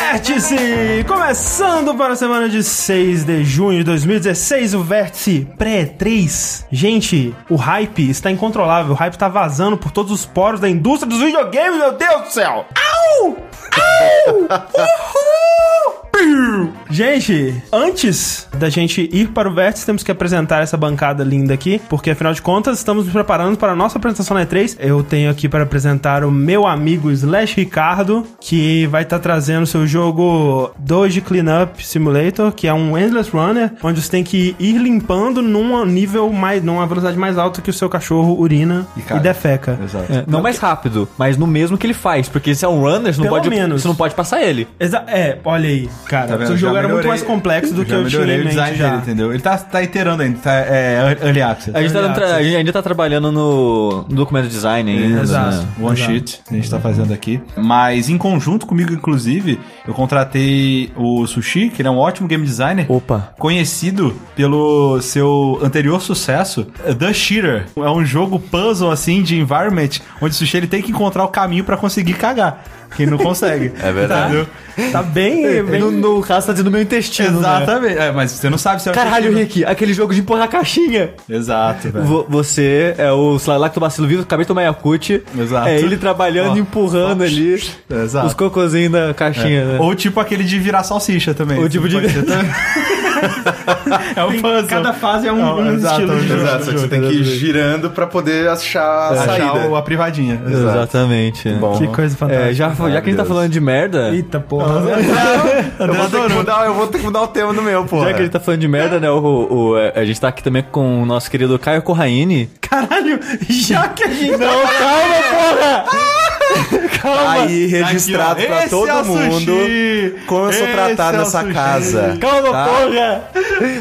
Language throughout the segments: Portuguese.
Vértice! Começando para a semana de 6 de junho de 2016, o Vértice pré-3. Gente, o hype está incontrolável, o hype está vazando por todos os poros da indústria dos videogames, meu Deus do céu! Au! Au! Uhul! Piu! Gente, antes da gente ir para o Vértice, temos que apresentar essa bancada linda aqui, porque afinal de contas estamos nos preparando para a nossa apresentação na E3. Eu tenho aqui para apresentar o meu amigo Slash Ricardo, que vai estar trazendo seu jogo Doge Cleanup Simulator, que é um Endless Runner, onde você tem que ir limpando num nível mais, numa velocidade mais alta que o seu cachorro urina E e, caga. defeca. Exato. É, não mais rápido, mas no mesmo que ele faz. Porque se é um runner, você não, Pelo pode, menos. você não pode passar ele. Exa- é, olha aí, cara. Tá vendo? seu Já jogo era muito melhorei- mais complexo do que já eu tinha melhorei em o mente design já. dele, entendeu? Ele tá, tá iterando ainda, tá, é early access. A gente, tá Early tra- access. a gente ainda tá trabalhando no, no documento design ainda. Exato. né? One Exato. sheet que a gente tá fazendo aqui. Mas em conjunto comigo, inclusive, eu contratei o Sushi, que ele é um ótimo game designer. Opa. Conhecido pelo seu anterior sucesso, The Cheater. É um jogo puzzle, assim, de environment, onde o Sushi ele tem que encontrar o caminho pra conseguir cagar. Que ele não consegue. É verdade. Entendeu? Tá bem, bem No, no caso, tá dizendo meu intestino. Exato. Exatamente. É, mas você não sabe se é o Caralho, Cheater. Rick, aquele jogo de empurrar a caixinha. Exato, velho. Vo- Você é o sei lá, lactobacilo vivo, acabei de tomar Yakut. Exato. É ele trabalhando, Ó. empurrando Ó. ali Exato. os cocôzinhos da caixinha. né? Ou tipo aquele de virar salsicha também. Ou tipo de- Pode ser também. é um Tem- puzzle. cada fase é um- um exato, estilo de um jogo. exato. Exato, só que você tem que ir girando pra poder achar a É. Achar saída. o- a privadinha. Exato. Exatamente. né? Bom, Que coisa fantástica. É, já, já que a gente tá Maravilhoso. falando de merda. Eita porra. eu, vou ter que mudar, eu vou ter que mudar o tema do meu, pô. Já É. que ele tá falando de merda, né? o- o- o- a gente tá aqui também com o nosso querido Caio Corraine. Caralho, já que a gente. tá- Não, calma, porra! calma! Aí registrado Aqui, ó. pra Esse todo é o mundo sushi. como eu sou Esse tratado é o nessa sushi. casa. Calma, Tá. porra!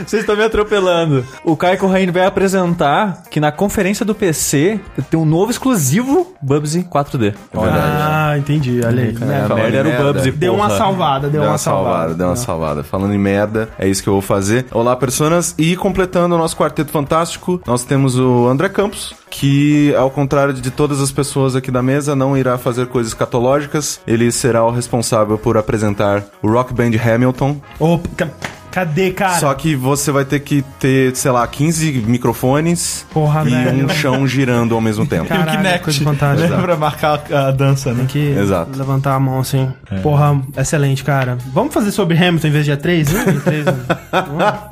Vocês estão me atropelando. O Caio Corraine vai apresentar que na conferência do PC tem um novo exclusivo Bubsy 4D. Ah, entendi. Olha aí. A Falando merda era merda. o Bubsy, Deu uma porra. salvada, né? deu, Deu uma salvada, deu uma salvada. Falando em merda, é isso que eu vou fazer. Olá, personas. E completando o nosso quarteto fantástico, nós temos o André Campos, que, ao contrário de todas as pessoas aqui da mesa, não irá fazer coisas catológicas. Ele será o responsável por apresentar o Rock Band Hamilton. Opa, ca- cadê, cara? Só que você vai ter que ter, sei lá, 15 microfones Porra, e velho. um chão girando ao mesmo tempo. Caralho, e o Kinect. coisa fantástica. né, pra marcar a, a dança, né? Que Exato. levantar a mão assim. É. Porra, excelente, cara. Vamos fazer sobre Hamilton em vez de A3, né? A3,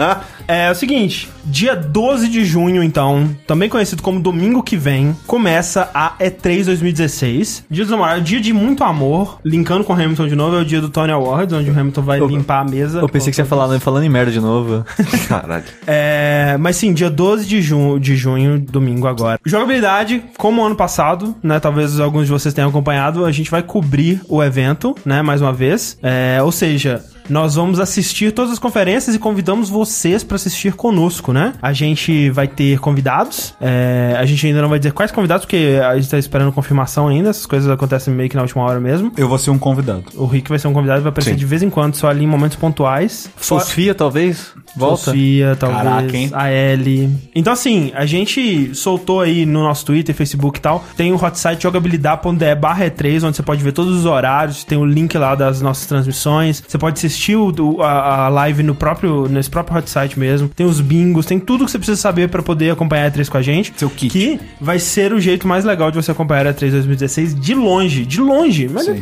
né? é, é o seguinte, dia 12 de junho, então, também conhecido como domingo que vem, começa a E3 2016. Dia dos namorados, dia de muito amor, linkando com o Hamilton de novo, é o dia do Tony Awards, onde o Hamilton vai limpar a mesa. Eu pensei que você ia falar né? falando em merda de novo. Caralho. É, mas sim, dia 12 de junho, de junho, domingo agora. Jogabilidade, como ano passado, né? Talvez alguns de vocês tenham acompanhado, a gente vai cobrir o evento, né? Mais uma vez. É, ou seja. Nós vamos assistir todas as conferências e convidamos vocês para assistir conosco, né? A gente vai ter convidados. é, a gente ainda não vai dizer quais convidados, porque a gente tá esperando confirmação ainda. Essas coisas acontecem meio que na última hora mesmo. Eu vou ser um convidado. O Rick vai ser um convidado, vai aparecer Sim. de vez em quando, só ali em momentos pontuais. Sofia, talvez? Volta. Sofia, talvez. Caraca, hein? A L. Então, assim, a gente soltou aí no nosso Twitter, Facebook e tal. Tem o hot site jogabilidade.de barra E3, onde você pode ver todos os horários. Tem o link lá das nossas transmissões. Você pode assistir o- o- a, a live no próprio, nesse próprio hot site mesmo. Tem os bingos, tem tudo que você precisa saber pra poder acompanhar a E3 com a gente. Seu kit. Que vai ser o jeito mais legal de você acompanhar a E3 2016 de longe. De longe. Mas Sim. não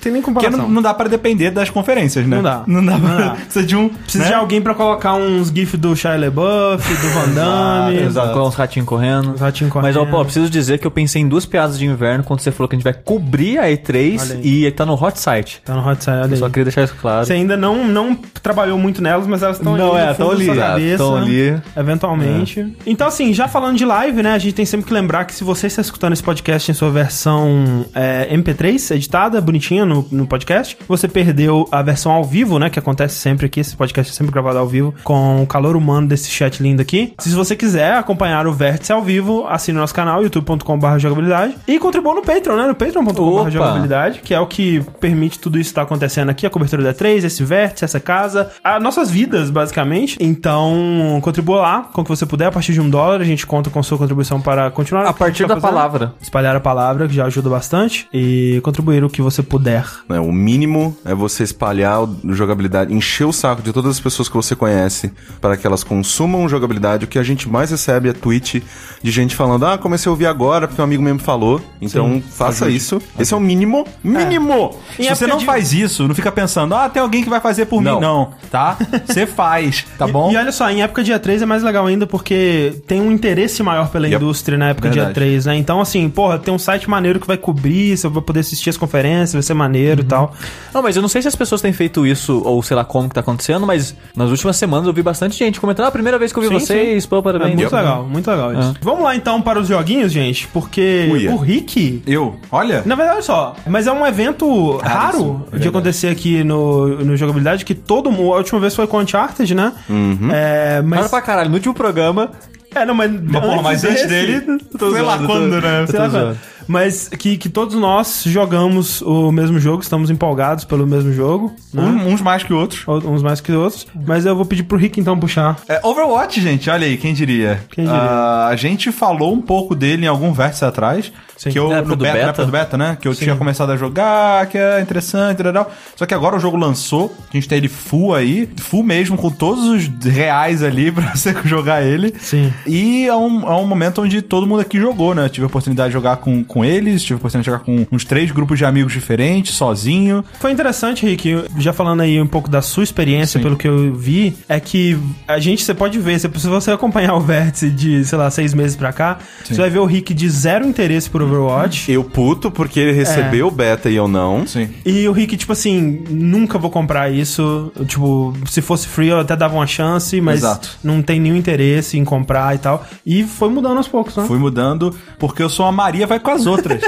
tem nem Porque comparação. não, não dá pra depender das conferências, né? Não dá. Não dá. Não Pra... dá. Precisa de um... Precisa né? de alguém pra colocar uns gifs do Shia LaBeouf, do Van Damme. Exato, com uns ratinhos correndo. Uns ratinhos Mas, ó, correndo. pô, eu preciso dizer que eu pensei em duas piadas de inverno quando você falou que a gente vai cobrir a Olha E3 aí. e tá no hot site. Tá no hot side, olha Eu aí. só queria deixar isso claro. Você ainda não, não trabalhou muito nelas, mas elas estão Não, é, no fundo tão da ali, sua é, cabeça, tão ali. É. Eventualmente. Então, assim, já falando de live, né? A gente tem sempre que lembrar que se você está escutando esse podcast em sua versão é, MP3, editada, bonitinha no, no podcast, você perdeu a versão ao vivo, né? Que acontece sempre aqui. Esse podcast é sempre gravado ao vivo, com o calor humano desse chat lindo aqui. Se você quiser acompanhar o Vértice ao vivo, assine o nosso canal, youtube.com.br jogabilidade. E contribua no Patreon, né? No patreon.com.br Opa! jogabilidade, que é o que permite tudo isso estar acontecendo tá aqui, a cobertura da 3, esse esse vértice, essa casa, as nossas vidas, basicamente. Então, contribua lá com o que você puder. A partir de um dólar, a gente conta com sua contribuição para continuar. A partir da Tá fazendo? palavra. Espalhar a palavra, que já ajuda bastante. E contribuir o que você puder. né? O mínimo é você espalhar o- jogabilidade, encher o saco de todas as pessoas que você conhece para que elas consumam jogabilidade. O que a gente mais recebe é tweet de gente falando: Ah, comecei a ouvir agora porque um amigo meu me falou. Então faça isso. Esse é o mínimo. Mínimo! Em Se você época não de- faz isso, não fica pensando, ah, tem alguém que vai fazer por Não. mim. Não, tá? Você faz, tá bom? E olha só, em época de E3 é mais legal ainda porque tem um interesse maior pela Yep. indústria na época Verdade. de E3, né? Então, assim, porra, tem um site maneiro que vai cobrir, você vai poder assistir as conferências, vai ser maneiro e tal. Não, mas eu não sei se as pessoas têm feito isso ou sei lá como que tá acontecendo, mas nas últimas semanas eu vi bastante gente comentando, ah, a primeira vez que eu vi Sim, vocês, pô, É parabéns. muito legal, muito legal isso. Ah. Vamos lá então para os joguinhos, gente, porque Uia. o Rick. É. Eu, olha. Na verdade, olha só, mas é um evento sim, é raro de verdade. acontecer aqui no, no jogabilidade, que todo mundo. A última vez foi com Uncharted, né? Uhum. É, Cara mas. pra caralho, no último programa, É, não, mas. Mas, porra, mas antes dele, Tô sei lá zoando, tô- quando, né? sei lá quando. Mas que, que todos nós jogamos o mesmo jogo, estamos empolgados pelo mesmo jogo. Né? Um- uns mais que outros. Ou- Uns mais que outros. Mas eu vou pedir pro Rick então puxar. É, Overwatch, gente, olha aí, quem diria? Quem diria? Ah, a gente falou um pouco dele em algum verso atrás, Sim. que eu Na no época do beta, na beta? época do beta, né? Que eu tinha começado a jogar, que era interessante, tal. Só que agora o jogo lançou, a gente tem ele full aí, full mesmo, com todos os reais ali pra você jogar ele. Sim. E é um, é um momento onde todo mundo aqui jogou, né? Eu tive a oportunidade de jogar com, com eles, tive a oportunidade de jogar com uns três grupos de amigos diferentes, sozinho. Foi interessante, Rick, já falando aí um pouco da sua experiência, Sim. pelo que eu vi, é que a gente, você pode ver, se se você acompanhar o vértice de, sei lá, seis meses pra cá, você vai ver o Rick de zero interesse por Overwatch. Uhum. Eu puto porque ele recebeu o beta e eu não. É. Sim. E o Rick, tipo assim, nunca vou comprar isso. Tipo, se fosse free eu até dava uma chance, mas Exato. não tem nenhum interesse em comprar e tal. E foi mudando aos poucos, né? Fui mudando, porque eu sou a Maria, vai com as outras.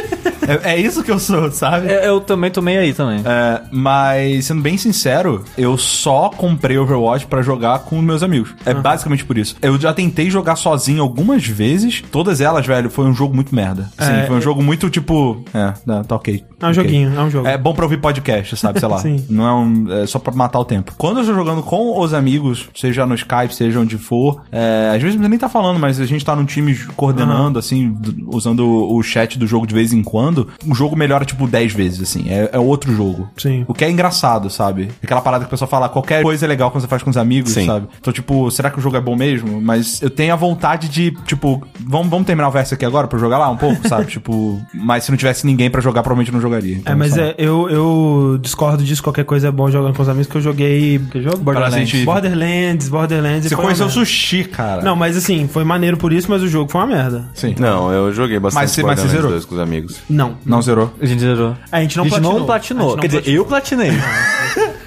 é, é isso que eu sou, sabe? É. é, eu, eu também tomei aí também. É, mas, sendo bem sincero, eu só comprei Overwatch pra jogar com meus amigos. É basicamente por isso. Eu já tentei jogar sozinho algumas vezes. Todas elas, velho, foi um jogo muito merda. Sim, É, foi um jogo muito tipo. É, não, tá ok. É um Ok. joguinho, é um jogo. É bom pra ouvir podcast, sabe? Sei lá. Sim. Não é, um, é só pra matar o tempo. Quando eu tô jogando com os amigos, seja no Skype, seja onde for, é, às vezes nem tá falando, mas a gente tá num time coordenando, assim, d- usando o o chat do jogo de vez em quando, o jogo melhora, tipo, 10 vezes, assim. É, é outro jogo. Sim. O que é engraçado, sabe? Aquela parada que o pessoal fala, qualquer coisa é legal quando você faz com os amigos, Sim. sabe? Então, tipo, será que o jogo é bom mesmo? Mas eu tenho a vontade de, tipo, vamos, vamos terminar o verso aqui agora pra eu jogar lá um pouco, sabe? tipo, mas se não tivesse ninguém pra jogar, provavelmente eu não jogaria. É, Então, mas sabe? é, eu, eu discordo disso, qualquer coisa é bom jogando com os amigos, que eu joguei. Que jogo? Parasite Eve. Borderlands, Borderlands. e Você foi uma conheceu o merda. sushi, cara. Não, mas assim, foi maneiro por isso, mas o jogo foi uma merda. Sim. Não, eu joguei bastante Mas você- mas você Borderlands zerou? 2 com os amigos. Não. Não zerou. A gente zerou. A gente É. não a gente platinou. não platinou. A gente não Ah, Quer dizer, eu platinei.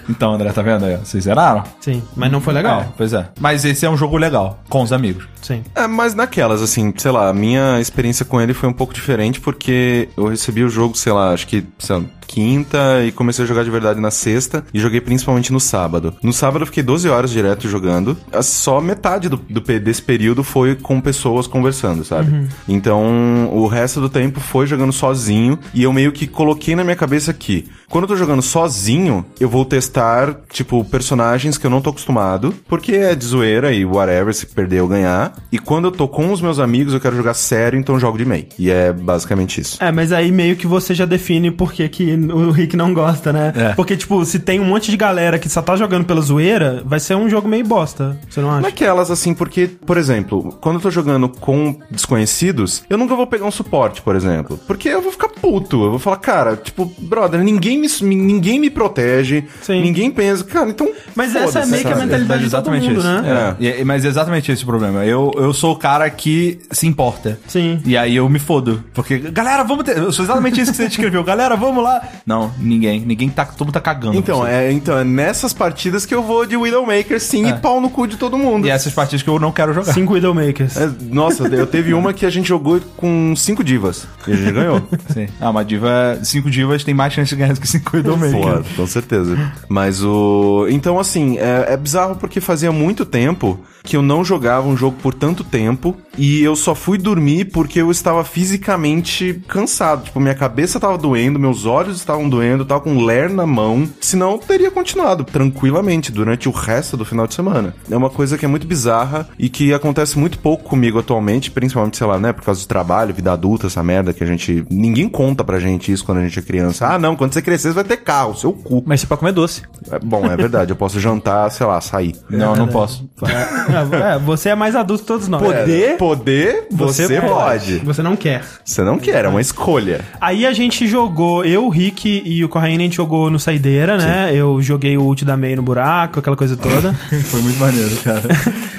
Então, André, tá vendo aí? ó? Vocês zeraram? Sim, mas não foi legal. É, pois é. Mas esse é um jogo legal, com os amigos. Sim. É, mas naquelas, assim, sei lá, a minha experiência com ele foi um pouco diferente, porque eu recebi o jogo, sei lá, acho que sei lá, quinta e comecei a jogar de verdade na sexta e joguei principalmente no sábado. No sábado eu fiquei 12 horas direto jogando, Ah, só metade do, do pe- desse período foi com pessoas conversando, sabe? Então o resto do tempo foi jogando sozinho e eu meio que coloquei na minha cabeça que quando eu tô jogando sozinho, eu vou testar, tipo, personagens que eu não tô acostumado, porque é de zoeira e whatever, se perder eu ganhar. E quando eu tô com os meus amigos, eu quero jogar sério, então eu jogo de MEI. E é basicamente isso. É, mas aí meio que você já define por que, que o Rick não gosta, né? É. Porque, tipo, se tem um monte de galera que só tá jogando pela zoeira, vai ser um jogo meio bosta. Você não acha? Naquelas, assim, porque, por exemplo, quando eu tô jogando com desconhecidos, eu nunca vou pegar um suporte, por exemplo. Porque eu vou ficar puto. Eu vou falar, cara, tipo, brother, ninguém me, ninguém me protege. Sim. Ninguém pensa. Cara, então. Mas essa é foda-se, meio que a sabe? mentalidade de todo mundo, isso. né? É. E- e- mas é exatamente esse o problema. Eu, eu sou o cara que se importa. Sim. E aí eu me fodo. Porque, galera, vamos ter. Eu sou exatamente isso que você descreveu. Galera, vamos lá. Não, ninguém. Ninguém tá. Todo mundo tá cagando. Então, é, então, é nessas partidas que eu vou de Widowmaker, sim, É. e pau no cu de todo mundo. E é essas partidas que eu não quero jogar. Cinco Widowmakers. É, nossa, eu teve uma que a gente jogou com cinco divas. E a gente ganhou. Sim. Ah, uma diva. Cinco divas tem mais chance de ganhar do que cinco Pô, idomakers. com certeza. Mas o. Então, assim, é, é bizarro porque fazia muito tempo que eu não jogava um jogo por tanto tempo. E eu só fui dormir porque eu estava fisicamente cansado. Tipo, minha cabeça estava doendo, meus olhos estavam doendo, eu tava com um ler na mão. Senão eu Então, teria continuado tranquilamente durante o resto do final de semana. É uma coisa que é muito bizarra e que acontece muito pouco comigo atualmente, principalmente, sei lá, né, por causa de trabalho, vida adulta, essa merda que a gente. Ninguém conta pra gente isso quando a gente é criança. Ah, não, quando você crescer, você vai ter carro, seu cu. Mas você pode comer doce. É, bom, é verdade, eu posso jantar, sei lá, sair. não, não posso. É, você é mais adulto que todos nós. É, Poder? Poder, você, Você pode. Você não quer. Você não quer, é uma escolha. Aí a gente jogou, eu, o Rick e o Corraine, a gente jogou no Saideira, né? Eu joguei o ult da May no buraco, aquela coisa toda. Foi muito maneiro, cara.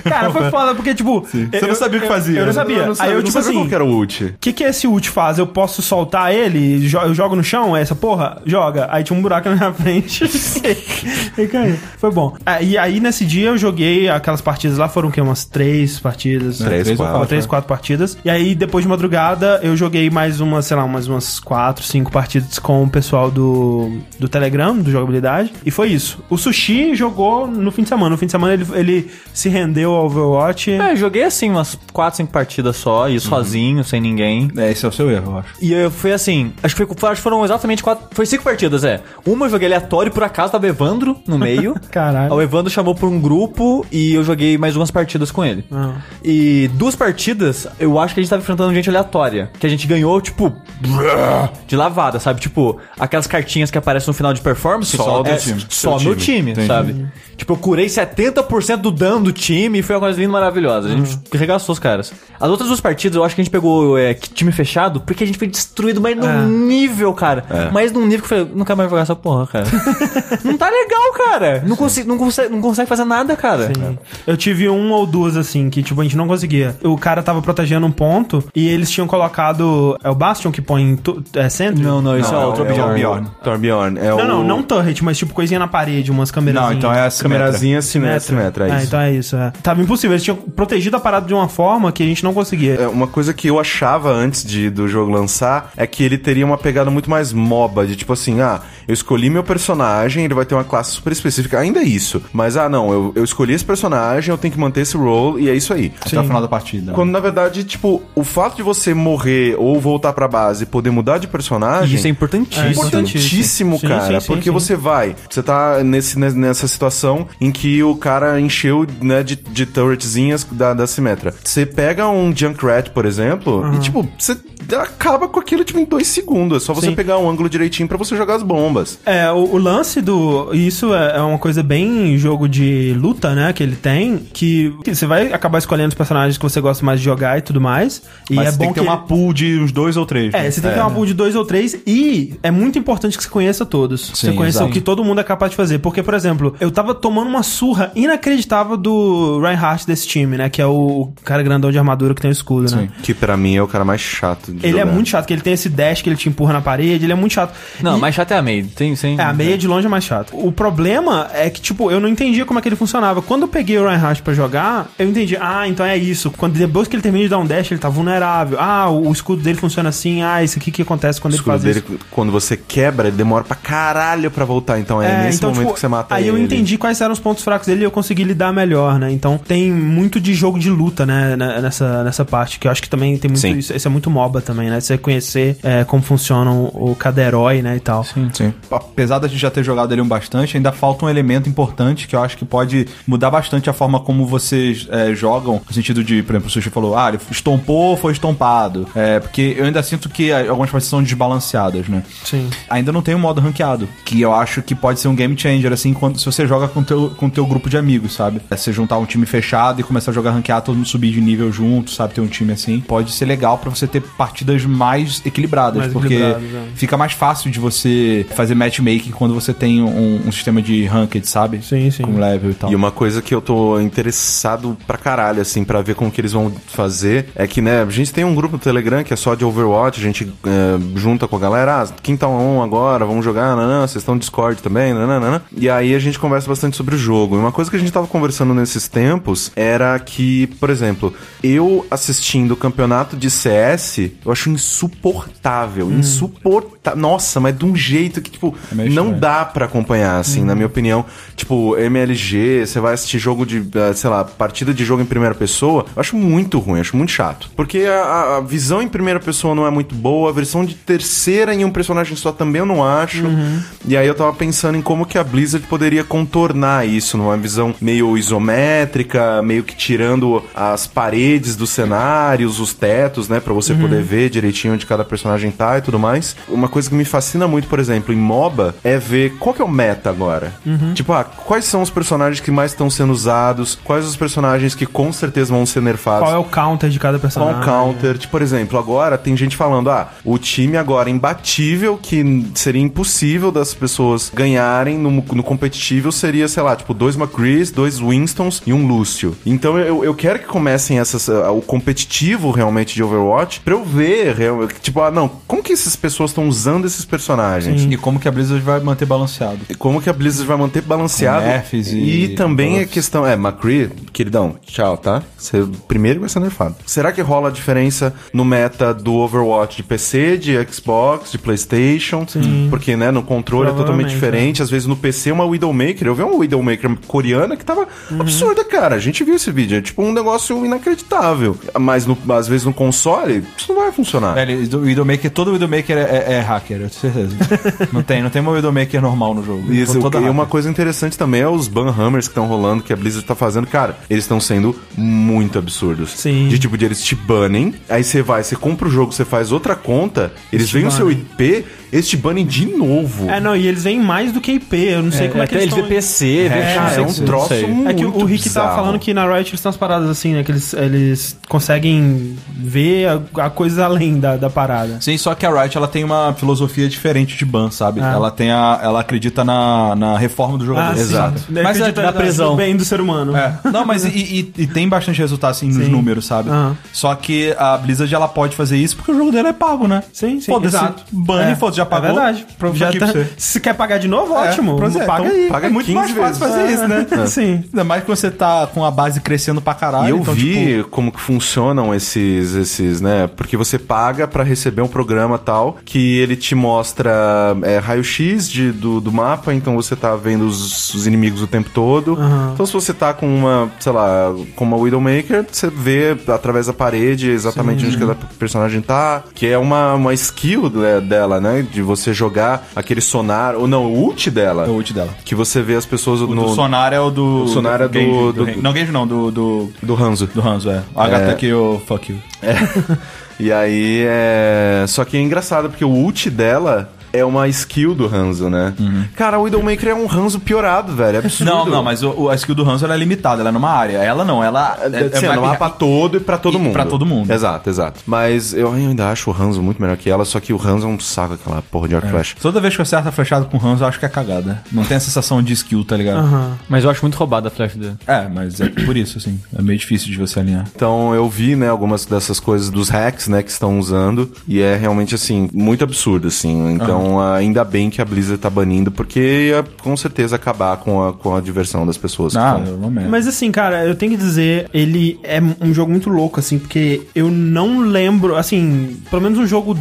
Cara, foi foda, porque, tipo. Você não sabia o que fazia. né? Eu não sabia. né? Eu não Aí sabia- eu, não tipo sabia assim. qual que era o ult. O que, que esse ult faz? Eu posso soltar ele? Jo- eu jogo no chão? É Essa porra? Joga. Aí tinha um buraco na minha frente. e caiu. Foi bom. Ah, E aí, nesse dia, eu joguei aquelas partidas lá. Foram o quê? Umas três partidas. Três, três ou quatro. né? Ó, três, quatro partidas. E aí, depois de madrugada, eu joguei mais umas, sei lá, mais umas quatro, cinco partidas com o pessoal do, do Telegram, do Jogabilidade. E foi isso. O Sushi jogou no fim de semana. No fim de semana, ele, ele se rendeu ao Overwatch. É, joguei assim umas 4, 5 partidas só, Uhum. e sozinho, sem ninguém. É, esse é o seu erro, eu acho. E eu fui assim, acho que, foi- acho que foram exatamente quatro. Foi cinco partidas, é. Uma eu joguei aleatório, por acaso tava Evandro no meio. Caralho. Aí O Evandro chamou por um grupo e eu joguei mais umas partidas com ele. Ah. E duas partidas, eu acho que a gente tava enfrentando gente aleatória. Que a gente ganhou, tipo, de lavada, sabe? Tipo, aquelas cartinhas que aparecem no final de performance. Só do time. Só Seu meu time. time, Entendi. sabe? Tipo, eu curei 70% do dano do time e foi uma coisa linda e maravilhosa. A gente regaçou os caras. As outras duas partidas, eu acho que a gente pegou é, que time fechado porque a gente foi destruído, mas num nível, cara. Mas num nível que eu falei, nunca mais vou jogar essa porra, cara. não tá legal, cara. Não, consigo, não, consegue, não consegue fazer nada, cara. Sim. Eu tive um ou duas, assim, que, tipo, a gente não conseguia. O cara tava protegendo um ponto e eles tinham colocado. É o Bastion que põe. tu- É centro? Não, não, isso é outro é o objetivo. Bjorn. Torbjorn. É Não, o... não, não turret, mas tipo coisinha na parede, umas câmeras. Não, então é a Camerazinha sinistra, sinistra, é Ah, isso. então é isso, é. Tava impossível. Eles tinham protegido a parada de uma forma que a gente não conseguia. É, uma coisa que eu achava antes de, do jogo lançar é que ele teria uma pegada muito mais MOBA, de tipo assim, ah, eu escolhi meu personagem, ele vai ter uma classe super específica, ainda é isso. Mas, ah, não, eu, eu escolhi esse personagem, eu tenho que manter esse role, e é isso aí. Até o final da partida. Quando, na verdade, tipo, o fato de você morrer ou voltar pra base e poder mudar de personagem... Isso é importantíssimo. É Importantíssimo. importantíssimo, Sim, sim, cara. sim, porque sim. você vai. Você tá nesse, ne- nessa situação em que o cara encheu né, de, de turretzinhas da, da Simetra. Você pega um Junkrat, por exemplo, Uhum. e tipo, você acaba com aquilo tipo, em dois segundos. É só você Sim. pegar um ângulo direitinho pra você jogar as bombas. É, o, o lance do. e Isso é, é uma coisa bem jogo de luta, né? Que ele tem. Que, que você vai acabar escolhendo os personagens que você gosta mais de jogar e tudo mais. E Mas é você bom tem que ter ele- uma pool de uns dois ou três. É, né? você tem que ter uma pool de dois ou três e é muito importante que você conheça todos. você Sim, conheça exato. o que todo mundo é capaz de fazer. Porque, por exemplo, eu tava tomando uma surra inacreditável do Reinhardt desse time, né? Que é o cara grandão de armadura que tem o escudo, né? Sim. Que pra mim é o cara mais chato de Ele é jogar. muito chato, que ele tem esse dash que ele te empurra na parede, ele é muito chato. Não, E- mas chato é a meia. Tem, tem... é, a meia de longe é mais chato. O problema é que, tipo, eu não entendia como é que ele funcionava. Quando eu peguei o Reinhardt pra jogar, eu entendi, ah, então é isso. Quando, depois que ele termina de dar um dash, ele tá vulnerável. Ah, o, o escudo dele funciona assim. Ah, isso aqui que acontece quando O ele escudo faz dele, isso. quando você quebra, ele demora pra caralho pra voltar. Então é, É, nesse então, momento tipo, que você mata aí ele. eu entendi quais eram os pontos fracos dele e eu consegui lidar melhor, né? Então tem muito de jogo de luta, né? na- Nessa, nessa parte, que eu acho que também tem muito Sim. isso. Isso é muito MOBA também, né? Você conhecer é, como funciona o cada herói, né? E tal. Sim. Apesar da gente já ter jogado ele um bastante, ainda falta um elemento importante que eu acho que pode mudar bastante a forma como vocês é, jogam. No sentido de, por exemplo, o Sushi falou, ah, ele estompou, foi estompado. É, porque eu ainda sinto que ah, algumas partidas são desbalanceadas, né? Sim. Ainda não tem um modo ranqueado, que eu acho que pode ser um game changer, assim, quando, se você joga com teu, com teu grupo de amigos, sabe? É, você juntar um time fechado e começar a jogar ranqueado, todo mundo subir de nível junto, sabe? Ter um time assim. Pode ser legal pra você ter partidas mais equilibradas, Mais porque equilibradas, é. fica mais fácil de você fazer matchmaking quando você tem um, um sistema de ranked, sabe? Sim, sim. Com level e tal. E uma coisa que eu tô interessado pra caralho, assim, pra ver como que eles vão fazer, é que, né, a gente tem um grupo no Telegram que é só de Overwatch, a gente eh, junta com a galera, ah, quem tá on agora, vamos jogar, nanã, vocês estão no Discord também, nananã. E aí a gente conversa bastante sobre o jogo. E uma coisa que a gente tava conversando nesses tempos era que, por exemplo, eu assistindo o campeonato de CS, eu acho insuportável, insuportável. Nossa, mas de um jeito que, tipo, É meio não estranho. Uhum. dá dá pra acompanhar, assim, na minha opinião. Tipo, MLG, você vai assistir jogo de, eh, sei lá, partida de jogo em primeira pessoa. Eu acho muito ruim, acho muito chato. Porque a- a, a visão em primeira pessoa não é muito boa, a versão de terceira em um personagem só também eu não acho. Uhum. E aí eu tava pensando em como que a Blizzard poderia contornar isso numa visão meio isométrica, meio que tirando as paredes dos cenários, os tetos, né, Pra Uhum. você poder ver direitinho onde cada personagem tá e tudo mais. Uma coisa que me fascina muito, por exemplo, em MOBA é ver qual que é o meta agora. Uhum. Tipo, ah, quais são os personagens que mais estão sendo usados? Quais os personagens que com certeza vão ser nerfados? Qual é o counter de cada Qual personagem? o counter? Tipo, por exemplo, agora tem gente falando, ah, o time agora é imbatível, que n- seria impossível das pessoas ganharem no, no competitivo, seria, sei lá, tipo, dois McCrees, dois Winstons e um Lúcio. Então eu, eu quero que comecem essas, ah, o competitivo realmente de Overwatch, pra eu ver, real- tipo, ah, não, como que essas pessoas estão usando esses personagens? E como que a Blizzard vai manter balanceado? Como que a Blizzard vai manter balanceado? Com nerfs e, e- também a buffs. questão. É, McCree, queridão, tchau, tá? Você primeiro vai ser nerfado. Será que rola a diferença no meta do Overwatch de PC, de Xbox, de PlayStation? Sim. Porque, né, no controle é totalmente Provavelmente, diferente. Às vezes no PC é uma Widowmaker. Eu vi uma Widowmaker coreana que tava absurda, cara. A gente viu esse vídeo. É tipo um negócio inacreditável. Mas no- às vezes no console, isso não vai funcionar. Velho, o Widowmaker, todo Widowmaker é, é- é hacker, eu tenho certeza. não tem, não tem uma Widowmaker normal no jogo. Então, Isso, Toda e hacker. uma coisa interessante também é os banhammers que estão rolando, que a Blizzard tá fazendo. Cara, eles estão sendo muito absurdos. Sim. De tipo, de eles te banem, aí você vai, você compra o jogo, você faz outra conta, eles veem o seu IP, eles te banem de novo. É, não, e eles vêm mais do que IP, eu não sei como é que até eles eles estão... vê PC, vê É, não sei é o que, um não troço sei. muito É que o Rick bizarro. tava falando que na Riot eles têm umas paradas assim, né? Que eles, eles conseguem ver a, a coisa além da, da parada. Sim, só que a Riot ela tem uma filosofia diferente de ban, sabe? Ah. Ela tem a, ela acredita na, na reforma do jogador. sim. Ele Mas acredita é na no prisão. bem do ser humano. É. Não, mas e, e- e tem bastante resultado assim nos Sim. números, sabe? Aham. Só que a Blizzard ela pode fazer isso porque o jogo dela é pago, né? Sim, sim, Foda-se, exato. bane, É. foda-se, já pagou. É verdade. Já Já tá- tá... Se quer pagar de novo, É, ótimo. pois Não é, paga então aí. É. paga é muito mais 15 fácil vezes. fazer isso, né? Sim. Ainda mais que você tá com a base crescendo pra caralho. E eu então, vi tipo, como que funcionam esses, esses, né? Porque você paga pra receber um programa tal que ele te mostra é, raio-x de- do, do mapa, então você tá vendo os, os inimigos o tempo todo. Então se você tá com uma, sei lá, com uma Widowmaker, você vê através da parede exatamente onde cada personagem tá, que é uma, uma skill né, dela, né? De você jogar aquele sonar, ou não, o ult dela. é o ult dela. Que você vê as pessoas O no... do Sonar é o do. o Sonar é do- Genji, do- Ren- Não, Genji não, do. Do, Do Hanzo. do Hanzo, é. O HTQ, eu fuck you. É É. E aí é. Só que é engraçado, porque o ult dela é uma skill do Hanzo, né? Cara, o Widowmaker é um Hanzo piorado, velho. É absurdo. Uhum. Não, não, mas o, o- a skill do Hanzo ela é limitada, ela é numa área. Ela não, ela. É, é- assim, é- é no mapa todo e pra todo E mundo. pra todo mundo. Exato, exato. Mas eu ainda acho o Hanzo muito melhor que ela, só que o Hanzo é um saco aquela porra de arco e flecha. Toda vez que eu acerto a flechada com o Hanzo, eu acho que é cagada. Não tem a sensação de skill, tá ligado? Mas eu acho muito roubada a flash dele. É, mas é por isso, assim. É meio difícil de você alinhar. Então eu vi, né, algumas dessas coisas dos hacks, né, que estão usando. E é realmente, assim, muito absurdo, assim. Então ainda bem que a Blizzard tá banindo, porque ia com certeza acabar com a, com a diversão das pessoas. que Ah, estão- não merda. Mas assim, cara, eu tenho que dizer, ele é um jogo muito louco, assim, porque eu não lembro, assim, pelo menos um jogo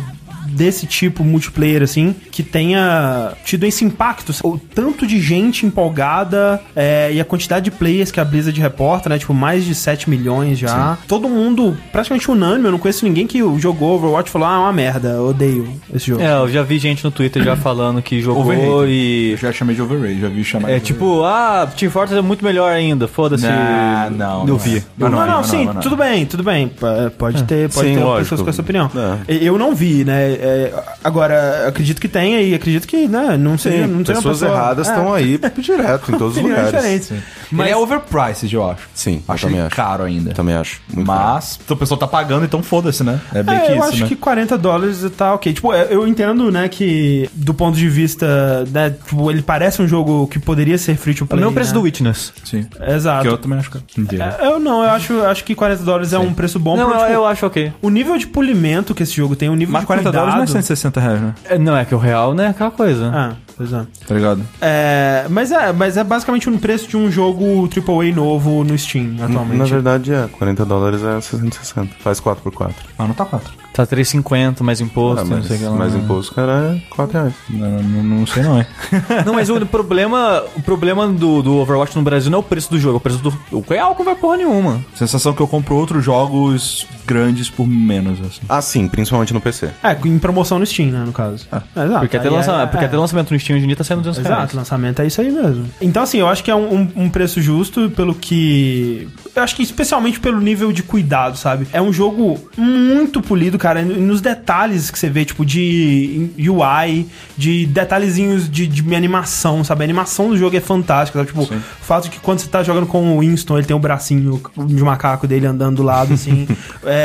desse tipo multiplayer assim que tenha tido esse impacto o tanto de gente empolgada é, e a quantidade de players que a Blizzard reporta né tipo mais de 7 milhões já todo mundo praticamente unânime eu não conheço ninguém que jogou Overwatch e falou ah é uma merda eu odeio esse jogo É, eu já vi gente no Twitter já falando que jogou Overrated. e. Eu já chamei de overrated, já vi chamar É de tipo, ah, Team Fortress é muito melhor ainda, foda-se. Não, não, não Eu vi. é. Não, Mas não, é, mas sim, mas não é. tudo bem, tudo bem. P- É. Pode ter, pode Sim, ter lógico. pessoas com essa opinião. É. E- Eu não vi, né? É, agora, acredito que tenha e acredito que, né, não sei, não sei pessoas erradas É. estão aí direto em todos os lugares. é, diferentes. Mas... Ele é overpriced, eu acho. Sim, eu acho também ele acho. caro ainda. Também acho. Muito caro. Mas, então o pessoal tá pagando, então foda-se, né? É bem É, que eu isso, acho né? que 40 dólares tá ok. Tipo, é, eu entendo, né, que do ponto de vista, né, tipo, ele parece um jogo que poderia ser free to É o play. mesmo preço né? do Witness. Sim. Exato. Que eu também acho caro. Mentira. É, Eu não, eu acho, eu acho que 40 dólares é um preço bom não, pra, eu, tipo, eu acho ok. o nível de polimento que esse jogo tem, o nível Mas de 40 cuidado... dólares não é 160 reais, né? É, Não, é que o real, né, é aquela coisa. Ah, pois é. Tá ligado? É, mas é, mas é basicamente um preço de um jogo AAA novo no Steam atualmente. Na verdade é, 40 dólares é 660. Faz 4x4. Mas não tá 4. Tá 3,50 mais imposto, Ah, não sei mas, o que é lá. mas imposto, cara, é 4 reais. Não, não- não sei não, é. Não, mas o problema, o problema do, do Overwatch no Brasil não é o preço do jogo, é o preço do. O Coelho não vai porra nenhuma. Sensação é que eu compro outros jogos grandes por menos, assim. Ah, sim, principalmente no PC. É, em promoção no Steam, né, no caso. É, exato. Ah, Porque até, Aí lança- é- porque é. até lançamento no Steam hoje em dia tá sendo 200 reais. Exato, lançamento é isso aí mesmo. Então, assim, eu acho que é um, um- um preço justo pelo que. Eu acho que especialmente pelo nível de cuidado, sabe? É um jogo muito polido, cara. E nos detalhes que você vê, tipo, de UI, de detalhezinhos de, de animação, sabe? A animação do jogo é fantástica, sabe? Tipo, o fato de que quando você tá jogando com o Winston, ele tem o bracinho de macaco dele andando do lado, assim. é...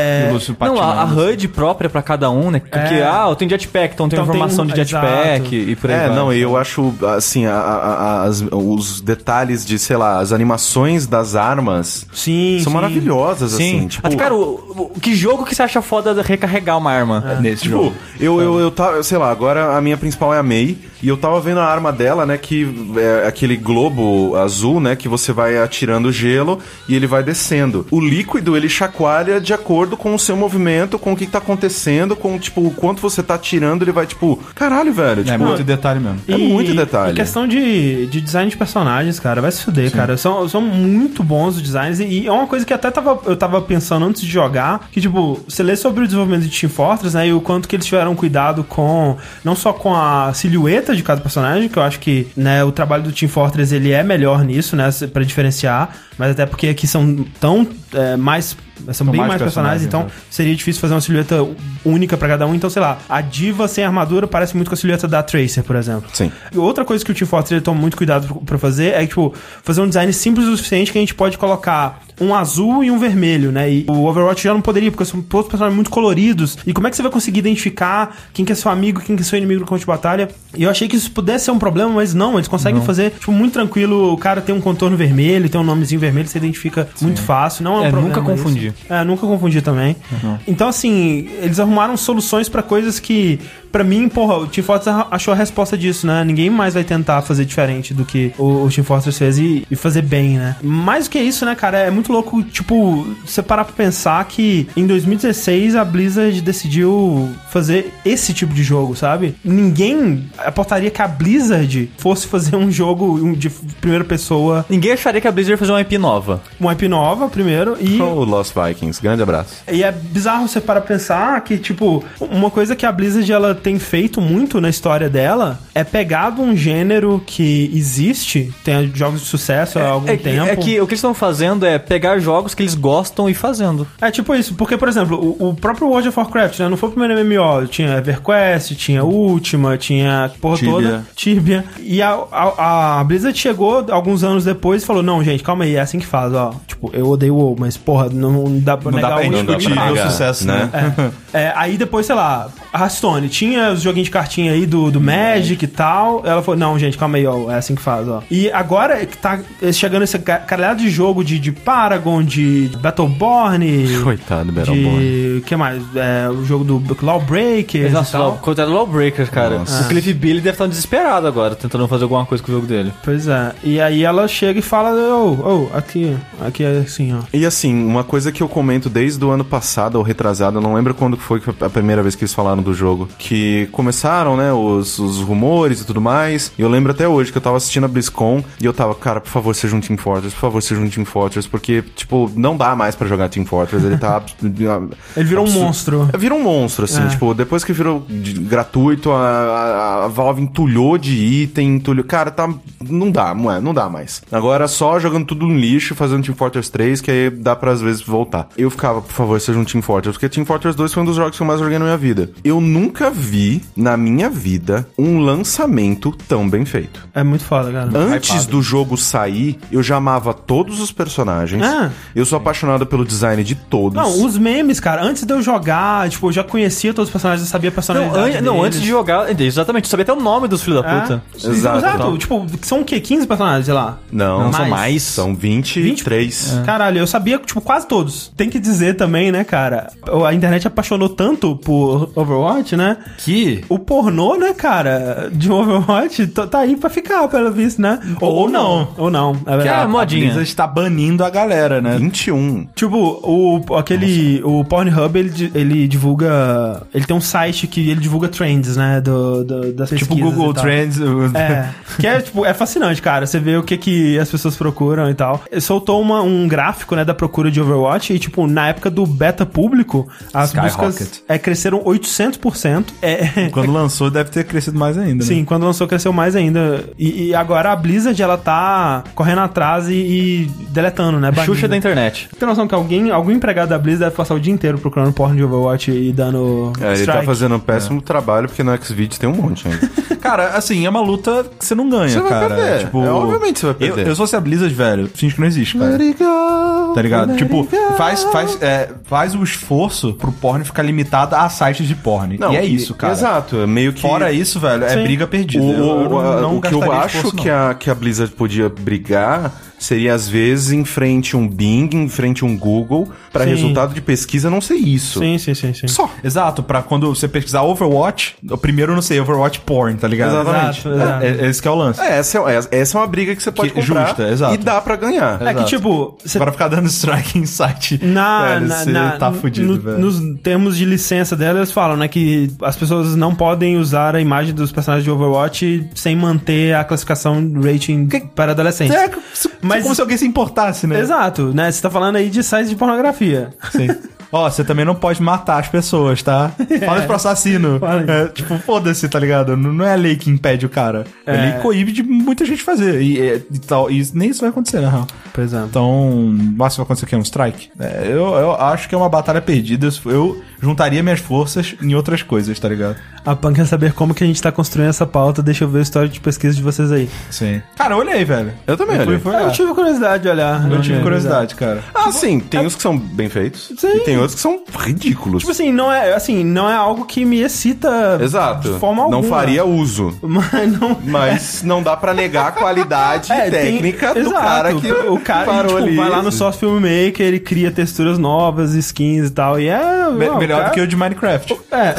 Não, a, a HUD própria pra cada um, né? Porque, É. ah, eu tenho jetpack, então tem Então tem informação um- de jetpack e por aí É, vai. não, e eu acho, assim, a- a- a- as- os detalhes de, sei lá, as animações das armas Sim. são sim. maravilhosas, assim. Sim. Tipo, Até, cara, o, o- que jogo que você acha foda recarregar uma arma? Nesse Tipo, jogo. eu, eu, eu tava, sei lá, agora a minha principal é a Mei, e eu tava vendo a arma dela, né, que é aquele globo azul, né, que você vai atirando gelo e ele vai descendo. O líquido, ele chacoalha de acordo com o seu movimento, com o que tá acontecendo, com, tipo, o quanto você tá atirando, ele vai, tipo, caralho, velho, É tipo, muito detalhe mesmo. É muito detalhe. E questão de, de design de personagens, cara, vai se fuder, cara. São, são muito bons os designs. E, e é uma coisa que até tava, eu tava pensando antes de jogar, que, tipo, você lê sobre o desenvolvimento de Team Fortress, né? E o quanto que eles tiveram cuidado com. Não só com a silhueta de cada personagem, que eu acho que, né, o trabalho do Team Fortress ele é melhor nisso, né? Pra diferenciar. Mas até porque aqui são tão é, mais. São bem mais mais, personagens, personagens, então né? seria difícil fazer uma silhueta única pra cada um. Então, sei lá, a diva sem armadura parece muito com a silhueta da Tracer, por exemplo. Sim. E outra coisa que o Team Fortress ele toma muito cuidado pra fazer é, tipo, fazer um design simples o suficiente que a gente pode colocar um azul e um vermelho, né? E o Overwatch já não poderia, porque são todos personagens muito coloridos. E como é que você vai conseguir identificar quem que é seu amigo, quem que é seu inimigo no campo de batalha? E eu achei que isso pudesse ser um problema, mas não, eles conseguem fazer, tipo, muito tranquilo. O cara tem um contorno vermelho, tem um nomezinho vermelho, você identifica muito fácil. Não é um É, problema. nunca confundir. isso. É, nunca confundi também. Então, assim, eles arrumaram soluções pra coisas que, pra mim, porra, o Team Fortress arra- achou a resposta disso, né? Ninguém mais vai tentar fazer diferente do que o, o Team Fortress fez e, e fazer bem, né? Mais do que isso, né, cara? É muito louco, tipo, você parar pra pensar que em 2016 a Blizzard decidiu fazer esse tipo de jogo, sabe? Ninguém apostaria que a Blizzard fosse fazer um jogo um de primeira pessoa, Ninguém acharia que a Blizzard ia fazer uma IP nova. uma IP nova primeiro e. o Lost Vikings, grande abraço. E é bizarro você para pensar que, tipo, uma coisa que a Blizzard ela tem feito muito na história dela é pegado um gênero que existe, tem jogos de sucesso há algum é, que- tempo. é que o que eles estão fazendo é pegar jogos que eles gostam e fazendo. É tipo isso, porque, por exemplo, o, o próprio World of Warcraft, né? Não foi o primeiro MMO. Tinha EverQuest, tinha Ultima, tinha a porra Tibia. toda. Tibia. E a, a, a Blizzard chegou alguns anos depois e falou: Não, gente, calma aí, é assim que faz, ó. Tipo, eu odeio o WoW, mas porra, não dá pra Não negar dá pra o dá pra discutir negar, o sucesso, né? né? É, aí depois, sei lá, a Rastone tinha os joguinhos de cartinha aí do, do Magic e tal. Ela falou, não, gente, calma aí, ó, é assim que faz, ó. E agora é que tá chegando esse ca- caralhado de jogo de, de Paragon, de Battleborn. Coitado, Battleborn. De. que mais? É, o jogo do Lawbreaker. e É, Nossa, tal. Law- coitado do Lawbreakers, cara. O Cliff Billy deve estar um desesperado agora, tentando fazer alguma coisa com o jogo dele. Pois é. E aí ela chega e fala: Ô, ô, aqui, aqui é assim, ó. E assim, uma coisa que eu comento desde o ano passado ou retrasado, eu não lembro quando foi que a primeira vez que eles falaram do jogo, que começaram, né, os, os rumores e tudo mais. E eu lembro até hoje que eu tava assistindo a BlizzCon e eu tava, cara, por favor, seja um Team Fortress, por favor, seja um Team Fortress, porque, tipo, não dá mais pra jogar Team Fortress, ele tá... abs- Ele virou um absurdo. monstro. É, Virou um monstro, assim, É. tipo, depois que virou de- gratuito, a, a- a Valve entulhou de item, entulhou. Cara, tá. Não dá, não é, não dá mais. Agora só jogando tudo no lixo, fazendo Team Fortress 3, que aí dá pra às vezes voltar. Eu ficava, por favor, seja um Team Fortress, porque Team Fortress 2 foi um dos jogos que eu mais joguei na minha vida. Eu nunca vi, na minha vida, um lançamento tão bem feito. É muito foda, cara. Antes do jogo sair, eu já amava todos os personagens. Ah. Eu sou apaixonado pelo design de todos. Não, os memes, cara, antes de eu jogar, tipo, eu já conhecia todos os personagens, eu sabia a personalidade. Não, an- não, é deles. antes de jogar. é, Exatamente, tu sabia até o nome dos filhos da É? puta. Exato. Exato. Tipo, são o quê? 15 personagens, sei lá. Não, Não, são mais. São 23. É. Caralho, eu sabia, tipo, quase todos. jogos, tem que dizer também, né, cara? A internet apaixonou tanto por Overwatch, né? Que. O pornô, né, cara, de Overwatch tá tá aí pra ficar, pelo visto, né? Ou, ou não. Ou não. é que verdade. a, modinha. modinha. A Blizzard está banindo a galera, né? 21. Tipo, o, aquele, o Pornhub, ele, di- ele divulga... Ele tem um site que ele divulga trends, né, do, do, das Tipo pesquisas Google e tal. Trends. É, que é, tipo, é fascinante, cara. Você vê o que, que as pessoas procuram e tal. Soltou uma- um gráfico, né, da procura de Overwatch e, tipo, na época do beta público, as Skyrocket. buscas é, cresceram 800%. É, Quando lançou, deve ter crescido mais ainda. né? Sim, quando lançou cresceu mais ainda. E, e agora a Blizzard, ela tá correndo atrás e, e deletando, né? banindo. Xuxa da internet. Tem noção que alguém, algum empregado da Blizzard deve passar o dia inteiro procurando porn de Overwatch e dando É, ele tá fazendo um péssimo É. trabalho, porque no Xvideos tem um monte ainda. Cara, assim, é uma luta que você não ganha, Você vai cara. Tipo, perder. É, obviamente você vai Eu, perder. eu se fosse a Blizzard, velho, finge que não existe, cara. Tá ligado? Tipo, faz, faz, é, faz o esforço pro porn ficar limitado a sites de porn. e é isso, cara. Exato, é meio que... Fora isso, velho, é Sim. briga perdida. O, Eu- eu o- a- o que eu gastaria acho esforço, que, é- não. a, que a Blizzard podia brigar seria, às vezes, em frente a um Bing, em frente a um Google, pra Sim. resultado de pesquisa não ser isso. Sim, sim, sim, sim. Só. Exato, pra quando você pesquisar Overwatch, o primeiro, eu não sei, Overwatch porn, tá ligado? Exatamente. Exato, exato. É, é- esse que é o lance. É, essa, é, essa é uma briga que você pode Que- comprar justa, exato. e dá pra ganhar. É que, Exato. tipo, você Agora ficar dando strike em site. Na, velho, na, você na- tá no- fudido, no- velho. Nos termos de licença dela, eles falam, né, que as pessoas não podem usar a imagem dos personagens de Overwatch sem manter a classificação rating para adolescentes. É, se- Mas- como se alguém se importasse, né? Exato, né? Você tá falando aí de sites de pornografia. Sim. Ó, você também não pode matar as pessoas, tá? Fala isso pro assassino. Fala isso. É, tipo, foda-se, tá ligado? Não, não é a lei que impede o cara. É, a lei que coíbe de muita gente fazer. E, é, e tal. E isso- nem isso vai acontecer, na real. Por exemplo. Então, mas vai acontecer o quê? Um strike? É, eu, eu acho que é uma batalha perdida. Eu juntaria minhas forças em outras coisas, tá ligado? A Pan quer saber como que a gente tá construindo essa pauta, deixa eu ver o histórico de pesquisa de vocês aí. Sim. Cara, eu olhei, velho. Eu também fui- olhei. fui É, eu olhar. tive curiosidade de olhar. né, Eu tive curiosidade, cara. Ah, sim, tem uns que são bem feitos É- Sim. e tem outros que são ridículos. Tipo assim, não é, assim, não é algo que me excita Exato. de forma Não alguma. faria uso. Mas não, Mas não dá pra negar a qualidade É, tem- técnica do Exato. cara que o cara parou tipo, ali. vai lá no Source Filmmaker, ele cria texturas novas, skins e tal, e é Me- não, melhor cara- do que o de Minecraft. é.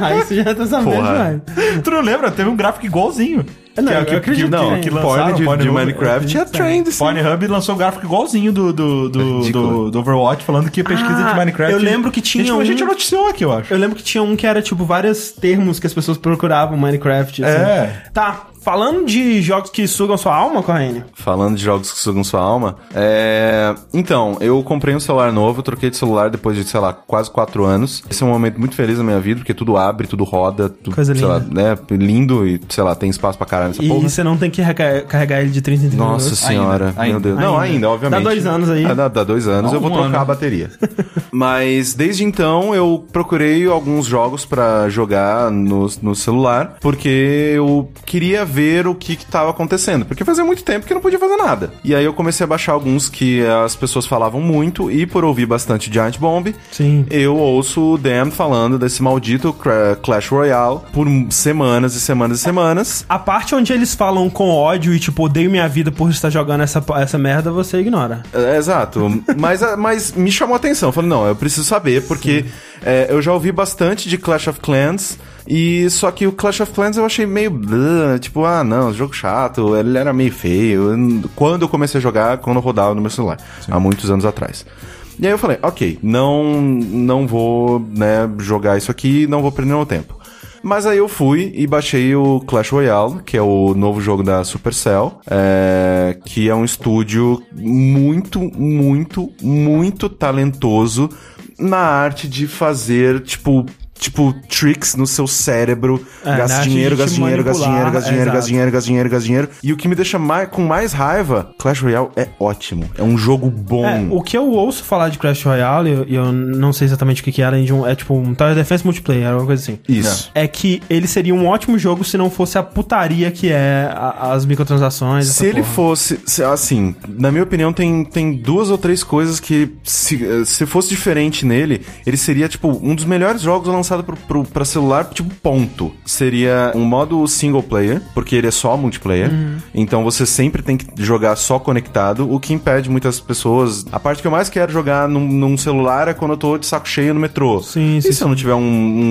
Aí você já tá sabendo Porra. demais. tu não lembra? Teve um gráfico igualzinho. Não, é o eu acredito que, Não, que que lançaram, porn de, porn de no- Minecraft é trend, sim. Pornhub lançou um gráfico igualzinho do, do, do, Ridículo. do, do Overwatch, falando que a pesquisa Ah, de Minecraft. eu lembro que tinha A gente, a um- gente noticiou aqui, eu acho. Eu lembro que tinha um que era, tipo, vários termos que as pessoas procuravam Minecraft. assim. É. Tá, falando de jogos que sugam sua alma, Corrêne. Falando de jogos que sugam sua alma. É... Então, eu comprei um celular novo, troquei de celular depois de, sei lá, quase quatro anos. Esse é um momento muito feliz na minha vida, porque tudo abre, tudo roda, tudo, Coisa sei linda. lá, né? Lindo e, sei lá, tem espaço pra caralho nessa E porra. você não tem que reca- carregar ele de 30 em 30 Tá né? Nossa minutos. senhora, ainda, meu Deus. ainda. Não, Ainda. ainda, obviamente. Dá dois anos aí. Ah, Dá, dá dois anos, Dá eu vou um trocar ano. a bateria. Mas desde então eu procurei alguns jogos pra jogar no, no celular, porque eu queria ver o que, que tava acontecendo. Porque fazia muito tempo que eu não podia fazer nada. E aí eu comecei a baixar alguns que as pessoas falavam muito, e por ouvir bastante Giant Bomb, Sim. eu ouço o Dan falando desse maldito Cra- Clash Royale por semanas e semanas e semanas. A parte onde eles falam com ódio e, tipo, odeio minha vida por estar jogando essa, essa merda, você ignora. É, Exato, mas, a- mas me chamou a atenção. Eu Falei, não, eu preciso saber, porque é, eu já ouvi bastante de Clash of Clans, e só que o Clash of Clans eu achei meio. blá, tipo, ah, não, jogo chato, ele era meio feio. Eu- Quando eu comecei a jogar, quando eu rodava no meu celular, há muitos anos atrás. E aí eu falei, ok, não, não vou né, jogar isso aqui, não vou perder meu tempo. Mas aí eu fui e baixei o Clash Royale, que é o novo jogo da Supercell, é, que é um estúdio muito, muito, muito talentoso na arte de fazer, tipo, tipo tricks no seu cérebro, É, na gasta arte dinheiro, de gasta te dinheiro, gasta dinheiro, manipular, gasta dinheiro, exato. gasta dinheiro, gasta dinheiro, gasta dinheiro. E o que me deixa mais, com mais raiva, Clash Royale é ótimo, é um jogo bom. É, o que eu ouço falar de Clash Royale, e eu, e eu não sei exatamente o que, que era, de um, é tipo um Tower Defense Multiplayer, alguma coisa assim. Isso. É que ele seria um ótimo jogo se não fosse a putaria que é a- as microtransações. Se ele fosse, se- assim, na minha opinião, tem, tem duas ou três coisas que, se, eh, se fosse diferente nele, ele seria, tipo, um dos melhores jogos lançada pro, pro, pra celular, tipo, ponto. Seria um modo single player, porque ele é só multiplayer. Então você sempre tem que jogar só conectado, o que impede muitas pessoas. A parte que eu mais quero jogar num, num celular é quando eu tô de saco cheio no metrô. Sim, e sim, se eu não tiver um,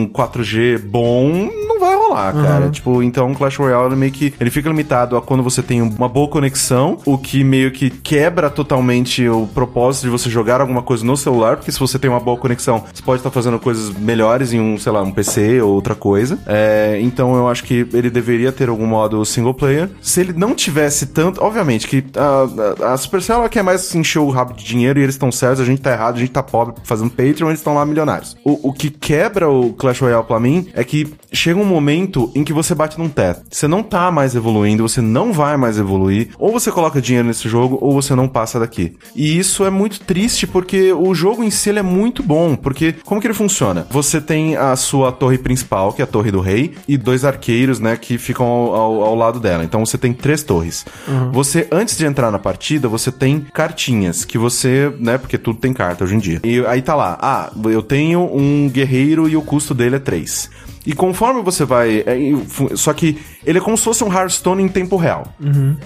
um 4G bom, não vai rolar, cara. Tipo, então o Clash Royale ele meio que ele fica limitado a quando você tem uma boa conexão, o que meio que quebra totalmente o propósito de você jogar alguma coisa no celular, porque se você tem uma boa conexão, você pode estar fazendo coisas melhores em um, sei lá, um PC ou outra coisa. É, então eu acho que ele deveria ter algum modo single player. Se ele não tivesse tanto, obviamente que a, é a, a Supercell ela quer mais encher o rabo de dinheiro e eles estão certos, a gente tá errado, a gente tá pobre fazendo Patreon, eles estão lá milionários. O, o que quebra o Clash Royale pra mim é que chega um momento em que você bate num teto. Você não tá mais evoluindo, você não vai mais evoluir. Ou você coloca dinheiro nesse jogo, ou você não passa daqui. E isso é muito triste porque o jogo em si ele é muito bom. Porque como que ele funciona? Você tem a sua torre principal, que é a torre do rei, e dois arqueiros, né, que ficam ao, ao- ao lado dela. Então você tem três torres. Você, antes de entrar na partida, você tem cartinhas que você, né, porque tudo tem carta hoje em dia. E aí tá lá, ah, eu tenho um guerreiro e o custo dele é três. E conforme você vai. é, e fu- Só que ele é como se fosse um Hearthstone em tempo real.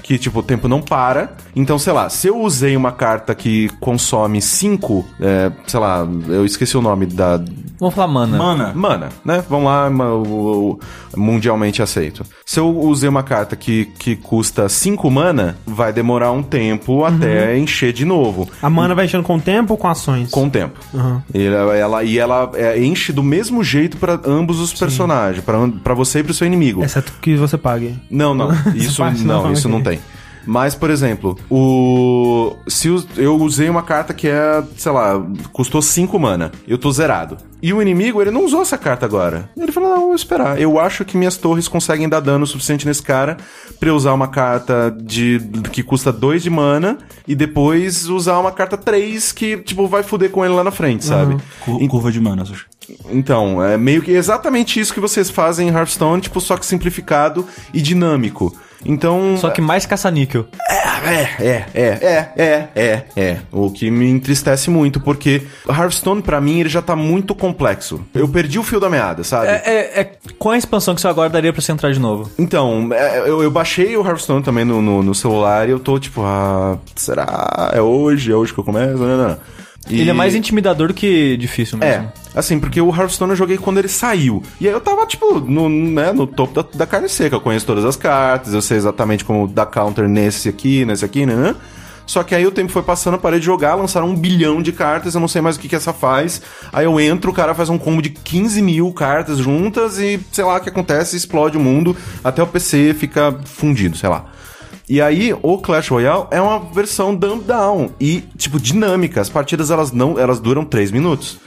Que, tipo, o tempo não para. Então, sei lá, se eu usei uma carta que consome 5, sei lá, eu esqueci o nome da. Vamos falar, mana. Mana. Mana, né? Vamos lá, ma- o- o- mundialmente aceito. Se eu usei uma carta que, que custa 5 mana, vai demorar um tempo até encher de novo. A mana vai enchendo com o tempo ou com ações? Com o tempo. Uhum. E ela, ela- e ela é, enche do mesmo jeito pra ambos os personagens, pra am- pra você e pro seu inimigo. Exceto que você pague. Não, não. Isso parte não, não, isso ok. não tem. Mas, por exemplo, o. Se us- eu usei uma carta que é, sei lá, custou 5 mana. Eu tô zerado. E o inimigo, ele não usou essa carta agora. Ele falou: não, eu vou esperar. Eu acho que minhas torres conseguem dar dano suficiente nesse cara pra eu usar uma carta de. que custa 2 de mana e depois usar uma carta 3 que, tipo, vai fuder com ele lá na frente, sabe? Cur- Curva de mana, Sushi. Então, é meio que exatamente isso que vocês fazem em Hearthstone, tipo, só que simplificado e dinâmico. Então. Só que mais caça-níquel. É, é, é, é, é, é. O que me entristece muito, porque Hearthstone, pra mim, ele já tá muito complexo. Eu perdi o fio da meada, sabe? É, é, é- qual a expansão que você agora daria pra você entrar de novo? Então, é, eu, eu baixei o Hearthstone também no, no, no celular e eu tô tipo, ah, será? É hoje? É hoje que eu começo? Não, não, não. E- Ele é mais intimidador do que difícil mesmo. É, assim, porque o Hearthstone eu joguei quando ele saiu. E aí eu tava, tipo, no, né, no topo da, da carne seca. Eu conheço todas as cartas, eu sei exatamente como dar counter nesse aqui, nesse aqui, né? Só que aí o tempo foi passando, eu parei de jogar, lançaram um bilhão de cartas, eu não sei mais o que, que essa faz. Aí eu entro, o cara faz um combo de 15 mil cartas juntas e sei lá o que acontece, explode o mundo, até o PC fica fundido, sei lá. E aí, o Clash Royale é uma versão dumbed-down e, tipo, dinâmica. As partidas, elas não... Elas duram 3 minutos.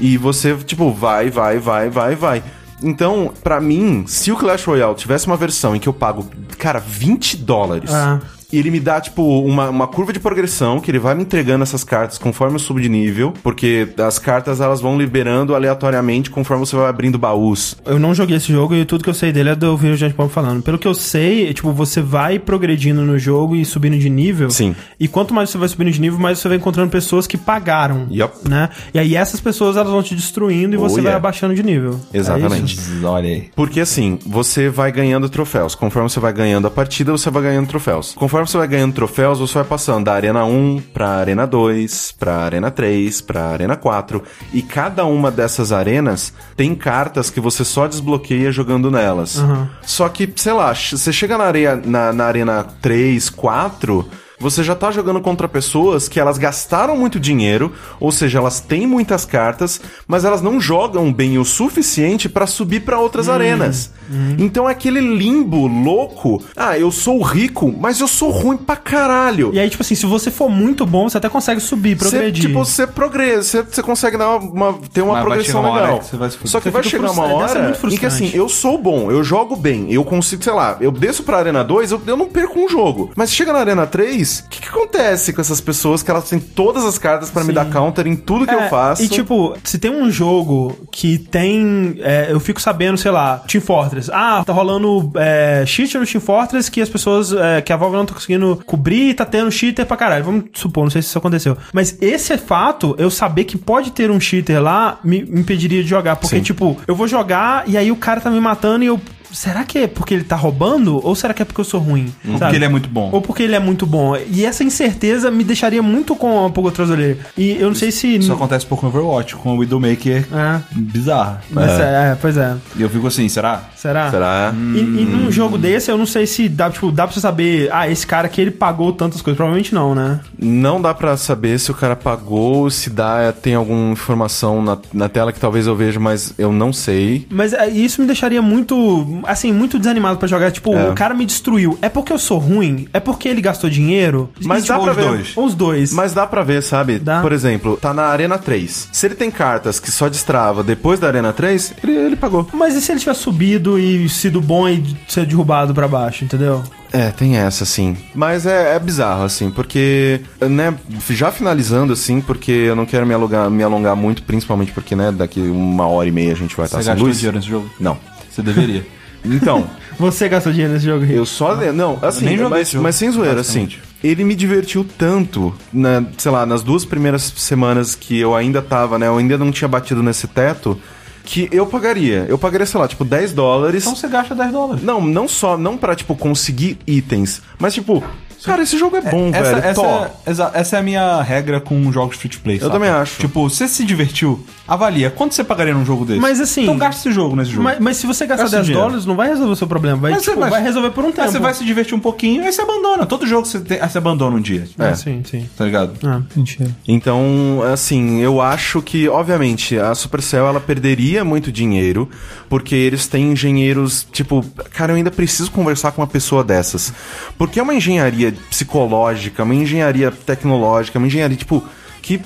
E você, tipo, vai, vai, vai, vai, vai. Então, pra mim, se o Clash Royale tivesse uma versão em que eu pago, cara, 20 dólares... Ah. E ele me dá, tipo, uma, uma curva de progressão, que ele vai me entregando essas cartas conforme eu subo de nível, porque as cartas elas vão liberando aleatoriamente conforme você vai abrindo baús. Eu não joguei esse jogo e tudo que eu sei dele é do ouvir o gente Paulo falando. Pelo que eu sei, é, tipo, você vai progredindo no jogo e subindo de nível. Sim. E quanto mais você vai subindo de nível, mais você vai encontrando pessoas que pagaram. Yup. Né? E aí essas pessoas elas vão te destruindo e Oh, você vai yeah. abaixando de nível. É isso? Exatamente. Olha aí. Porque assim, você vai ganhando troféus. Conforme você vai ganhando a partida, você vai ganhando troféus. Conforme você vai ganhando troféus, você vai passando da Arena 1 pra Arena 2, pra Arena 3, pra Arena 4. E cada uma dessas arenas tem cartas que você só desbloqueia jogando nelas. Só que, sei lá, ch- você chega na, areia, na, na Arena 3, 4 você já tá jogando contra pessoas que elas gastaram muito dinheiro, ou seja, elas têm muitas cartas, mas elas não jogam bem o suficiente pra subir pra outras arenas. Então é aquele limbo louco. Ah, eu sou rico, mas eu sou ruim pra caralho. E aí, tipo assim, se você for muito bom, você até consegue subir, Você, progredir. tipo, você progredir, você, você consegue dar uma, ter uma Mas vai progressão chegar uma hora legal. que você vai se fuder. Só que Você vai fica chegar uma frustra- deve ser hora muito em que frustrante. assim, eu sou bom, eu jogo bem, eu consigo, sei lá, eu desço pra Arena 2, eu, eu não perco um jogo. Mas chega na Arena 3, depois, o que, que acontece com essas pessoas que elas têm todas as cartas pra me dar counter em tudo que É, eu faço? E tipo, se tem um jogo que tem. é, eu fico sabendo, sei lá, Team Fortress. Ah, tá rolando é, cheater no Team Fortress que as pessoas. é, que a Valve não tá conseguindo cobrir e tá tendo cheater pra caralho. Vamos supor, não sei se isso aconteceu. Mas esse é fato, eu saber que pode ter um cheater lá, me me impediria de jogar. Porque, Sim. tipo, eu vou jogar e aí o cara tá me matando e eu. Será que é porque ele tá roubando? Ou será que é porque eu sou ruim? Porque sabe? ele é muito bom. Ou porque ele é muito bom. E essa incerteza me deixaria muito com a pulga atrás da orelha. E eu não sei se. Isso acontece um pouco no Overwatch, com o Widowmaker É. bizarra. Mas é, é, pois é. E eu fico assim, será? Será? Será? E, e num jogo desse, eu não sei se dá, tipo, dá pra você saber, ah, esse cara aqui ele pagou tantas coisas. Provavelmente não, né? Não dá pra saber se o cara pagou, se dá, tem alguma informação na, na tela que talvez eu veja, mas eu não sei. Mas é, isso me deixaria muito, assim, muito desanimado pra jogar. Tipo, o cara me destruiu. É porque eu sou ruim? É porque ele gastou dinheiro? Mas E, dá tipo, pra os ver. dois. Os dois. Mas dá pra ver, sabe? Dá. Por exemplo, tá na Arena 3. Se ele tem cartas que só destrava depois da Arena 3, ele, ele pagou. Mas e se ele tivesse subido e sido bom e ser derrubado pra baixo, entendeu? É, tem essa, sim. Mas é, é bizarro, assim, porque, né, já finalizando, assim, porque eu não quero me, alugar, me alongar muito, principalmente porque, né, daqui uma hora e meia a gente vai estar Você sem gastou luz. dinheiro nesse jogo? Não. Você deveria. Então, Você gastou dinheiro nesse jogo, Rick? eu só... Não, assim, Ah, nem joguei mas, esse jogo, mas sem zoeira, assim, basicamente. ele me divertiu tanto, na, sei lá, nas duas primeiras semanas que eu ainda tava, né, eu ainda não tinha batido nesse teto, que eu pagaria. Eu pagaria, sei lá, tipo, 10 dólares... então você gasta 10 dólares. Não, não só, não pra, tipo, conseguir itens, mas, tipo, cara, esse jogo é bom, essa, velho. essa, Tó. é, exa- essa é a minha regra com jogos free to play. Eu também acho. Tipo, você se divertiu, avalia. Quanto você pagaria num jogo desse? Mas, assim- Então gasta esse jogo nesse jogo. Mas, mas se você gastar Gasta 10 dinheiro. dólares, não vai resolver o seu problema. Vai, Mas você tipo, vai... resolver por um tempo. Aí você vai se divertir um pouquinho, aí você abandona. Todo jogo você, tem, aí você abandona um dia. É. Sim, sim. Tá ligado? Ah, mentira. Então, assim, eu acho que, obviamente, a Supercell ela perderia muito dinheiro, porque eles têm engenheiros, tipo, cara, eu ainda preciso conversar com uma pessoa dessas. Porque é uma engenharia psicológica, uma engenharia tecnológica, uma engenharia, tipo, que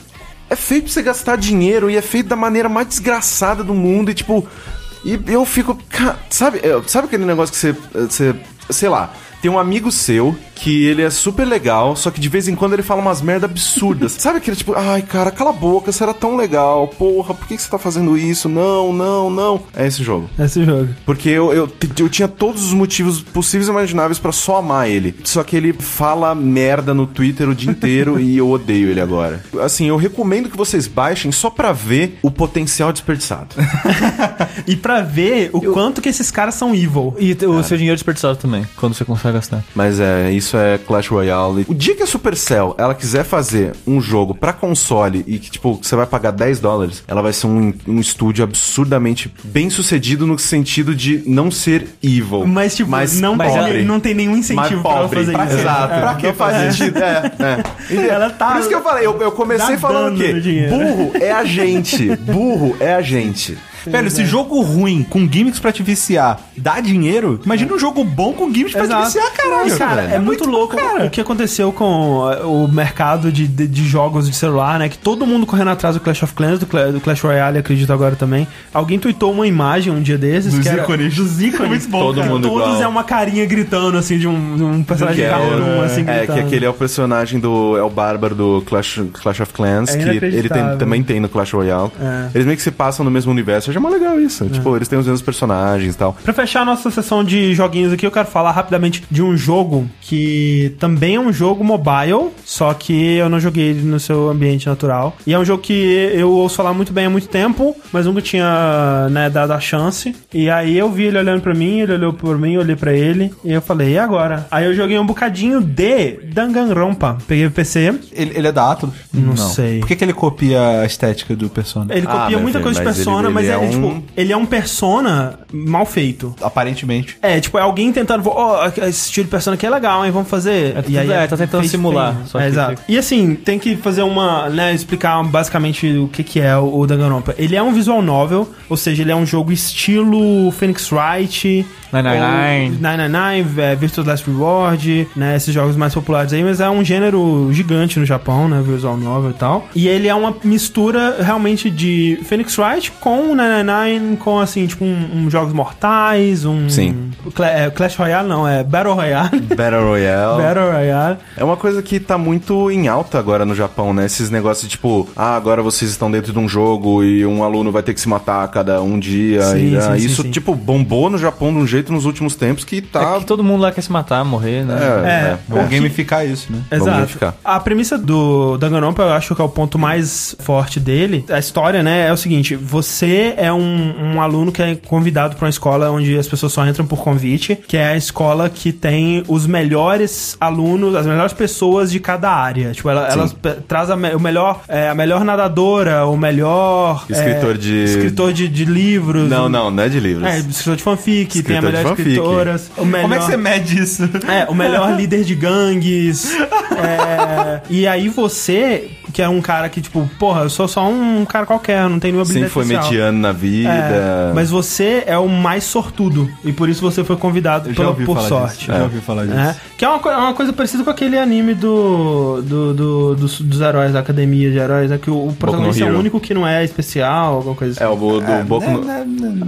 é feito pra você gastar dinheiro e é feito da maneira mais desgraçada do mundo e, tipo, e eu fico. ca- Sabe, é, sabe aquele negócio que você, eh, você. Sei lá. Tem um amigo seu que ele é super legal, só que de vez em quando ele fala umas merda absurdas. sabe aquele tipo, ai cara, cala a boca, você era tão legal, porra, por que que você tá fazendo isso? Não, não, não. É esse jogo. Esse jogo. Porque eu, eu, eu tinha todos os motivos possíveis e imagináveis pra só amar ele. Só que ele fala merda no Twitter o dia inteiro e eu odeio ele agora. Assim, eu recomendo que vocês baixem só pra ver o potencial desperdiçado. E pra ver o quanto que esses caras são evil. E o seu dinheiro desperdiçado também, quando você começar a gastar. Mas é, isso é Clash Royale. O dia que a Supercell ela quiser fazer um jogo pra console e que, tipo, você vai pagar 10 dólares, ela vai ser um, um estúdio absurdamente bem sucedido no sentido de não ser evil. Mas, tipo, não, mas tem, pobre. não tem nenhum incentivo mais pra ela pobre. fazer isso. Exato. É. Pra que faz sentido? É, é. Ela tá- Por isso que eu falei, eu, eu comecei tá falando dando que no dinheiro. burro é a gente. Burro é a gente. Velho, né? se jogo ruim com gimmicks pra te viciar dá dinheiro, imagina um jogo bom com gimmicks pra te É. Exato. viciar, caralho. Mas, cara, é, muito, louco o que aconteceu com ah, o mercado de, de, de jogos de celular, né? Que todo mundo correndo atrás do Clash of Clans, do, Cla- do Clash Royale, acredito agora também. Alguém tuitou uma imagem um dia desses. Dos que era- ícones. Dos ícones. Muito bom, Todo Todo cara. mundo mundo Todos igual. é uma carinha gritando, assim, de um, de um personagem Que é, cartoon, o, assim, é, gritando. que aquele é o personagem do. É o bárbaro do Clash, Clash of Clans, É que ele tem- inacreditável. também tem no Clash Royale. É. Eles meio que se passam no mesmo universo. Eu acho mó legal isso. Tipo, eles têm os mesmos personagens e tal. Pra fechar a nossa sessão de joguinhos aqui, eu quero falar rapidamente de um jogo que também é um jogo mobile, só que eu não joguei ele no seu ambiente natural. E é um jogo que eu ouço falar muito bem há muito tempo, mas nunca tinha né, dado a chance. E aí eu vi ele olhando pra mim, ele olhou por mim, eu olhei pra ele, e eu falei, e agora? Aí eu joguei um bocadinho de Danganronpa. Peguei o PC, Ele, ele é da Atlas? Não sei. É. Por que, que ele copia a estética do Persona? ele Ah, copia meu muita filho, coisa de mas ele- Persona, ele mas é ele, um- tipo, ele é um Persona mal feito. Aparentemente. É, tipo, é alguém tentando, ó, esse estilo de persona aqui é legal, hein, vamos fazer. É, é, tá tentando fez simular, feio. só É, que- exato. E assim, tem que fazer uma, né, explicar basicamente o que que é o, o Danganronpa. Ele é um visual novel, ou seja, ele é um jogo estilo Phoenix Wright, ou 999. 999, é, Virtual Last Reward, né, esses jogos mais populares aí, mas é um gênero gigante no Japão, né, visual novel e tal. E ele é uma mistura realmente de Phoenix Wright com o 999 99 com, assim, tipo, um, um Jogos Mortais, um... Sim. Cla- é, Clash Royale não, é Battle Royale. Battle Royale. Battle Royale. É uma coisa que tá muito em alta agora no Japão, né? Esses negócios de, tipo, ah, agora vocês estão dentro de um jogo e um aluno vai ter que se matar a cada um dia. Sim, e, sim, ah, sim, isso, sim. tipo, bombou no Japão de um jeito nos últimos tempos que tá. É que todo mundo lá quer se matar, morrer, né? É, Vou gamificar isso, né? Vamos Exato. verificar. A premissa do Danganronpa, eu acho que é o ponto mais forte dele. A história, né, é o seguinte, você é um, um aluno que é convidado pra uma escola onde as pessoas só entram por convite, que é a escola que tem os melhores alunos, as melhores pessoas de cada área. Tipo, ela, elas pe- traz a, me- o melhor, é, a melhor nadadora, o melhor... é, Escritor de- Escritor de, de livros. Não, não, não é de livros. É, escritor de fanfic, tem a Escritor de melhor fanfic. escritora. o melhor- Como é que você mede isso? é, o melhor líder de gangues. É, e aí você, que é um cara que, tipo, porra, eu sou só um cara qualquer, eu não tenho nenhuma Sempre habilidade foi social. mediano na É, vida. mas você é o mais sortudo. E por isso você foi convidado Eu pela- por falar sorte. disso. Já ouvi falar disso. É, que é uma, co- é uma coisa parecida com aquele anime do, do, do- dos, dos heróis, da academia de heróis, né? Que o, o protagonista é o Hero. único que não é especial, alguma coisa É, o bo- do né, Boku no-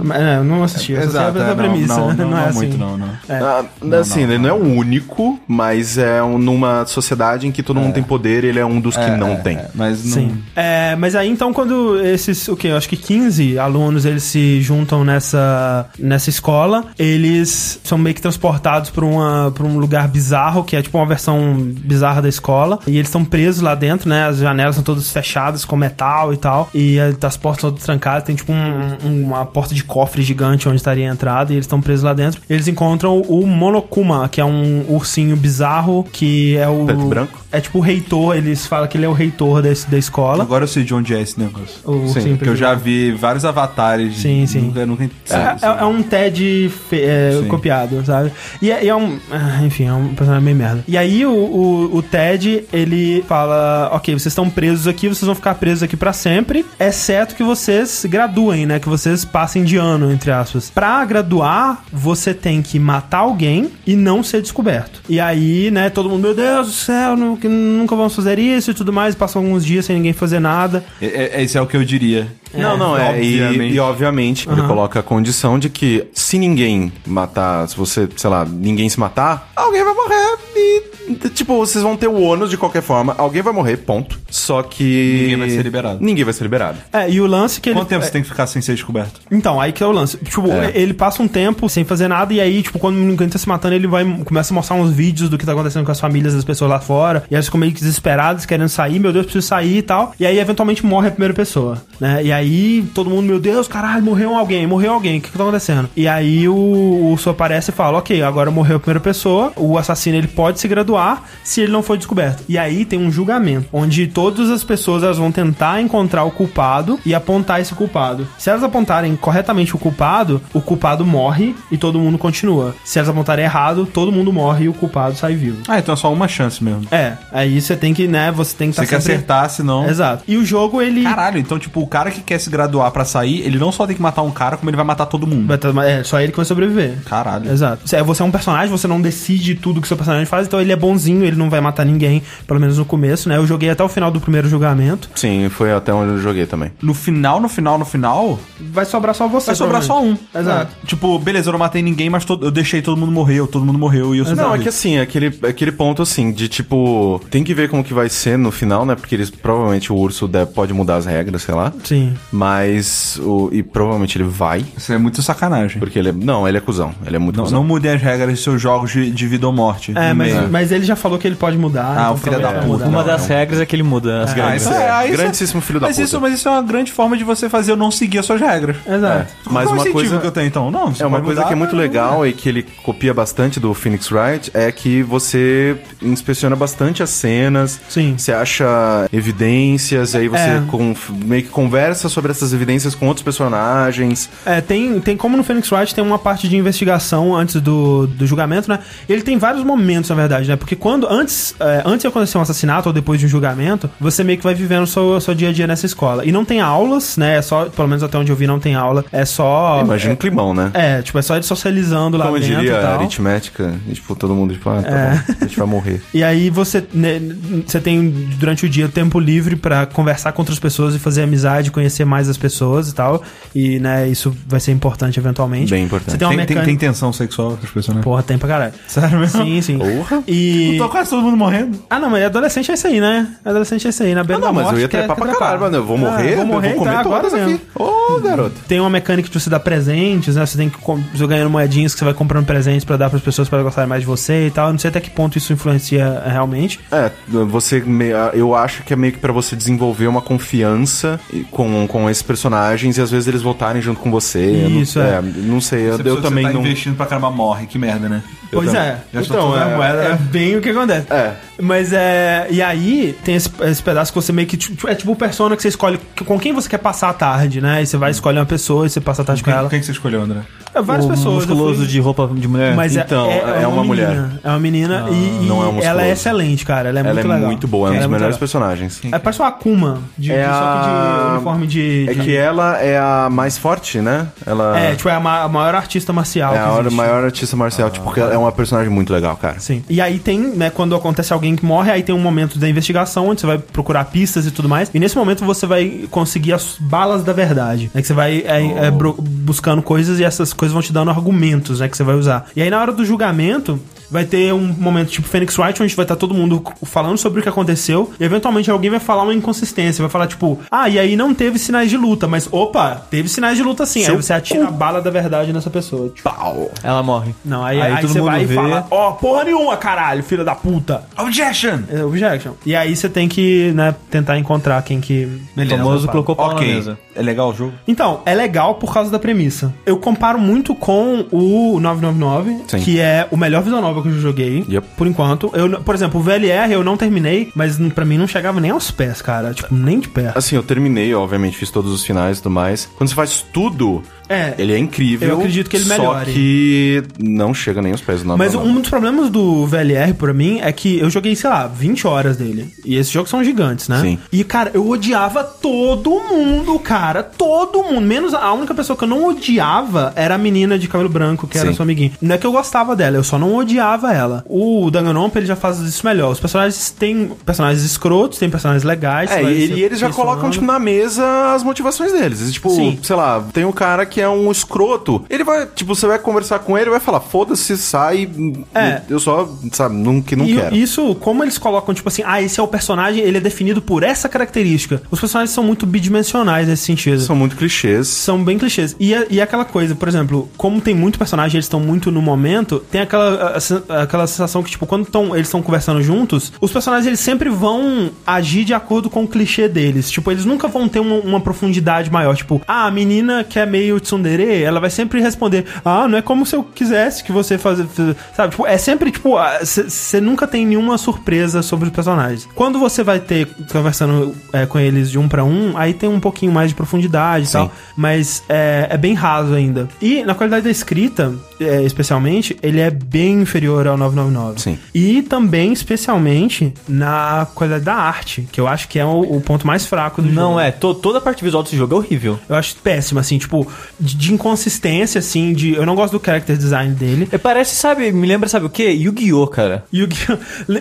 Mas, é, eu não assisti, eu só Exato, sei a é, não, premissa, não, né? não, não é assim. muito, não, não. Ah, assim, ele não é o único, mas é um- numa sociedade em que todo mundo tem poder, ele é um dos que não tem. É, mas não... Sim. É, mas aí então quando esses, o que, eu acho que 15 alunos eles se juntam nessa nessa escola, eles são meio que transportados para uma pra um lugar bizarro, que é tipo uma versão bizarra da escola, e eles estão presos lá dentro, né? As janelas são todas fechadas com metal e tal, e a- as portas todas trancadas, tem tipo um- um- uma porta de cofre gigante onde estaria a entrada, e eles estão presos lá dentro. Eles encontram o Monokuma, que é um ursinho bizarro que é o Preto e branco? é tipo o reitor, eles falam que ele é o reitor desse, da escola. Agora eu sei de onde é esse negócio. O Sim, simples- Porque eu já vi vários avatares. Sim, sim. Nunca, nunca... É, é- é um TED fe- é, Sim. copiado, sabe? E é, e é um. ah, Enfim, é um personagem meio merda. E aí o, o, o TED, ele fala: Ok, vocês estão presos aqui, vocês vão ficar presos aqui pra sempre, exceto que vocês graduem, né? Que vocês passem de ano, entre aspas. Pra graduar, você tem que matar alguém e não ser descoberto. E aí, né, todo mundo, meu Deus do céu, nu- que nunca vamos fazer isso e tudo mais. e Passam alguns dias sem ninguém fazer nada. É, é- esse é o que eu diria. Não, não, é. Obviamente. E, e obviamente ele coloca a condição de que se ninguém matar, se você, sei lá, ninguém se matar, alguém vai morrer e. Tipo, vocês vão ter o ônus de qualquer forma. Alguém vai morrer, ponto. Só que. Ninguém vai ser liberado. Ninguém vai ser liberado. É, e o lance que ele. Quanto tempo você tem que ficar sem ser descoberto? Então, aí que é o lance. Tipo, ele passa um tempo sem fazer nada, e aí, tipo, quando ninguém tá se matando, ele vai começa a mostrar uns vídeos do que tá acontecendo com as famílias das pessoas lá fora. E elas ficam meio que desesperadas, querendo sair, meu Deus, preciso sair e tal. E aí, eventualmente, morre a primeira pessoa, né? E aí, todo mundo, meu Deus, caralho, morreu alguém, morreu alguém, o que que tá acontecendo? E aí, o, o Urso aparece e fala, ok, agora morreu a primeira pessoa, o assassino, ele pode se graduar se ele não for descoberto. E aí, tem um julgamento, onde todas as pessoas, elas vão tentar encontrar o culpado e apontar esse culpado. Se elas apontarem corretamente o culpado, o culpado morre e todo mundo continua. Se elas apontarem errado, todo mundo morre e o culpado sai vivo. Ah, então é só uma chance mesmo. É, aí você tem que, né, você tem que Você quer acertar, senão... Exato. E o jogo, ele... Caralho, então, tipo, o cara que quer se graduar pra sair, ele não só tem que matar um cara, como ele vai matar todo mundo. vai tá- É, só ele que vai sobreviver. Caralho. Exato. Você é- Você é um personagem, você não decide tudo que seu personagem faz, então ele é bonzinho, ele não vai matar ninguém, pelo menos no começo, né? Eu joguei até o final do primeiro julgamento. Sim, foi até onde eu joguei também. No final, no final, no final, Vai sobrar só você. vai sobrar só um. Exato. É. Tipo, beleza, eu não matei ninguém, mas todo- eu deixei todo mundo morreu, todo mundo morreu e eu Não, é sobrevivi. que assim, é aquele, é aquele ponto assim, de tipo, tem que ver como que vai ser no final, né? Porque eles provavelmente o urso deve- pode mudar as regras, sei lá. Sim. Mas. O, e provavelmente ele vai. Isso é muito sacanagem. Porque ele é. Não, ele é cuzão. Ele é muito Não, cuzão. não mudem as regras de seus jogos de, de vida ou morte. É, No mas, meio. mas ele já falou que ele pode mudar. então Ah, o filho talvez da vai puta. mudar. Uma das regras é que ele muda as Ah, regras. isso é, ah, isso é- Grandíssimo filho da mas Isso, puta. mas isso é uma grande forma de você fazer eu não seguir as suas regras. Exato. Mas Qual é o uma incentivo coisa. que eu tenho, então? Não, você É uma vai coisa mudar, que é muito mas- legal né? e que ele copia bastante do Phoenix Wright é que você inspeciona bastante as cenas, Sim. você acha evidências, aí você É. con- meio que conversa sobre essas evidências com outros personagens. É, tem, tem como no Phoenix Wright tem uma parte de investigação antes do, do julgamento, né? Ele tem vários momentos, na verdade, né? Porque quando antes, é, antes de acontecer um assassinato ou depois de um julgamento, você meio que vai vivendo o seu, o seu dia a dia nessa escola. E não tem aulas, né? É só, pelo menos até onde eu vi, não tem aula. É só. Imagina o climão, né? É, tipo, é só ele socializando lá Como eu dentro diria, e tal. É. aritmética, e, tipo, todo mundo, tipo, ah, tá bom, a gente vai morrer. E aí você, né, você tem durante o dia tempo livre pra conversar com outras pessoas e fazer amizade, conhecer mais as pessoas e tal. E, né, isso vai ser importante eventualmente. Bem importante. Você tem uma tem, tem, mecânica... tem tensão sexual entre as pessoas, né? Porra, tem pra caralho. Sério mesmo? Sim, sim. Porra. E... Tá quase todo mundo morrendo. Ah, não, mas adolescente é isso aí, né? Adolescente é isso aí. Na beira Ah, da não, mas morte, eu ia quer- trepar quer pra caralho, mano. Eu vou morrer, É, eu vou morrer e comer tá, agora todas mesmo. aqui. Ô, garoto. Tem uma mecânica de você dar presentes, né? Você tem que com- você ganhando moedinhas que você vai comprando presentes pra dar pras pessoas pra gostarem mais de você e tal. Eu Não sei até que ponto isso influencia eh, realmente. É, você me- eu acho que é meio que pra você desenvolver uma confiança e- com, com esses personagens e às vezes eles voltarem junto com você. Eu Isso, não, é. Não sei, eu, Essa pessoa eu que também você tá não. investindo pra caramba morre, que merda, né? Eu Pois também. é. Gastou Então, toda a é- moeda, É né? bem o que acontece. É. Mas é. E aí, tem esse, esse pedaço que você meio que. tipo, É tipo o persona que você escolhe que- com quem você quer passar a tarde, né? E você vai escolher uma pessoa e você passa a tarde com ela. Quem, quem que você escolheu, André? É, Várias o pessoas. eu musculoso fui- de roupa de mulher. Mas Então, é, é uma mulher. menina. É uma menina e, e não é um ela musculoso. é excelente, cara. Ela é Ela muito é legal. muito boa, é um Ela dos melhores muito legal. personagens. É, parece uma Akuma, de, É de- só que de a- uniforme de. É de- que ela é a mais forte, né? Ela É, tipo, é a ma- a maior artista marcial. é que a hora- existe. maior artista marcial, tipo, porque ela é uma personagem muito legal, cara. Sim. E aí tem, né, quando acontece alguém que morre, aí tem um momento da investigação onde você vai procurar pistas e tudo mais. E nesse momento você vai conseguir as balas da verdade. É que você vai é, é, bro- buscando coisas e essas coisas vão te dando argumentos, né, que você vai usar. E aí na hora do julgamento. Vai ter um momento tipo Phoenix Wright, onde vai estar todo mundo c- falando sobre o que aconteceu, e eventualmente alguém vai falar uma inconsistência, vai falar tipo, ah, e aí não teve sinais de luta, mas opa, teve sinais de luta sim. Seu aí você atira a bala da verdade nessa pessoa. Tipo, Pau. Ela morre. não, aí, Aí aí, todo você mundo vai vê. e fala, ó, porra nenhuma, caralho, filha da puta. Objection! É objection. E aí você tem que, né, tentar encontrar quem que... O Beleza. famoso Beleza, colocou pau na Ok. mesa. É legal o jogo? Então, é legal por causa da premissa. Eu comparo muito com o 999, Sim. que é o melhor visual novel que eu já joguei, Yep. por enquanto. Eu, n- por exemplo, o VLR eu não terminei, mas n- pra mim não chegava nem aos pés, cara. Tipo, nem de perto. Assim, eu terminei, obviamente, fiz todos os finais e tudo mais. Quando você faz tudo, É. ele é incrível. Eu acredito que ele melhore. Só que não chega nem aos pés do Mas não, um dos problemas do VLR pra mim é que eu joguei, sei lá, 20 horas dele. E esses jogos são gigantes, né? Sim. E, cara, eu odiava todo mundo, cara. Todo mundo. Menos a única pessoa que eu não odiava era a menina de cabelo branco, que era Sim. sua amiguinha. Não é que eu gostava dela, eu só não odiava ela. O Danganronpa, ele já faz isso melhor. Os personagens têm personagens escrotos, tem personagens legais. É, você vai e, se e eles já colocam, impressionando. tipo, na mesa as motivações deles. E, tipo, Sim. sei lá, tem um cara que é um escroto. Ele vai, tipo, você vai conversar com ele, vai falar, foda-se, sai. É. Eu só, sabe, não, que não E quero. isso, como eles colocam, tipo assim, ah, esse é o personagem, ele é definido por essa característica. Os personagens são muito bidimensionais nesse sentido. São muito clichês. são bem clichês. E, é- e é aquela coisa, por exemplo, como tem muito personagem, eles estão muito no momento, tem aquela, a- se- aquela sensação que, tipo, quando tão, eles estão conversando juntos, os personagens eles sempre vão agir de acordo com o clichê deles. Tipo, eles nunca vão ter uma, uma profundidade maior. Tipo, ah, a menina que é meio tsundere, ela vai sempre responder, ah, não é como se eu quisesse que você fazer, sabe? Tipo, é sempre, tipo, você nunca tem nenhuma surpresa sobre os personagens. Quando você vai ter, conversando é, com eles de um pra um, aí tem um pouquinho mais de profundidade e tal mas é, é bem raso ainda. E na qualidade da escrita, é, especialmente, ele é bem inferior ao 999. Sim. E também, especialmente, na qualidade da arte, que eu acho que é o, o ponto mais fraco do jogo. Não é, to- toda a parte visual desse jogo é horrível. Eu acho péssimo, assim, tipo, de, de inconsistência, assim, de. Eu não gosto do character design dele. É, parece, sabe, me lembra, sabe o quê? Yu-Gi-Oh, cara. E o que-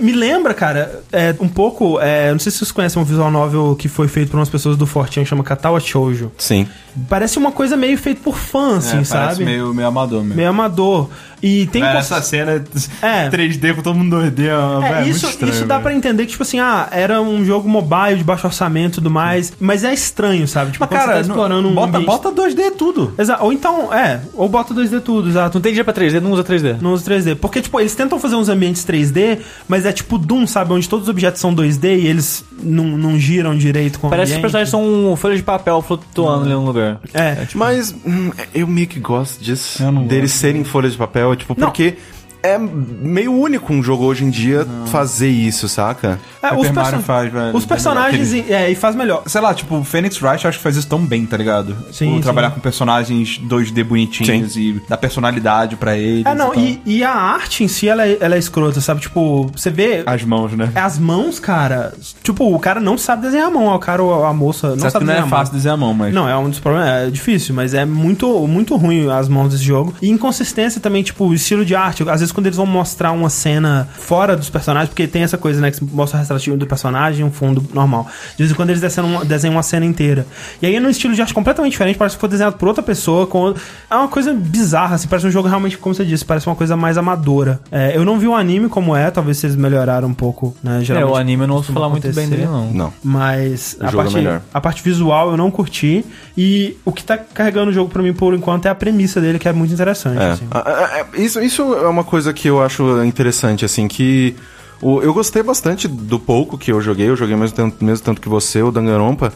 me lembra, cara, é, um pouco. é, não sei se vocês conhecem um visual novel que foi feito por umas pessoas do Fortinho que chama Katawa Shoujo. Sim. Parece uma coisa meio feita por fã, assim, é, sabe? Parece meio, meio amador mesmo. meio amador. E tem Cara, cons- essa cena É. 3D com todo mundo 2D, é, É, é isso, muito estranho, isso dá velho. pra entender que, tipo assim, ah, era um jogo mobile de baixo orçamento e tudo mais, mas é estranho, sabe? Tipo, Mas, quando cara, você tá explorando não, um bota, ambiente- bota 2D tudo. Exa- ou então, é, ou bota 2D tudo, exato. Não tem dinheiro pra 3D, não usa 3D. Não usa 3D. Porque, tipo, eles tentam fazer uns ambientes 3D, mas é tipo Doom, sabe? Onde todos os objetos são 2D e eles não, não giram direito com o Parece que os ambiente. personagens são um folha de papel flutuando em algum lugar. É, tipo, Mas hum, eu meio que gosto disso. Eu não Deles serem folha de papel, tipo, Não. porque é meio único um jogo hoje em dia fazer isso, saca? É, Paper os, Mario person- faz, né, velho, os bem personagens. melhor É, e faz melhor. Sei lá, tipo, o Phoenix Wright eu acho que faz isso tão bem, tá ligado? Sim, Ou sim. trabalhar com personagens 2D bonitinhos e dar personalidade pra eles. É, não, tal. e, e a arte em si, ela é, ela é escrota, sabe? Tipo, você vê. As mãos, né? As mãos, cara. Tipo, o cara não sabe desenhar a mão. O cara ou a moça não Sabe sabe que não desenhar é a mão. fácil dizer a mão, mas... Não, é um dos problemas. É difícil, mas é muito, muito ruim as mãos desse jogo. E inconsistência também, tipo, o estilo de arte. Às vezes, quando eles vão mostrar uma cena fora dos personagens, porque tem essa coisa, né? Que mostra o retratinho do personagem, um fundo normal. De vez em quando eles desenham uma, desenham uma cena inteira. E aí é num estilo de arte completamente diferente, parece que foi desenhado por outra pessoa. Com... É uma coisa bizarra, assim, parece um jogo realmente, como você disse, parece uma coisa mais amadora. É, eu não vi o anime como é, talvezes vocês melhoraram um pouco, né? É, Geralmente. o anime eu não ouço falar muito bem acontecer. dele, não. Não. Mas a jogo é parte, melhor. a parte visual eu não curti. E o que tá carregando o jogo pra mim por enquanto é a premissa dele, que é muito interessante. É. assim. Ah, ah, ah, Isso, isso é uma coisa que eu acho interessante, assim, que. o- eu gostei bastante do pouco que eu joguei, eu joguei mesmo tanto, mesmo tanto que você, o Danganronpa.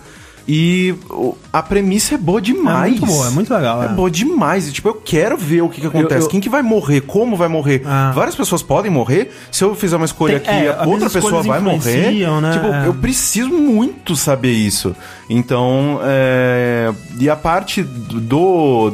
E o- a premissa é boa demais. muito boa, é muito legal, É, é. boa demais. E, tipo, eu quero ver o que, que acontece. eu- Quem que vai morrer? Como vai morrer? Ah. Várias pessoas podem morrer. Se eu fizer uma escolha Tem- aqui, é, a as outra minhas pessoa escolhas vai morrer. influenciam, né? Tipo, É. eu preciso muito saber isso. Então, é... e a parte do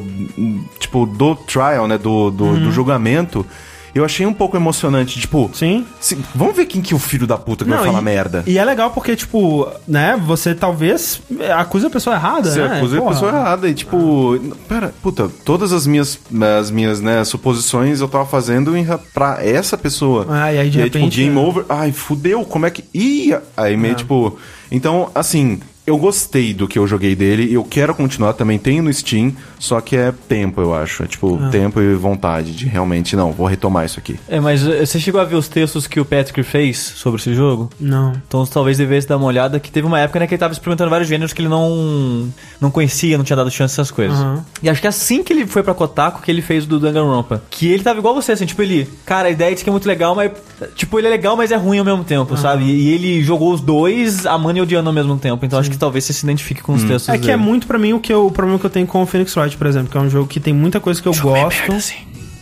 tipo do trial, né, do do, do julgamento, eu achei um pouco emocionante, tipo, Uhum. Sim. se- vamos ver quem que é o filho da puta que vai falar e, merda. E é legal porque, tipo, né, você talvez acusa a pessoa errada, Você né? acusa a Porra. pessoa errada. E tipo, pera, puta, todas as minhas, as minhas né, suposições eu tava fazendo em, ra- pra essa pessoa. Ah, e aí, de tipo, repente, É. game né? over. Ai, fudeu, como é que. Ih, aí meio tipo. Então, assim. Eu gostei do que eu joguei dele e eu quero continuar também. Tenho no Steam, só que é tempo, eu acho. É tipo, Ah. tempo e vontade de realmente, não, vou retomar isso aqui. É, mas eh, você chegou a ver os textos que o Patrick fez sobre esse jogo? Não. Então você talvez devesse dar uma olhada, que teve uma época né, que ele tava experimentando vários gêneros que ele não não conhecia, não tinha dado chance a essas coisas. Aham. E acho que assim que ele foi pra Kotaku, que ele fez o do Danganronpa. Que ele tava igual você, assim, tipo, ele... Cara, a ideia diz que é muito legal, mas... Tipo, ele é legal, mas é ruim ao mesmo tempo, Uhum. sabe? E ele jogou os dois, amando e odiando ao mesmo tempo. Então acho que talvez você se identifique com os textos É que é dele. muito pra mim o que eu- o problema que eu tenho com o Phoenix Wright, por exemplo, que é um jogo que tem muita coisa que eu gosto.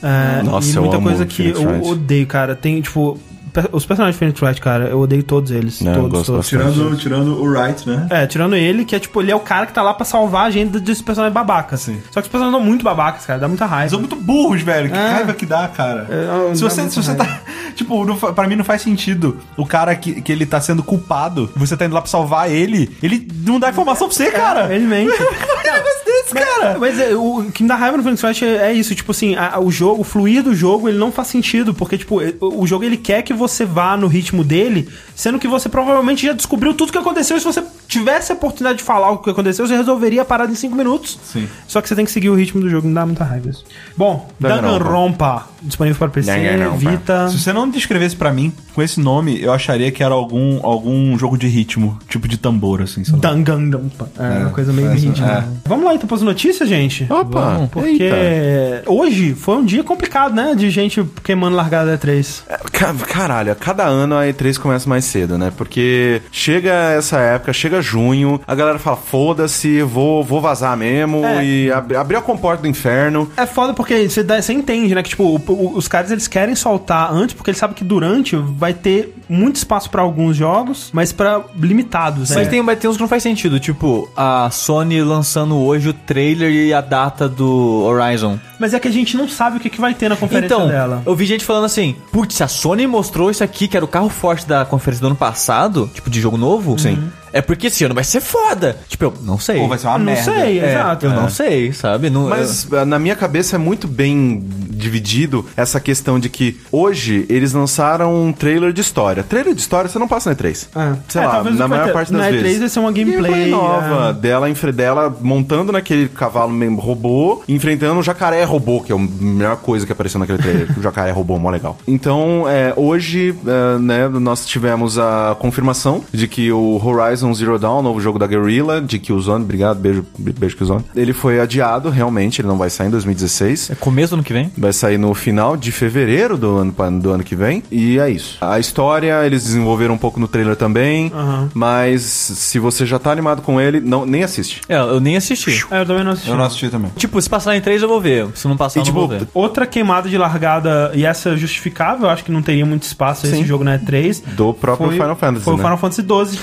É, Nossa, e eu muita amo coisa o que Phoenix eu Wright. odeio, cara. Tem, tipo, pe- os personagens de Phoenix Wright, cara, eu odeio todos eles. Não, eu todos, gosto todos. bastante. Tirando- tirando o Wright, né? É, tirando ele, que é tipo, ele é o cara que tá lá pra salvar a gente desse personagem babaca. assim. Só que os personagens são muito babacas, cara, dá muita raiva. É, São muito burros, velho. Que raiva que dá, cara. É, se dá você, muita se você tá. Tipo, não, fa- pra mim não faz sentido. O cara que, que ele tá sendo culpado, você tá indo lá pra salvar ele, ele não dá informação pra você, cara. É, Ele mente. Que negócio desse, cara? Mas é, o que me dá raiva no Phoenix Wright é, é isso, tipo assim, a- a- o jogo, o fluir do jogo, ele não faz sentido, porque, tipo, e- o o jogo ele quer que você vá no ritmo dele, sendo que você provavelmente já descobriu tudo que aconteceu, e se você tivesse a oportunidade de falar o que aconteceu, você resolveria a parada em 5 minutos. Sim. Só que você tem que seguir o ritmo do jogo, me dá muita raiva isso. Bom, Danganronpa. Danganronpa, disponível para PC, Danganronpa. Vita... Se você não descrevesse pra mim com esse nome, eu acharia que era algum, algum jogo de ritmo, tipo de tambor, assim, sei lá. Danganronpa. É, uma coisa meio é, íntima. é. Vamos lá então para as notícias, gente? Opa! Porque Ah, eita. hoje foi um dia complicado, né? De gente queimando largada da E3. Ca- Caralho, a cada ano a E3 começa mais cedo, né? Porque chega essa época, chega junho, a galera fala, foda-se, vou, vou vazar mesmo É. e ab abrir a comporta do inferno. É foda porque você, dá- você entende, né? Que, tipo, o- o- os caras eles querem soltar antes porque eles sabem que durante vai ter muito espaço pra alguns jogos, mas para limitados, né? Mas tem, um mas tem uns que não faz sentido, tipo, a Sony lançando hoje o trailer e a data do Horizon. Mas é que a gente não sabe o que, que vai ter na conferência então, dela. eu vi gente falando assim, putz, a Sony mostrou isso aqui, que era o carro forte da conferência do ano passado, tipo, de jogo Uhum. novo. Sim. É porque esse ano vai ser foda. Tipo, eu não sei. Ou vai ser uma não merda. sei, É, exato. Eu não É. sei, sabe? Não, Mas eh, na minha cabeça é muito bem dividido essa questão de que hoje eles lançaram um trailer de história. Trailer de história você não passa na E3. É. Sei É, lá, talvez o na que vai maior ter- parte das na vezes. E3 vai ser uma gameplay, é. nova dela, enfre- dela montando naquele cavalo mesmo robô, enfrentando o jacaré robô, que é a melhor coisa que apareceu naquele trailer. o jacaré robô, mó legal. Então, é, hoje, é, né, nós tivemos a confirmação de que o Horizon Zero Dawn, novo jogo da Guerrilla, de Killzone, obrigado, beijo, beijo Killzone. Ele foi adiado, realmente, ele não vai sair em 2016. É começo do ano que vem? Vai sair no final de fevereiro do ano, pa- do ano que vem. E é isso. A história eles desenvolveram um pouco no trailer também. Mas se você já tá animado com ele, não, nem assiste. É, eu nem assisti. É, eu também não assisti. Eu não assisti também. Tipo, se passar em três eu vou ver. Se não E, passar, eu não tipo, vou ver. Outra queimada de largada, e essa é justificável, eu acho que não teria muito espaço esse Sim. jogo na E3. Do próprio foi- Final Fantasy. Foi o né? Final Fantasy XII.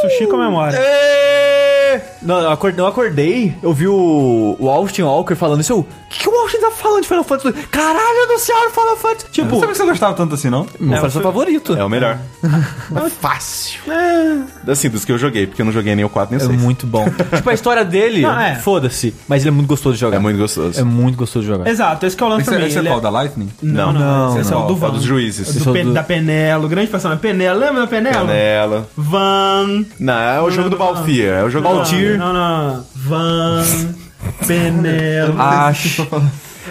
Sushi comemora. Não, eu acordei, eu acordei, eu vi o, o Austin Walker falando isso. Eu, o que, que o Austin tá falando de Final Fantasy? II? Caralho do céu, Final Fantasy! Tipo, Tipo, sabe que você gostava tanto assim, não? meu Final Fantasy favorito. É o melhor. É fácil. É. Assim, dos que eu joguei, porque eu não joguei nem o 4 nem o 6. muito bom. tipo, a história dele, Não, é. foda-se. Mas ele é muito gostoso de jogar. É muito gostoso. É muito gostoso de jogar. Exato, esse que é o lance Esse, também. esse é ele qual? Da Lightning? Não, não, Não, esse é não, o do fala Van. dos juízes. Do Esse é o Pe- do- Da Penelo, grande personagem. é Penelo, lembra da Penelo? Nela. Van. Não, é o jogo do Valfia. É o jogo do Não, não, não. Van. Penelo. Acho.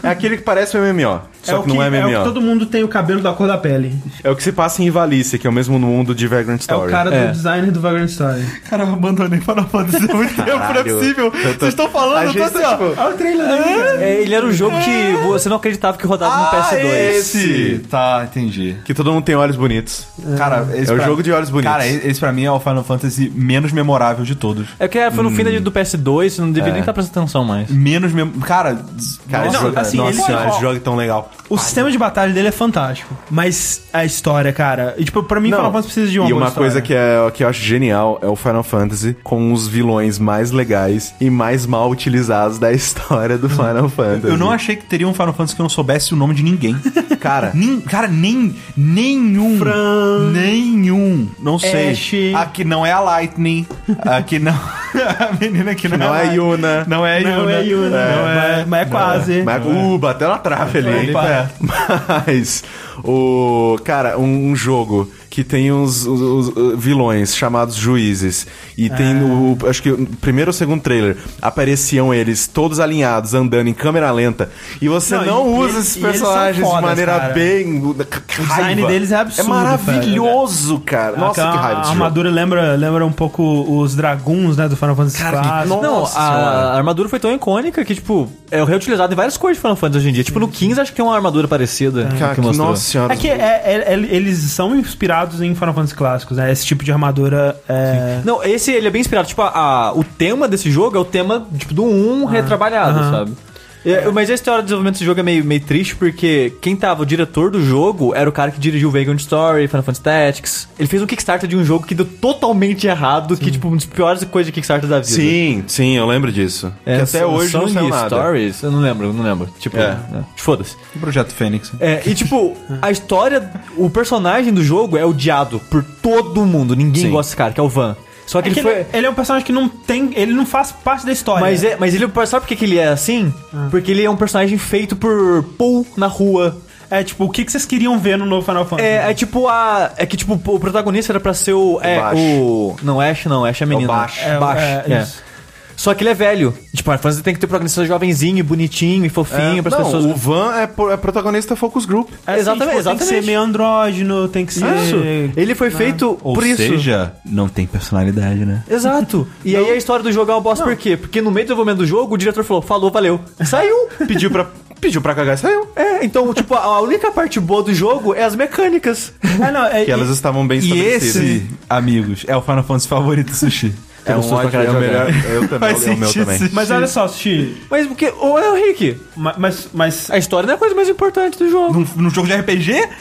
É aquele que parece um MMO. Só o que, não É o é Ah, que MMO. todo mundo tem o cabelo da cor da pele. É o que se passa em Ivalice, que é o mesmo no mundo de É Vagrant o Story. cara É. do designer do Vagrant Story. Cara, eu abandonei Final Fantasy há muito tempo, Caralho. Eu tô- A falando, assim, gente tá, tipo, Olha o trailer dele. É, ele era um jogo que você não acreditava que rodava no Ah, PS2. esse! Tá, entendi. Que todo mundo tem olhos bonitos. Cara, esse É o pra- jogo de olhos bonitos. Cara, esse pra mim é o Final Fantasy menos memorável de todos. É que foi no fim Hum. da- do PS2, você não É. devia nem estar prestando atenção mais. Menos mem... Cara, des- Cara, nossa, esse jogo, assim, nossa ele- senhora, esse jogo é tão legal. O sistema de batalha dele é fantástico. Mas a história, cara. E, tipo, pra mim, Final Fantasy precisa de um uma e boa uma história. coisa que, é, que eu acho genial é o Final Fantasy com os vilões mais legais e mais mal utilizados da história do Final Fantasy. Eu não achei que teria um Final Fantasy que eu não soubesse o nome de ninguém. Cara, Nem, cara, nem. Nenhum. Fran. Nenhum. Não sei. Ash. Aqui não é a Lightning. Aqui não. a menina aqui não, não é. é Lightning. Yuna. Não é Yuna. Não é Yuna. Não é. Mas, mas é quase. Mas, uh, bateu na trave ali. hein? É. Opa. Mas, o. Cara, um, um jogo que tem uns, os- os, uh, vilões chamados juízes. E tem É. o. Acho que o primeiro ou segundo trailer apareciam eles todos alinhados, andando em câmera lenta. E você Não, não, e- usa e- esses e eles são personagens fodas, de maneira cara. bem. O design deles é absurdo, É maravilhoso, cara. Nossa, que Aquela raiva A desse jogo. armadura lembra, lembra um pouco os draguns, né, do Final Fantasy Cara, IV. nossa. Não, a, senhora. a armadura foi tão icônica que, tipo, é reutilizada em várias cores de Final Fantasy hoje em dia. Tipo, no 15 acho que tem uma armadura parecida. Cara, que que- mostrou. nossa senhora. É que é- é- é- eles são inspirados em Final Fantasy clássicos, né? Esse tipo de armadura é... Não, esse ele é bem inspirado. Tipo, a, a- o tema desse jogo é o tema tipo, do Ah. 1 retrabalhado, sabe? É, mas a história do desenvolvimento desse jogo é meio, meio triste porque quem tava, o diretor do jogo, era o cara que dirigiu Vagrant Story, Final Fantasy Tactics. Ele fez um Kickstarter de um jogo que deu totalmente errado, que, tipo, uma das piores coisas de Kickstarter da vida. Sim, sim, eu lembro disso. É, que até hoje não Song saiu nada. Stories? Eu não lembro, eu não lembro. Tipo, É. é, foda-se. Projeto Fênix. É, e tipo, a história, o personagem do jogo é odiado por todo mundo. Ninguém Sim. gosta desse cara, que é o Van. Só que É que ele ele, foi. ele é um personagem que não tem... Ele não faz parte da história. Mas, é, mas ele, sabe por que, que ele é assim? Ah. Porque ele é um personagem feito por Paul na rua. É, tipo, o que que vocês queriam ver no novo Final Fantasy? É, é tipo a. É que tipo, o protagonista era pra ser o. É, Bash. o. Não, Ash não, Ash é a menina. Bash. É, Bash. é, é. isso. Só que ele é velho. Tipo, a França tem que ter um protagonista jovenzinho, e bonitinho, e fofinho, É, pras não, pessoas. o Van é, pro- é protagonista focus group. É, assim, Exatamente, tipo, Tem que exatamente. ser meio assim. É. andrógino, tem que ser... Isso. Ele foi feito Ou por isso. seja, não tem personalidade, né? Exato. E aí a história do jogo é uma bosta por quê? Porque no meio do desenvolvimento do jogo, o diretor falou, falou, valeu. Saiu. Pediu pra, pediu pra cagar e saiu. é, então, tipo, a a única parte boa do jogo é as mecânicas. É, não, é, Que elas estavam bem E estabelecidas. esse, amigos, é o Final Fantasy favorito do Sushi. é um Gostou pra ótimo, é caralho o de jogar. melhor. Eu também, Faz é o meu sentido, também. sim. Mas olha só, Sushi, Mas porque. Ô, Henrique, ma- mas, mas a história não é a coisa mais importante do jogo. Num, num Um, jogo de RPG? é,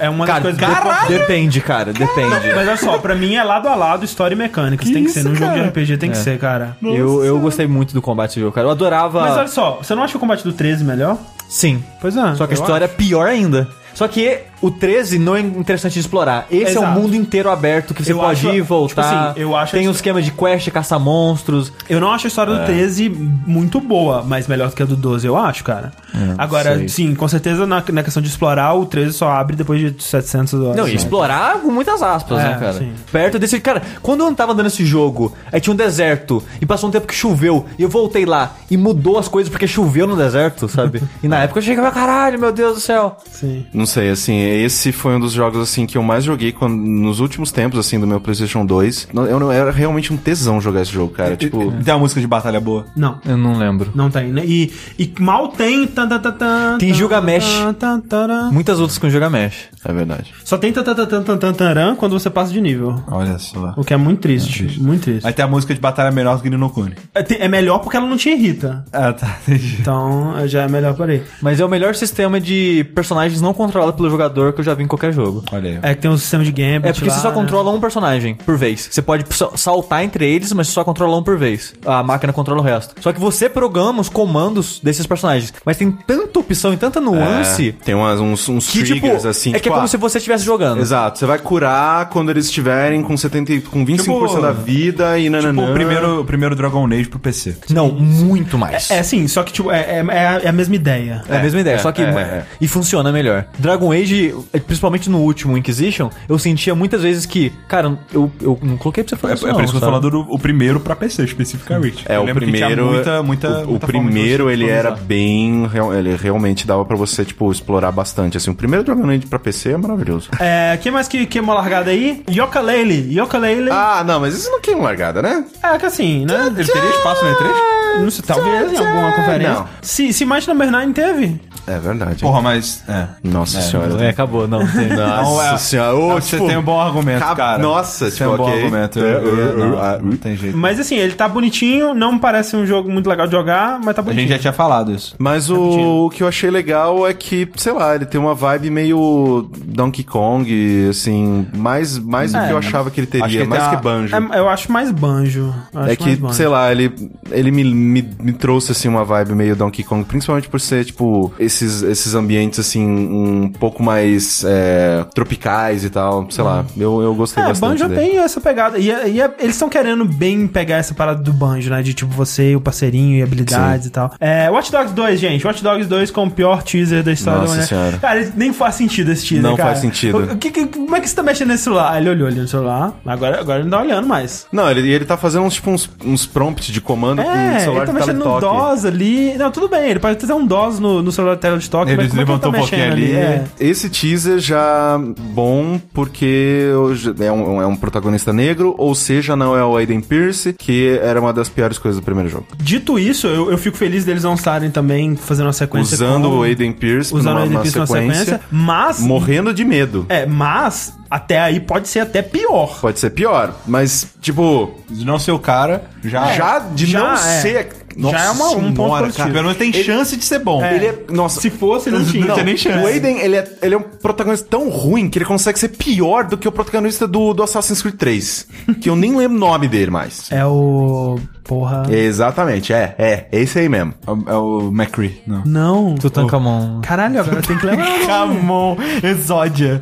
é uma das coisas... Depende, cara, depende. Mas olha só, pra mim é lado a lado história e mecânicas. tem que ser. Num jogo de RPG É. tem que ser, cara. Eu, eu gostei muito do combate desse jogo, cara. Eu adorava. Mas olha só, você não acha o combate do 13 melhor? Sim. Pois é. Só que a eu história é pior ainda. Só que o 13 não é interessante de explorar. Esse é Exato. o mundo inteiro aberto que você Eu pode acho- ir e tipo voltar. assim, eu acho Tem a um histó- esquema de quest, caça monstros. Eu não acho a história É. do 13 muito boa, mas melhor do que a do 12, eu acho, cara. É, Agora, sim, com certeza na, na questão de explorar, o 13 só abre depois de 700 horas. Não, e né? explorar com muitas aspas, É, né, cara? sim. Perto desse. Cara, quando eu tava andando nesse jogo, aí tinha um deserto, e passou um tempo que choveu, e eu voltei lá, É. e mudou as coisas porque choveu no deserto, sabe? E na época eu cheguei e falei, caralho, meu Deus do céu. Sim. Não Não sei, assim, esse foi um dos jogos assim que eu mais joguei quando- nos últimos tempos, assim, do meu PlayStation 2. Não- Eu não era realmente um tesão jogar esse jogo, É, cara. Tipo, Tem uma música de batalha boa. Não. Eu não lembro. Não tem, né? E, e mal tem. Tan, tan, tan, tan, Tem tan, Gilgamesh. tan, tan, taran. Muitas outras com Gilgamesh. é verdade. Só tem tan, tan, tan, tan, tan, tan, taran quando você passa de nível. Olha só. O que é muito triste. muito triste. Mas tem a música de batalha melhor do que Nino Kuni. É, te- É melhor porque ela não te irrita. É. Ah, tá. Entendi. Então é, já é melhor por aí. Mas é o melhor sistema de personagens não controlados pelo jogador que eu já vi em qualquer jogo. Olha aí. É que tem um sistema de gambit. É porque lá, você só né? controla um personagem por vez. Você pode só- saltar entre eles, mas você só controla um por vez. A máquina controla o resto. Só que você programa os comandos desses personagens. Mas tem tanta opção e tanta nuance É, tem umas, uns, uns que, tipo, triggers, assim. é que é tipo, como ah, se você estivesse jogando. Exato, você vai curar quando eles estiverem com 70, e- com 25% Tipo- da vida e nananã. Tipo, o primeiro, o primeiro Dragon Age pro PC. Não, muito mais. É sim, só que tipo, é, é, é a- é a mesma ideia. É a mesma ideia, é, só que. é, é. E funciona melhor. Dragon Age, principalmente no último Inquisition, eu sentia muitas vezes que, cara, eu, eu não coloquei pra você É, fazer isso. é não, por isso que eu tô sabe? falando do o primeiro pra PC, especificamente. É, Eu o lembro que tinha primeiro. muita, muita, o, muita o forma de primeiro, você ele era customizar. bem. real- Ele realmente dava pra você, tipo, explorar bastante. Assim, o primeiro Dragon Age pra PC é maravilhoso. É, quem mais que queimou a largada aí? Yoka Lele. Yoka Lele. Ah, não, mas isso não queima largada, né? É que assim, né? Ele teria espaço na E3? Não sei, talvez em alguma conferência. Não. Se, se Might Number 9 teve. É verdade. Porra, mas. É. Nossa É, senhora. acabou, não. tem- Nossa Não, é- senhora. Ô, você tipo, tem um bom argumento, cap- cara. Nossa, Você tipo, tem um bom ok. argumento. É, eu- Ah, eu- uh, uh, não, uh, não tem jeito. Mas assim, ele tá bonitinho, não parece um jogo muito legal de jogar, mas tá A bonitinho. gente já tinha falado isso. Mas o, o que eu achei legal é que, sei lá, ele tem uma vibe meio Donkey Kong, assim, mais, mais do que eu achava que ele teria, É, Acho que ele mais tem que uma- banjo. É, eu acho mais banjo. Eu acho É mais que, banjo. sei lá, ele, ele me, me, me trouxe, assim, uma vibe meio Donkey Kong, principalmente por ser, tipo, esses, esses ambientes, assim, um pouco mais é, tropicais e tal, sei lá, eu, eu Hum. gostei É, bastante Banjo dele. tem essa pegada. E, é- e é- eles estão querendo bem pegar essa parada do Banjo, né? De tipo você, o parceirinho e habilidades e tal. É, Watch Dogs 2, gente. Watch Dogs 2 com o pior teaser da história Nossa da senhora. Cara, ele- nem faz sentido esse teaser, Não cara. faz sentido. O- o que- que- como é que você tá mexendo nesse celular? Ah, Ele olhou ali no celular. Agora, agora ele não tá olhando mais. Não, ele, ele tá fazendo uns, tipo, uns, uns prompts de comando com É, o Hum, celular ele tá de mexendo no teletoque. DOS ali. Não, tudo bem, ele pode ter um DOS no, no celular de tela de toque, Ele mas como é que ele tá levantou um pouquinho mexendo ali. É. Esse teaser já bom porque hoje é um, é um protagonista negro, ou seja, não é o Aiden Pierce, que era uma das piores coisas do primeiro jogo. Dito isso, eu, eu fico feliz deles lançarem também, fazendo uma sequência Usando é com- o Aiden Pierce usando numa, o Aiden numa Pierce na sequência, sequência, mas... morrendo de medo. É, mas até aí pode ser até pior. Pode ser pior, mas, tipo, De não ser o cara, já. já de já não é. ser. Já é uma- um ponto positivo. Pelo menos tem chance de ser bom. É. Ele é. Nossa. Se fosse, não tinha. tem nem chance. O Aiden, ele é, ele é um protagonista tão ruim que ele consegue ser pior do que o protagonista do, do Assassin's Creed 3. que eu nem lembro o nome dele mais. É o. Porra. Exatamente, é, é, é esse aí mesmo. É o, é o McCree. Não. Não. Tutankamon. Caralho, agora tem que lembrar. o nome. Camon, Exódia.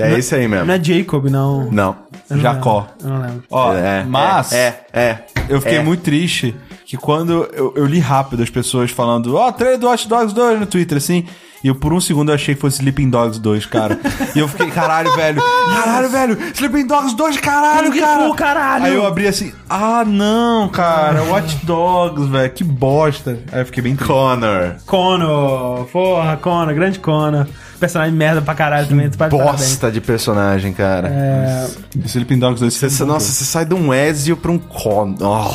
É esse aí mesmo. Não é Jacob, não. Não. Eu não Jacó. lembro. Eu não lembro. Ó, É, mas É, é. é. eu fiquei É. muito triste que quando eu, eu li rápido as pessoas falando, ó, trailer do Watch Dogs 2 no Twitter, assim. E eu, por um segundo, eu achei que fosse Sleeping Dogs 2, cara. e eu fiquei, caralho, velho. Caralho, velho. Sleeping Dogs 2, caralho, Kung cara. Fu, caralho. Aí eu abri assim, ah, não, cara. Watch Dogs, velho. Que bosta. Aí eu fiquei bem triste. Connor. Conor. Porra, Conor. Grande Conor. Personagem merda pra caralho também. tu tá de parabéns. Bosta de personagem, cara. É. Sleeping Dogs 2. Você- nossa, você sai de um Ezio pra um Connor.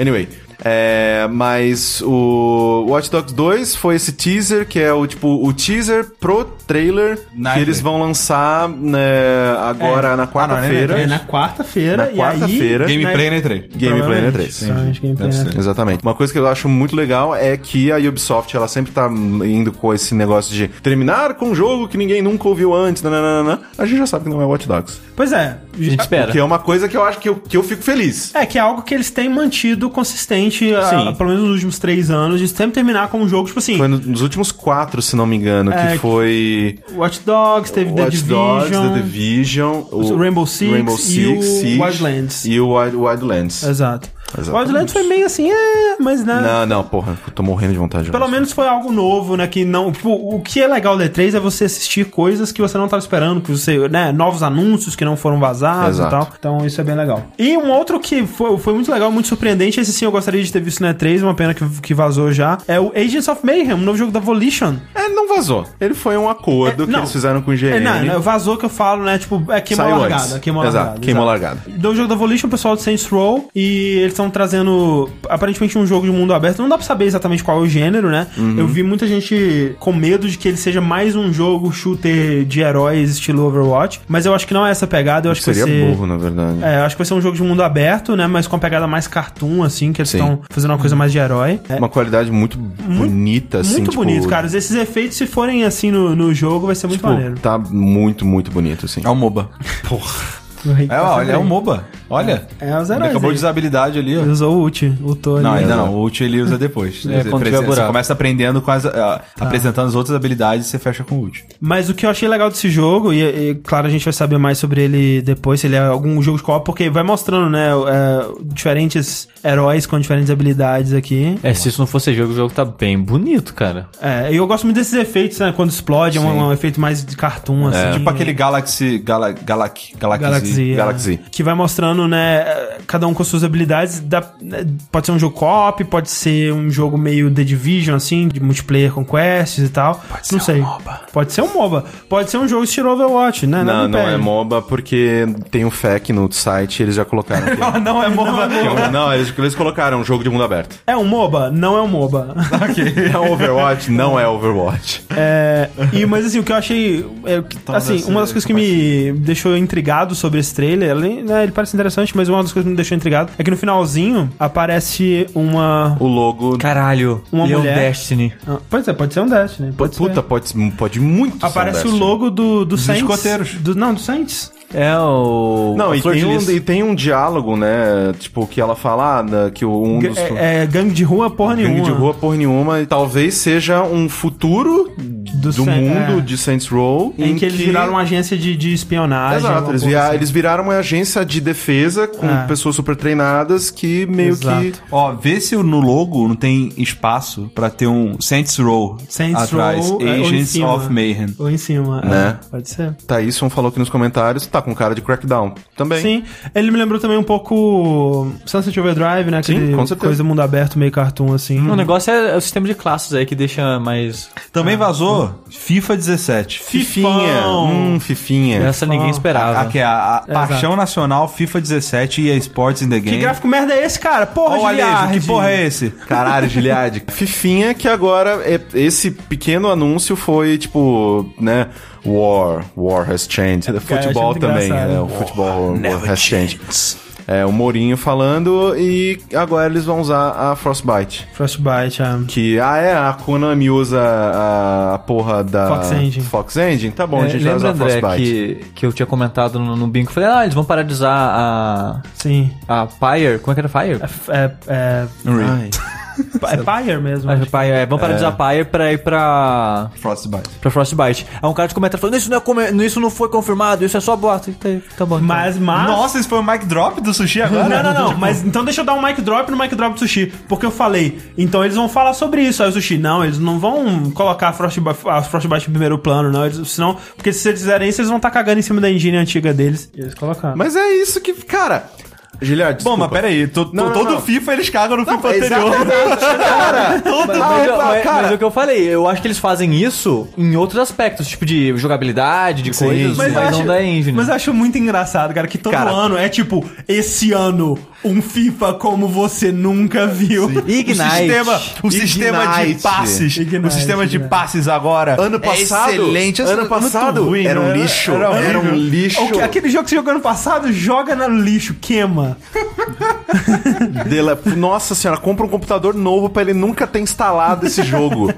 Anyway. é, mas o Watch Dogs 2 foi esse teaser, que é o tipo o teaser pro trailer que Nightly. eles vão lançar né, agora na quarta-feira. É, na quarta-feira. Na e aí- quarta-feira. Gameplay, né, Trey? Gameplay na Provavelmente, 3. provavelmente gameplay Deve na ser. E3. Exatamente. Uma coisa que eu acho muito legal é que a Ubisoft, ela sempre tá indo com esse negócio de terminar com um jogo que ninguém nunca ouviu antes, nananana. A gente já sabe que não é Watch Dogs. Pois é. A gente espera. Que é uma coisa que eu acho que eu, que eu fico feliz. É, que é algo que eles têm mantido consistente, a- Sim. a- pelo menos nos últimos três anos, de sempre terminar com um jogo, tipo assim, Foi no- nos últimos quatro, se não me engano, É, que foi Watch Dogs, teve The Watch Dogs, Division. The Division, Rainbow Six e o Siege Wildlands. E o Wild- Wildlands. Exato. Exatamente. Wildlands foi meio assim, é, mas né. Não, não, porra, eu tô morrendo de vontade de Pelo jogar menos foi algo novo, né? Que não. tipo, o que é legal do E3 é você assistir coisas que você não tava esperando, que você, né? Novos anúncios que não foram vazados Exato. e tal. Então isso é bem legal. E um outro que foi, foi muito legal, muito surpreendente, esse sim eu gostaria de ter visto no E3, uma pena que, que vazou já. É o Agents of Mayhem, um novo jogo da Volition. isso. É, não vazou. Ele foi um acordo É, que não. eles fizeram com o IGN. É, não, não, vazou que eu falo, né? Tipo, é queimou Saiu largada, antes. queimou Exato, largada. Tipo queimou largada. Do jogo da Volition, o pessoal do Saints Row, e eles estão trazendo aparentemente um jogo de mundo aberto. Não dá pra saber exatamente qual é o gênero, né? Uhum. Eu vi muita gente com medo de que ele seja mais um jogo shooter de heróis estilo Overwatch, mas eu acho que não é essa pegada, eu acho Tipo, Seria que vai ser... burro, né? na verdade. É, eu acho que vai ser um jogo de mundo aberto, né? Mas com uma pegada mais cartoon, assim, que eles Sim. estão fazendo uma coisa mais de herói. É, Uma qualidade muito bonita, assim. muito tipo, bonito, cara. Esses efeitos, se forem assim no, no jogo, vai ser muito tipo, maneiro. tá muito, muito bonito, assim. É o MOBA. É, um olha, é o MOBA. Olha. É os Ele heróis. acabou aí. de usar a habilidade ali, ó. Ele usou o ult, ultou Não, ali. ainda não. O ult ele usa depois. É, quando Você- tiver você buraco. começa aprendendo com as. ah, apresentando as outras habilidades e você fecha com o ult. Mas o que eu achei legal desse jogo, e, e, claro a gente vai saber mais sobre ele depois, se ele é algum jogo de co porque vai mostrando, né, é, diferentes heróis com diferentes habilidades aqui. É, se isso não fosse jogo, o jogo tá bem bonito, cara. É, e eu gosto muito desses efeitos, né, quando explode, é um, um efeito mais de cartoon, assim. Tipo aquele Galaxy. Gala, Galac, Galaxy. Galaxy, é. Galaxy. Que vai mostrando, né, eh, cada um com suas habilidades. Dá- né, pode ser um jogo co-op, pode ser um jogo meio The Division, assim, de multiplayer com quests e tal. Pode não ser sei. MOBA. Pode ser um MOBA. Pode ser um jogo estilo Overwatch, né? Não, me não é pega. MOBA porque tem um FAQ no site eles já colocaram. aqui. Não, não é MOBA. Que é um- não, eles, eles colocaram um jogo de mundo aberto. É um MOBA? Não é um MOBA. É um Overwatch? Não é Overwatch. É, e, mas assim, o que eu achei. é, que, assim, dessa- uma das coisas que me deixou intrigado sobre esse trailer, além, né, ele parece interessante, mas uma das coisas que me deixou intrigado é que no finalzinho aparece uma. O logo. Caralho, Uma ele é um mulher. Destiny. Ah, Pois é, pode ser um Destiny. Pode Puta, ser. pode, pode muito ser um Aparece o Destiny. logo do, do Saints. escoteiros. Do, não, do Saints. É o. Não, a e flor tem, de um, lis. e tem um diálogo, né? Tipo, que ela fala ah, né, que o- um dos. É, é gangue de rua, porra Gangue nenhuma. de rua porra nenhuma, e talvez seja um futuro do, Saint- mundo é. de Saints Row Em que eles viraram uma agência de, de espionagem. Exato, alguma eles, coisa vira- assim. eles viraram uma agência de defesa com É. pessoas super treinadas que meio que. Exato. Ó, vê se no logo não tem espaço pra ter um Saints Row Saints atrás. Row, é, ou em Agents cima. of Mayhem. Ou em cima, é. Né? Pode ser. Thaíson falou aqui nos comentários, tá com cara de crackdown também. Sim, ele me lembrou também um pouco Sunset Overdrive, né? Aquele com certeza. Coisa do mundo aberto, meio cartoon, assim. O negócio é o sistema de classes aí que deixa mais. Também vazou FIFA 17. Fifinha. Fifão. Hum, Fifinha. Essa ninguém esperava. A, que é a, a Exato. paixão nacional FIFA 17 e a Sports in the Que Game. gráfico merda é esse, cara? Porra, Ó, o Alejo, Giliard. que porra é esse? Caralho, Giliade. Fifinha, que agora é- esse pequeno anúncio foi tipo, né? War, war has changed. futebol É, achei muito também, engraçado. né? O futebol war has changed. É, o Mourinho falando e agora eles vão usar a Frostbite. Frostbite, ah. Que, ah, é, a Konami usa a, a porra da... Fox Engine. Fox Engine? Tá bom, É, a gente vai lembra, usar a André, Frostbite. que, que eu tinha comentado no, no Bingo? Falei, ah, eles vão parar de usar Sim. a. A Pyre. Como é que era Fire? É, é, é, Ai. é Pyre mesmo. A acho. Pyre, é, vão parar de usar a Pyre pra ir pra. Frostbite. pra Frostbite. Aí um cara de comentário falando, isso não, é come- isso não foi confirmado, isso é só boato. Tá, tá bom. então. Mas, mas... Nossa, esse foi o mic drop do sushi agora? Não, não, não, mas então deixa eu dar um mic drop no mic drop do Sushi, porque eu falei, então eles vão falar sobre isso, aí o Sushi, não, eles não vão colocar a Frostbite, a Frostbite em primeiro plano, não, eles, senão, porque se eles fizerem isso, eles vão estar cagando em cima da engine antiga deles. Eles colocaram. Mas é isso que, cara... Giliade, Bom, mas desculpa. peraí, to- to- Não, não, todo não. FIFA eles cagam no FIFA é anterior. Mas, mas eu- mas- mas é o que eu falei, eu acho que eles fazem isso em outros aspectos, tipo de jogabilidade, de coisas, mas, eu acho- não da engine. mas eu acho muito engraçado, cara, que todo Cara. ano é tipo, esse ano, um FIFA como você nunca viu. Ignite. O sistema, o Ignite. sistema de passes. Ignite, né? o sistema de Ignite. passes agora. Ano passado, É excelente. ano Muito passado ruim, era um né? lixo, horrível. era um lixo. O que- Aquele jogo que você jogou ano passado, joga no lixo, queima. Dela- Nossa senhora, compra um computador novo pra ele nunca ter instalado esse jogo.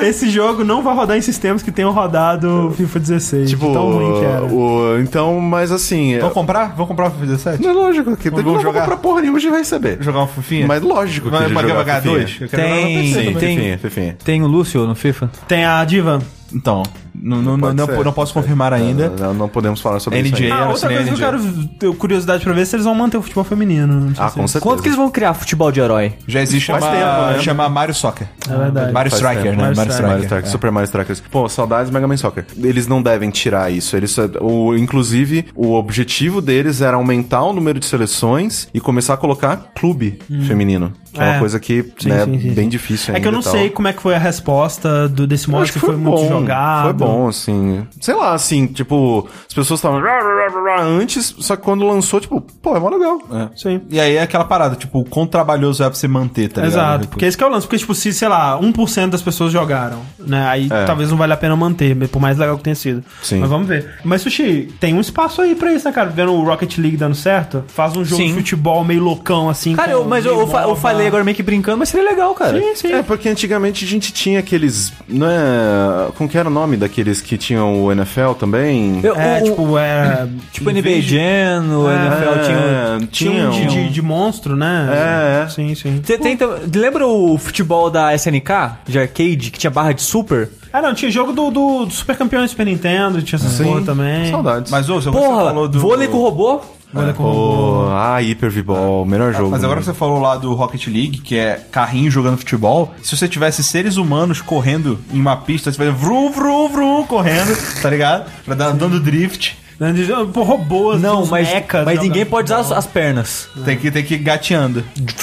Esse jogo não vai rodar em sistemas que tenham rodado FIFA 16. tipo, de tão ruim que era. o- então, mas assim. é- Vamos comprar? Vamos comprar o FIFA 17? É lógico que tem Vamos que jogar? comprar porra nenhuma, a gente vai receber. Jogar um fifinha? Mas lógico que Vai a gente vai jogar jogar Fifinha. dois? Eu quero jogar no Tem, PC. Sim, tem, Fifinha, Fifinha. tem o Lúcio no FIFA? Tem a Diva. Então, não, não, não, Pode não, ser. não posso confirmar ainda. Não, não podemos falar sobre isso. NJ. ainda. era Ah, o outra coisa que eu cinema quero ter curiosidade pra ver é se eles vão manter o futebol feminino. Não sei Ah, se- com certeza. Quanto que eles vão criar futebol de herói? Já existe Faz uma, tempo, né? chama Mario Soccer. É verdade. Mario Faz Striker, tempo. né? Mario Mario Striker. Striker. Mario Strikers, Super Mario Strikers. Pô, saudades do Mega Man Soccer. Eles não devem tirar isso. Eles, o, inclusive, o objetivo deles era aumentar o número de seleções e começar a colocar clube feminino. Que é. É. uma coisa que Sim, né, sim, sim, bem sim. difícil ainda. É que eu não e tal. sei como é que foi a resposta do, desse Eu modo, acho se foi, muito jogado. Foi bom, assim. Sei lá, assim, tipo, as pessoas estavam "Rá, rá, rá, rá", antes, só que quando lançou, tipo, pô, é mó legal. Sim. E aí é aquela parada, tipo, o quão trabalhoso é pra você manter, tá ligado? Exato, porque esse que é o lance. Porque, tipo, se, sei lá, 1% das pessoas jogaram, né? Aí É. talvez não valha a pena manter, por mais legal que tenha sido. Sim. Mas vamos ver. Mas, Sushi, tem um espaço aí pra isso, né, cara? Vendo o Rocket League dando certo, faz um jogo Sim. de futebol meio loucão, assim. Cara, eu- com mas eu, eu, fa- eu MOBA. falei agora meio que brincando, mas seria legal, cara. Sim, sim. É, porque antigamente a gente tinha aqueles. Não é. Como que era o nome daqueles que tinham o NFL também? Eu- É, o- o- tipo, é. tipo em NBA vez de- Jam, É. o NFL tinha... É, Tinha um de, tinham. de, de monstro, né? É, é. Sim, sim. Você tem tam- lembra o futebol da SNK, de arcade, que tinha barra de super? Ah, não, tinha jogo do, do, do Super Campeão do Super Nintendo, tinha essa porra também. Saudades. É. Mas ouça, agora você Porra, falou do. vôlei com robô? Olha como. Pô, ah, Hyper V-Ball, melhor jogo. Mas agora que você falou lá do Rocket League, que é carrinho jogando futebol, se você tivesse seres humanos correndo em uma pista, você vai vrum, vrum, vrum, correndo, tá ligado? Pra dar, dando drift. Né, de- Pô, robôs, Não, uns mas, mechas mas jogando ninguém pode usar as, futebol. as pernas. É. Tem que, tem que ir gateando.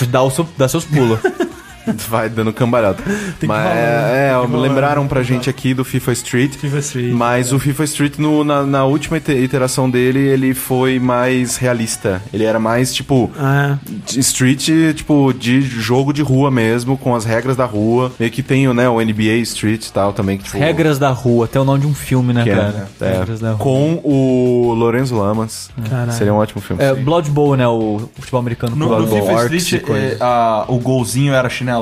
Dá, o seu, dá seus pulos. Vai dando cambalhota. Mas rolar, é, é, rolar. lembraram pra gente aqui do FIFA Street. FIFA né? Street, Mas o FIFA Street, no- na, na última ite- iteração dele, ele foi mais realista. Ele era mais tipo. Ah, de Street, tipo, de jogo de rua mesmo, com as regras da rua. Meio que tem né, o NBA Street e tal também. Que, tipo, Regras da Rua, até o nome de um filme, né, que é, cara? é, Regras da Rua. com o Lorenzo Lamas. Caralho. Seria um ótimo filme. É, Blood Bowl, né, o futebol americano. No, com no Blood Bowl, FIFA Arcs e Street, coisas. eh, é, ah, o golzinho era chinelo.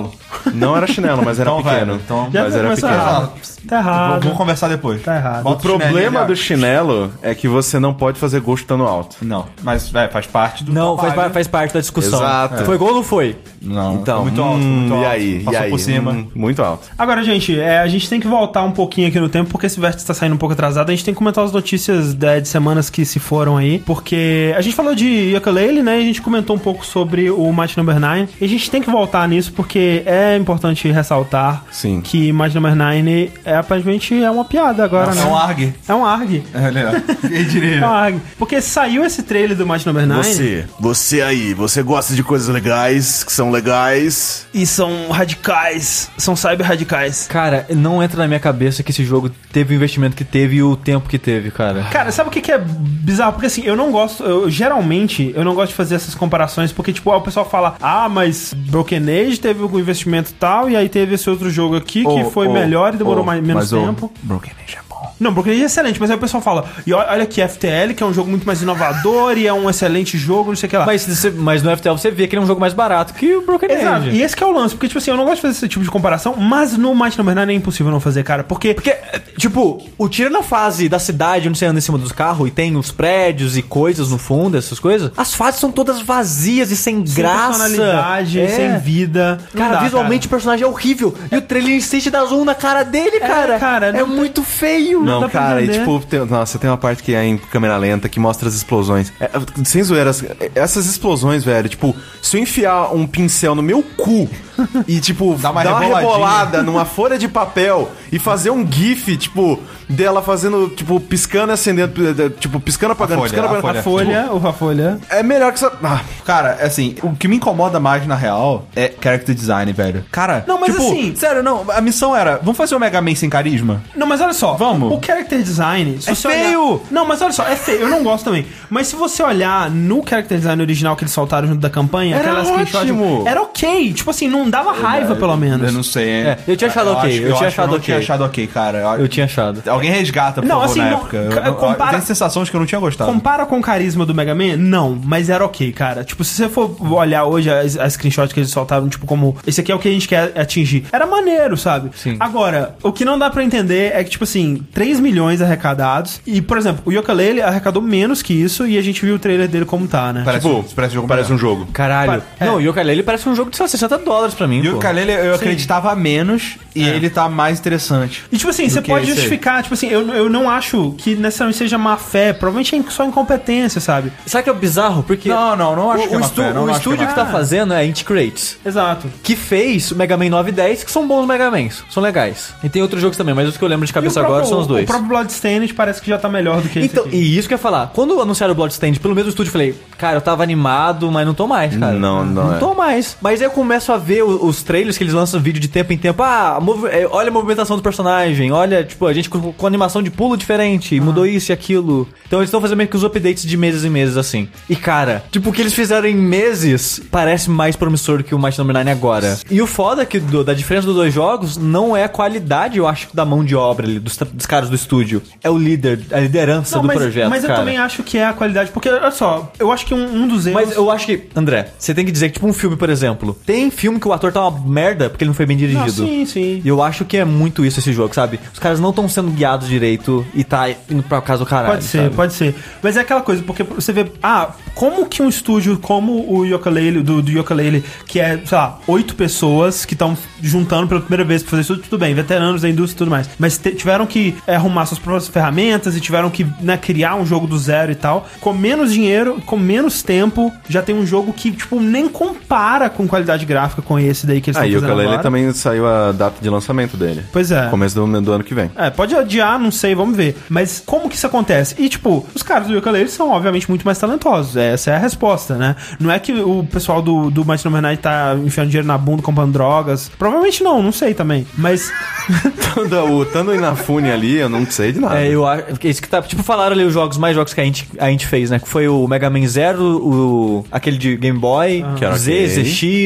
Não era chinelo, mas era Então, pequeno. velho, então- já mas era começou pequeno. errado. Tá errado. Vamos vamos conversar depois. Tá errado. O Bota chinelinho problema ali, do ó. chinelo é que você não pode fazer gol chutando alto. Não, mas é, faz parte do. Não, faz, trabalho. par- faz parte da discussão. Exato. Foi gol ou não foi? Não, Então, muito alto, hum, muito alto. E aí? Passou e aí? por cima. Hum, muito alto. Agora, gente, é, a gente tem que voltar um pouquinho aqui no tempo, porque esse vértice tá saindo um pouco atrasado. A gente tem que comentar as notícias da- de semanas que se foram aí, porque a gente falou de ukulele, né? E a gente comentou um pouco sobre o Match Number 9. E a gente tem que voltar nisso, porque é importante ressaltar Sim. que Match Number 9 é, aparentemente é uma piada agora, Nossa, né? é um arg. É um arg. Olha lá. Quem diria? É um arg. Porque saiu esse trailer do Match Number 9. Você, você aí, você gosta de coisas legais, que são legais. E são radicais. São cyber radicais. Cara, não entra na minha cabeça que esse jogo teve o investimento que teve e o tempo que teve, cara. Cara, sabe o que, que é bizarro? Porque assim, eu não gosto, eu geralmente eu não gosto de fazer essas comparações, porque tipo, ah, o pessoal fala, ah, mas Broken Age teve um investimento tal, e aí teve esse outro jogo aqui que Oh, foi oh, melhor e demorou oh, mais, menos mas, oh, tempo. Broken Age é bom. Não, Broken Age é excelente, mas aí o pessoal fala, e olha, olha aqui, FTL, que é um jogo muito mais inovador e é um excelente jogo, não sei o que lá. Mas, você- mas no FTL você vê que ele é um jogo mais barato que o Broken Exato, Age. e esse que é o lance, porque tipo assim, eu não gosto de fazer esse tipo de comparação, mas no Might Number 9 é impossível não fazer, cara, porque Porque, é, tipo, o tiro na fase da cidade, onde você anda em cima dos carros e tem os prédios e coisas no fundo, essas coisas, as fases são todas vazias e sem, sem graça. personalidade, É. sem vida. não Cara, dá, visualmente o personagem é horrível. E o trailer insiste da zoom na cara dele, cara. cara, é não tem- muito feio. Não Não, dá pra cara, e entender. tipo, tem, nossa, tem uma parte que é em câmera lenta que mostra as explosões. É, é, sem zoeiras, essas explosões, velho, tipo, se eu enfiar um pincel no meu cu e, tipo, Dá uma dar uma reboladinha. rebolada numa folha de papel e fazer um gif, tipo, dela fazendo, tipo, piscando e acendendo, tipo, piscando apagando, A folha, piscando a apagando. A folha, o a folha. É melhor que essa. Ah, Cara, assim, o que me incomoda mais na real é character design, velho. Cara, tipo, Não, mas assim- Sério, não, a missão era: vamos fazer o Mega Man sem carisma? Não, mas olha só. Vamos. O character design. se É você feio! olhar- Não, mas olha só, é feio. Eu não gosto também. Mas se você olhar no character design original que eles soltaram junto da campanha, Era screenshot, ótimo! Era ok. Tipo assim, não dava raiva, pelo menos. Eu não sei, hein? É, eu tinha achado ok, acho- eu tinha acho que achado não ok. tinha achado ok, cara. Eu tinha achado. Alguém resgata, por Não, favor, assim, na não- época. Eu, cara, eu, compara- eu tenho sensações que eu não tinha gostado. Compara com o carisma do Mega Man? Não, mas era ok, cara. Tipo, se você for olhar hoje as, as screenshots que eles soltaram, tipo, como esse aqui é o que a gente quer atingir. Era maneiro, sabe? Sim. Agora, o que não dá pra entender é que, tipo assim, 3 milhões arrecadados. E, por exemplo, o Yokalele arrecadou menos que isso e a gente viu o trailer dele como tá, né? parece, tipo, um- parece um jogo. parece um melhor. jogo. Pa- Caralho. é. Não, o Yokalele parece um jogo de sei lá, 60 dólares pra pra mim, E pô. o Kalele eu acreditava menos e É. ele tá mais interessante. E tipo assim, você que pode é isso aí? justificar, tipo assim, eu, eu não acho que necessariamente seja má fé, provavelmente é só incompetência, sabe? Sabe que é bizarro? Porque Não, não, não acho o, que é o uma estu- fé, não o acho que é estúdio uma que fé. tá fazendo é Int Creates. Exato. que fez o Mega Man 9 e 10, que são bons Mega Mans, são legais. E tem outros jogos também, mas os que eu lembro de E o cabeça próprio- agora são os O dois. próprio Bloodstained parece que já tá melhor do que Então, esse aqui. e isso que eu ia falar. Quando anunciaram o Bloodstained pelo mesmo estúdio, eu falei, cara, eu tava animado, mas não tô mais, cara. Não, não Não é. tô mais. Mas aí eu começo a ver o- os trailers que eles lançam vídeo de tempo em tempo. Ah, movi- é, olha a movimentação do personagem. Olha, tipo, a gente com, com animação de pulo diferente. Ah. Mudou isso e aquilo. Então eles estão fazendo meio que os updates de meses em meses, assim. E cara, tipo, o que eles fizeram em meses parece mais promissor do que o Might No. 9 agora. E o foda é que do- da diferença dos dois jogos não é a qualidade, eu acho, da mão de obra ali, dos, tra- dos caras do estúdio. É o líder, a liderança Não, do mas, projeto, mas eu cara. também acho que é a qualidade, porque olha só, eu acho que um, um dos erros. Mas eu acho que, André, você tem que dizer que, tipo, um filme, por exemplo, tem filme que o ator tá uma merda porque ele não foi bem dirigido. Não, sim, sim. E eu acho que é muito isso esse jogo, sabe? Os caras não estão sendo guiados direito e tá indo pra casa do caralho. Pode ser, sabe? pode ser. Mas é aquela coisa, porque você vê, ah, como que um estúdio como o Yooka-Laylee, do, do Yooka-Laylee, que é, sei lá, oito pessoas que estão juntando pela primeira vez pra fazer isso, tudo bem, veteranos da indústria e tudo mais, mas te- tiveram que é, arrumar suas próprias ferramentas e tiveram que né, criar um jogo do zero e tal, com menos dinheiro, com menos tempo, já tem um jogo que, tipo, nem compara com qualidade gráfica com esse daí que eles estão Ah, Aí o fazendo Kalele agora. também saiu a data de lançamento dele. Pois é. Começo do, do ano que vem. É, pode adiar, não sei, vamos ver. Mas como que isso acontece? E, tipo, os caras do ukulele são, obviamente, muito mais talentosos. Essa é a resposta, né? Não é que o pessoal do, do Mighty No. Night tá enfiando dinheiro na bunda, comprando drogas. Provavelmente não, não sei também. Mas, Tando- o Tando Inafune ali, eu não sei de nada. É, eu acho. porque Isso que tá. Tipo, falaram ali os jogos, mais jogos que a gente, a gente fez, né? Que foi o Mega Man Zero, o, aquele de Game Boy, Ah. Que era Z, ok.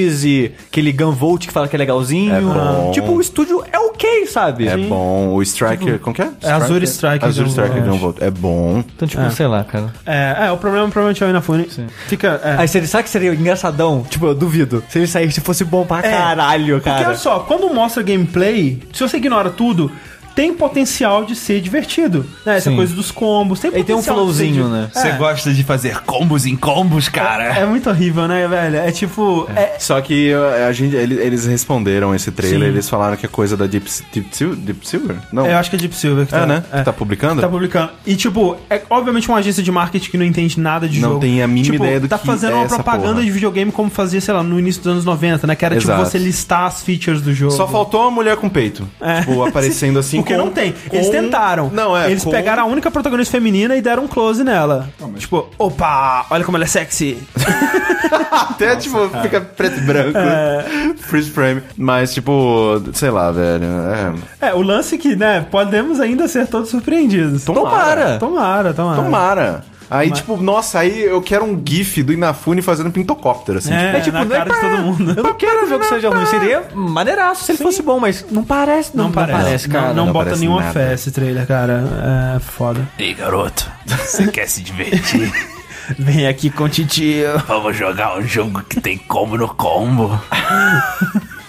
ZX, e aquele Gunvolt que fala que é legalzinho. É bom. Tipo, o estúdio é ok, sabe? É bom. O Striker, como que é? É Azure Striker Azure Striker Gunvolt. Gunvolt. É bom. Então, tipo, sei lá, cara. é, é, o problema provavelmente é o Inafune. Fica. É. Aí seria, sabe que seria engraçadão? Tipo, eu duvido. Se ele saísse fosse bom pra caralho, Porque cara. olha só, quando mostra gameplay, se você ignora tudo, tem potencial de ser divertido. Né? Essa Sim. coisa dos combos, tem Ele tem um potencial de ser flowzinho, di- né? Você É. gosta de fazer combos em combos, cara? É muito horrível, né, velho? É tipo. é- Só que uh, a gente, ele- eles responderam esse trailer, eles falaram que é coisa da Deep, Deep, Sil- Deep Silver? Não. É, eu acho que é Deep Silver que É, tá, né? É. Tá publicando? Tá publicando. E, tipo, é obviamente uma agência de marketing que não entende nada de Não jogo. tem a mínima Tipo, ideia do tá que fazendo é uma essa propaganda porra. de videogame como fazia, sei lá, no início dos anos 90, né? Que era, Exato. tipo, você listar as features do jogo. Só faltou uma mulher com peito. É. Tipo, aparecendo assim. Porque com- não tem. Eles com- tentaram. Não, é. Eles com- pegaram a única protagonista feminina e deram um close nela. Tipo, opa, olha como ela é sexy. Até, tipo, fica preto e branco. É. Freeze frame. Mas, tipo, sei lá, velho. É. É, o lance que, né, podemos ainda ser todos surpreendidos. Tomara. Tomara, tomara. Tomara. Aí, tipo, nossa, aí eu quero um gif do Inafune fazendo pintocóptero, assim. É, tipo, é tipo, na não é cara de todo mundo. Eu não quero um jogo que seja ruim. Seria maneiraço se ele fosse bom, mas não parece. Não, parece, cara. Não, não bota parece nenhuma nada. fé esse trailer, cara. É foda. Ei, garoto, você quer se divertir? Vem aqui com o titio. Vamos jogar um jogo que tem combo no combo?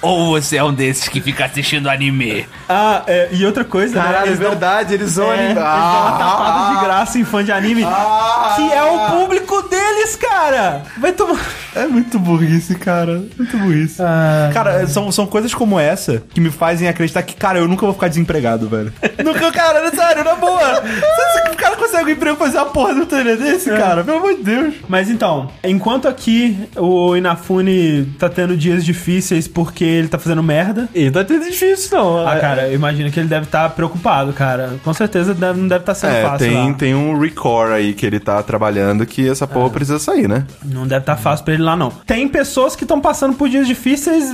Ou você é um desses que fica assistindo anime? Ah, é, e outra coisa, né? Caralho, é Eles dão- verdade, eles vão é, eles animar. dão Ah! uma tapada de graça em fã de anime, que é o público deles, cara! Vai tomar. É muito burrice, cara. Muito burrice. Ah. Cara, são, são coisas como essa que me fazem acreditar que, cara, eu nunca vou ficar desempregado, velho. nunca, cara, sério, na boa. Se o cara consegue um emprego fazer uma porra de um trailer desse, cara, pelo amor de Deus. Mas então, enquanto aqui o Inafune tá tendo dias difíceis porque ele tá fazendo merda. E não é difícil, não. Ah, cara, eu imagino que ele deve estar preocupado, cara. Com certeza deve- não deve estar sendo É, fácil. tem, lá. tem um record aí que ele tá trabalhando que essa porra precisa sair, né? Não deve estar fácil pra ele lá, não. Tem pessoas que estão passando por dias difíceis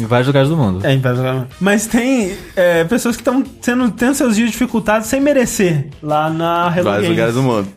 Em vários lugares do mundo. É, em Pedra Gama. Mas tem é, pessoas que estão tendo, tendo seus dias dificultados sem merecer. Lá na Hello Vários Games. lugares do mundo.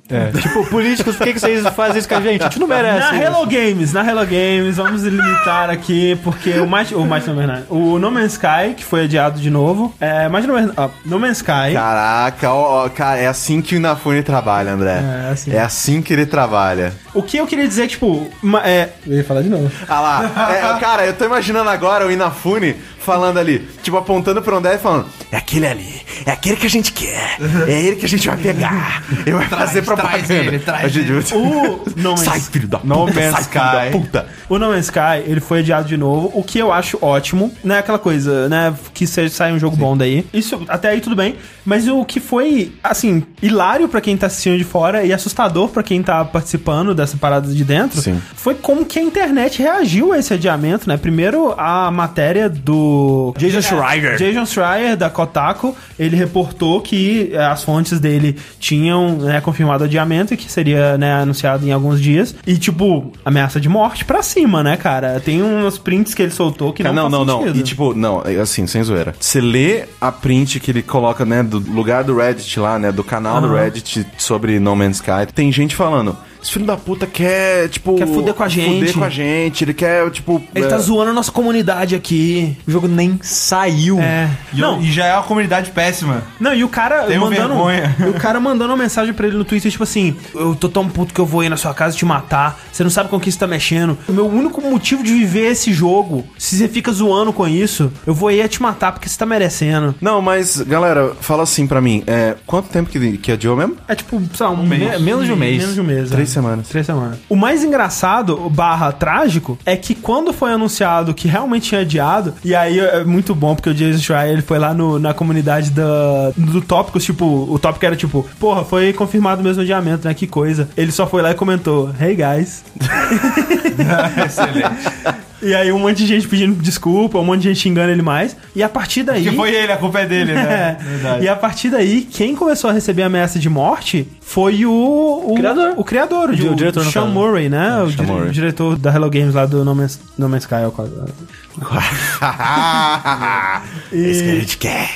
Tipo, políticos, por que, que vocês fazem isso com a gente? A gente não Na merece. Hello Games, na Hello Games, vamos limitar aqui, porque o Might, o Might No Man's Sky- o No Man's Sky, que foi adiado de novo, é, Might No Man's, ah, No Man's Sky, Tá. Caraca, ó, ó, cara, é assim que o Inafune trabalha, André. É, é assim. que ele trabalha. o que eu queria dizer, tipo, ma- é... Eu ia falar de novo. Ah lá, é, ó, cara, eu tô imaginando agora o Inafune falando ali, tipo apontando pra onde é e falando: é aquele ali, é aquele que a gente quer, é ele que a gente vai pegar, ele vai fazer propaganda. ele, traz a gente... O No Man's, Sai, filho da No puta, Man's sai, filho da Sky. puta. o no Man's Sky, ele foi adiado de novo, o que eu acho ótimo. Não é aquela coisa, né? Que seja, sai um jogo bom daí. Isso, até aí tudo bem. Mas o que foi, assim, hilário pra quem tá assistindo de fora e assustador pra quem tá participando dessa parada de dentro, Sim. foi como que a internet reagiu a esse adiamento, né? Primeiro, a matéria do... Jason Schreier. Jason Schreier, da Kotaku, ele reportou que eh, as fontes dele tinham né, confirmado o adiamento e que seria né, anunciado em alguns dias. E, tipo, ameaça de morte pra cima, né, cara? Tem uns prints que ele soltou que Cara, não não, não, faz não. sentido. E tipo, não, é assim, sem zoeira. Você lê a print que ele coloca, né, do lugar do Reddit lá, né, do canal do Reddit sobre No Man's Sky, tem gente falando. Esse filho da puta quer, tipo. Quer fuder com a gente." Fuder com a gente, ele quer, tipo. Ele tá é, zoando a nossa comunidade aqui. O jogo nem saiu. É. E, Não, e já é uma comunidade péssima. Não, e o cara Tenho mandando. vergonha. e O cara mandando uma mensagem pra ele no Twitter, tipo assim: Eu tô tão puto que eu vou ir na sua casa te matar. Você não sabe com o que você tá mexendo. O meu único motivo de viver é esse jogo, se você fica zoando com isso, eu vou ir te matar porque você tá merecendo. Não, mas, galera, fala assim pra mim. É, quanto tempo que, que adiou mesmo? É tipo, sei lá, um, mês. menos de um mês. Menos de um mês. Três é. semanas. Três semanas. O mais engraçado, barra trágico, é que quando foi anunciado que realmente tinha adiado, e aí é muito bom, porque o Jason Schreier ele foi lá no- na comunidade da, do tópicos, tipo, o tópico era tipo, porra, foi confirmado mesmo o adiamento, né? Que coisa. Ele só foi lá e comentou, hey guys. E aí um monte de gente pedindo desculpa, um monte de gente xingando ele mais. E a partir daí. Que foi ele, a culpa é dele, né? É. E a partir daí, quem começou a receber ameaça de morte foi o. O Criador. O criador, o, di- o o diretor, no Sean caso. Murray, né? o, É, Sean dire- Murray. diretor da Hello Games lá do No Man's, no Man's Sky. é ó, quase. Esse que a gente quer.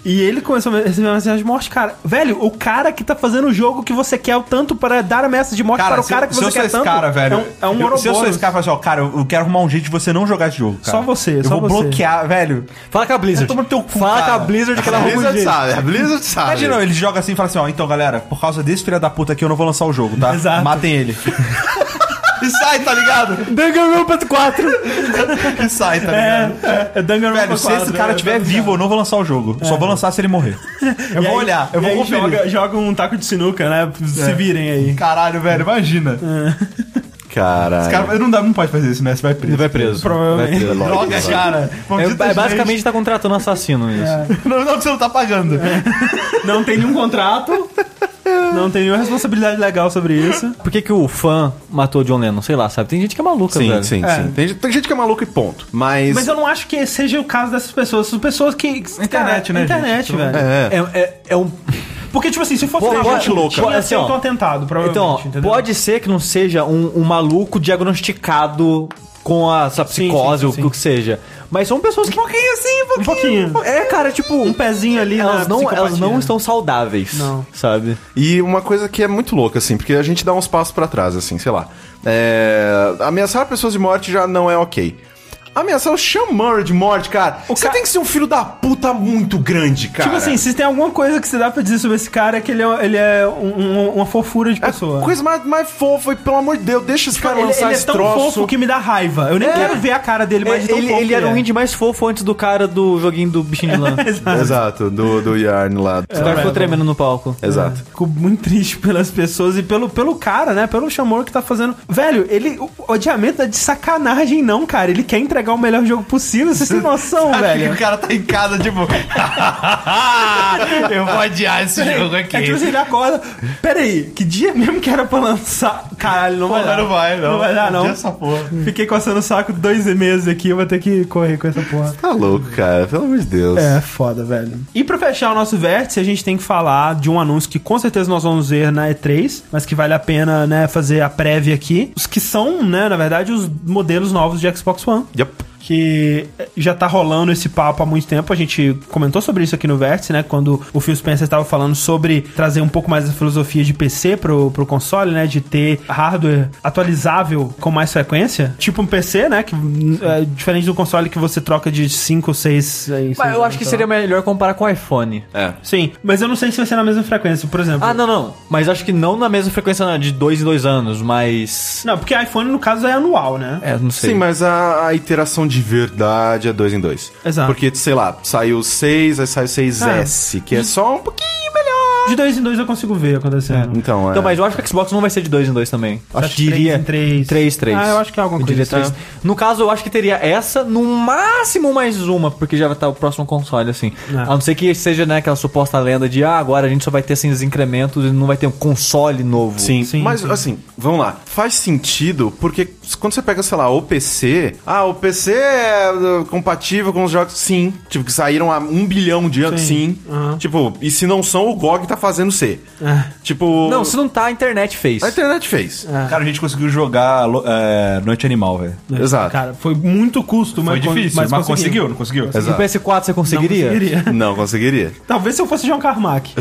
E ele começou a receber ameaça de morte, cara. Velho, o cara que tá fazendo o jogo que você quer o tanto para dar ameaça de morte para o se- cara que se você eu sou quer esse tanto. cara, velho. É um, é um eu- Se eu sou Ouroboros. esse cara, eu falo assim, ó, cara, eu quero arrumar um jeito de você não jogar esse jogo, cara. Só você, Eu só vou você. bloquear, velho. Fala com a Blizzard. Toma no teu cu, Fala cara. com a É Blizzard que ela A arruma um Blizzard jeito. sabe, a Blizzard sabe. Imagina, ele joga assim e fala assim, ó, então galera, por causa desse filho da puta aqui eu não vou lançar o jogo, tá? Exato. Matem ele. e sai, tá ligado? Danganronpa 4. E sai, tá É, ligado? é, é Danganronpa Velho, se esse 4, cara é, estiver é, vivo, eu não vou lançar o jogo. Só vou lançar se ele morrer. E Eu vou aí- olhar, eu e vou aí conferir. Joga, joga um taco de sinuca, né? Se virem aí. É. Caralho, velho, imagina. Caralho. Esse cara não, dá, não pode fazer isso, né? Você vai preso. vai preso. Provavelmente. Vai preso, lógico, Droga, lógico. cara. Maldita É, gente. basicamente tá contratando um assassino isso. Não, não, que você não tá pagando. É. Não tem nenhum contrato. Não tem nenhuma responsabilidade legal sobre isso. Por que, que o fã matou o John Lennon? Sei lá, sabe? Tem gente que é maluca, Sim, velho. sim, É. sim. Tem, gente- tem gente que é maluco e ponto. Mas. Mas eu não acho que seja o caso dessas pessoas. São pessoas que. Internet, né, Internet, gente? velho. É. É, é, é um. Porque, tipo assim, se fosse Pô, uma pode- gente louca, pode- ia assim, ser ó. um atentado, provavelmente. Então, ó, entendeu? pode ser que não seja um, um maluco diagnosticado com a, essa Sim, psicose, sim, ou sim, o que seja. Mas são pessoas que. Um pouquinho assim, um pouquinho. É, cara, tipo. Um pezinho ali elas, na não, elas psicopatia. não estão saudáveis. Não. Sabe? E uma coisa que é muito louca, assim, porque a gente dá uns passos pra trás, assim, sei lá. É, Ameaçar pessoas de morte já não é ok. Ameaçar o Sean Murray de morte, cara. Você ca- tem que ser um filho da puta muito grande, cara. Tipo assim, se tem alguma coisa que se dá pra dizer sobre esse cara, é que ele é, ele é um- um- uma fofura de é pessoa. coisa mais, mais fofa e pelo amor de Deus, deixa esse cara Ele, lançar ele é esse tão troço. fofo que me dá raiva. Eu nem quero ver a cara dele, mas de tão ele fofo ele que era é. um indie mais fofo antes do cara do joguinho do bichinho de lã. O Exato, do, do Yarn lá. É. Tá. cara ficou tremendo no palco. Exato. Fico muito triste pelas pessoas e pelo, pelo cara, né? Pelo Chamor que tá fazendo. Velho, ele. O o adiamento é de sacanagem, não, cara. Ele quer entregar o melhor jogo possível. Vocês têm noção, Que velho. o cara tá em casa, tipo. Eu vou adiar esse jogo aqui. É tipo assim, ele acorda. Pera aí, que dia mesmo que era pra lançar? Caralho, não vai Porra, dar. não vai, não. Não Um vai dar, não. Dia essa porra. Fiquei coçando o saco dois meses aqui, eu vou ter que correr com essa porra. Tá louco, cara, pelo amor de Deus. É, foda, velho. E pra fechar o nosso vértice, a gente tem que falar de um anúncio que com certeza nós vamos ver na E3, mas que vale a pena, né, fazer a prévia aqui. Os que são, né, na verdade, os modelos novos de Xbox One. Yep. Que já tá rolando esse papo há muito tempo. A gente comentou sobre isso aqui no Vértice, né? Quando o Phil Spencer estava falando sobre trazer um pouco mais da filosofia de PC pro, pro console, né? De ter hardware atualizável com mais frequência. Tipo um PC, né? Que hum, é diferente do console que você troca de 5, 6. Mas eu acho que seria melhor comparar com o iPhone. É. Sim, mas eu não sei se vai ser na mesma frequência, por exemplo. Ah, não, não. Mas acho que não na mesma frequência não, de dois em dois anos, mas. Não, porque iPhone, no caso, é anual, né? É, não sei. Sim, mas a, a iteração de verdade é dois em dois. Exato. Porque, sei lá, saiu 6, aí saiu 6S, que é só um pouquinho melhor. De dois em dois eu consigo ver acontecendo. Então, é. Então, mas eu acho que o Xbox não vai ser de 2 em 2 também. Eu acho que três diria em três. 3 3. Ah, eu acho que é alguma coisa assim. No caso, eu acho que teria essa, no máximo mais uma, porque já vai estar o próximo console assim. É. A não ser que seja né, aquela suposta lenda de ah, agora a gente só vai ter esses incrementos e não vai ter um console novo. Sim, Sim, mas sim. assim, vamos lá. Faz sentido porque quando você pega, sei lá, o PC. Ah, o PC é uh, compatível com os jogos. Sim. Tipo, que saíram há um bilhão de anos. Sim. Sim. Aham. Tipo, e se não são, o GOG tá fazendo ser. É. Tipo. Não, se não tá, a internet fez. a internet fez. Cara, a gente conseguiu jogar lo- é, Noite Animal, velho. Exato. Cara, foi muito custo, Foi mas con- difícil, mas, conseguiu, não conseguiu? No Exato. PS4 você conseguiria? Conseguiria. Não conseguiria. Talvez se eu fosse João Carmack.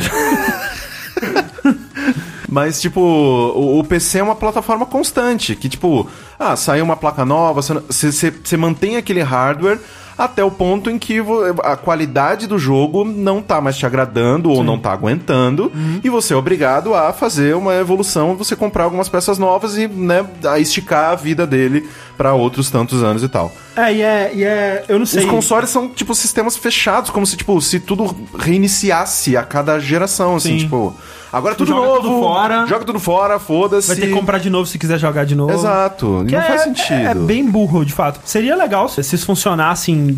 Mas, tipo, o, o PC é uma plataforma constante. Que, tipo, ah, saiu uma placa nova, você- você você- você mantém aquele hardware até o ponto em que vo- a qualidade do jogo não tá mais te agradando ou não tá aguentando. E você é obrigado a fazer uma evolução, você comprar algumas peças novas e, né, a esticar a vida dele pra outros tantos anos e tal. É, e é, e é. Eu não sei. Os consoles são, tipo, sistemas fechados, como se, tipo, se tudo reiniciasse a cada geração, assim, Sim. tipo... Agora é Tu tudo joga novo, tudo fora. joga tudo fora, foda-se. Vai ter que comprar de novo se quiser jogar de novo. Exato, Que não é- faz é- sentido. É, bem burro, de fato. Seria legal se se isso funcionassem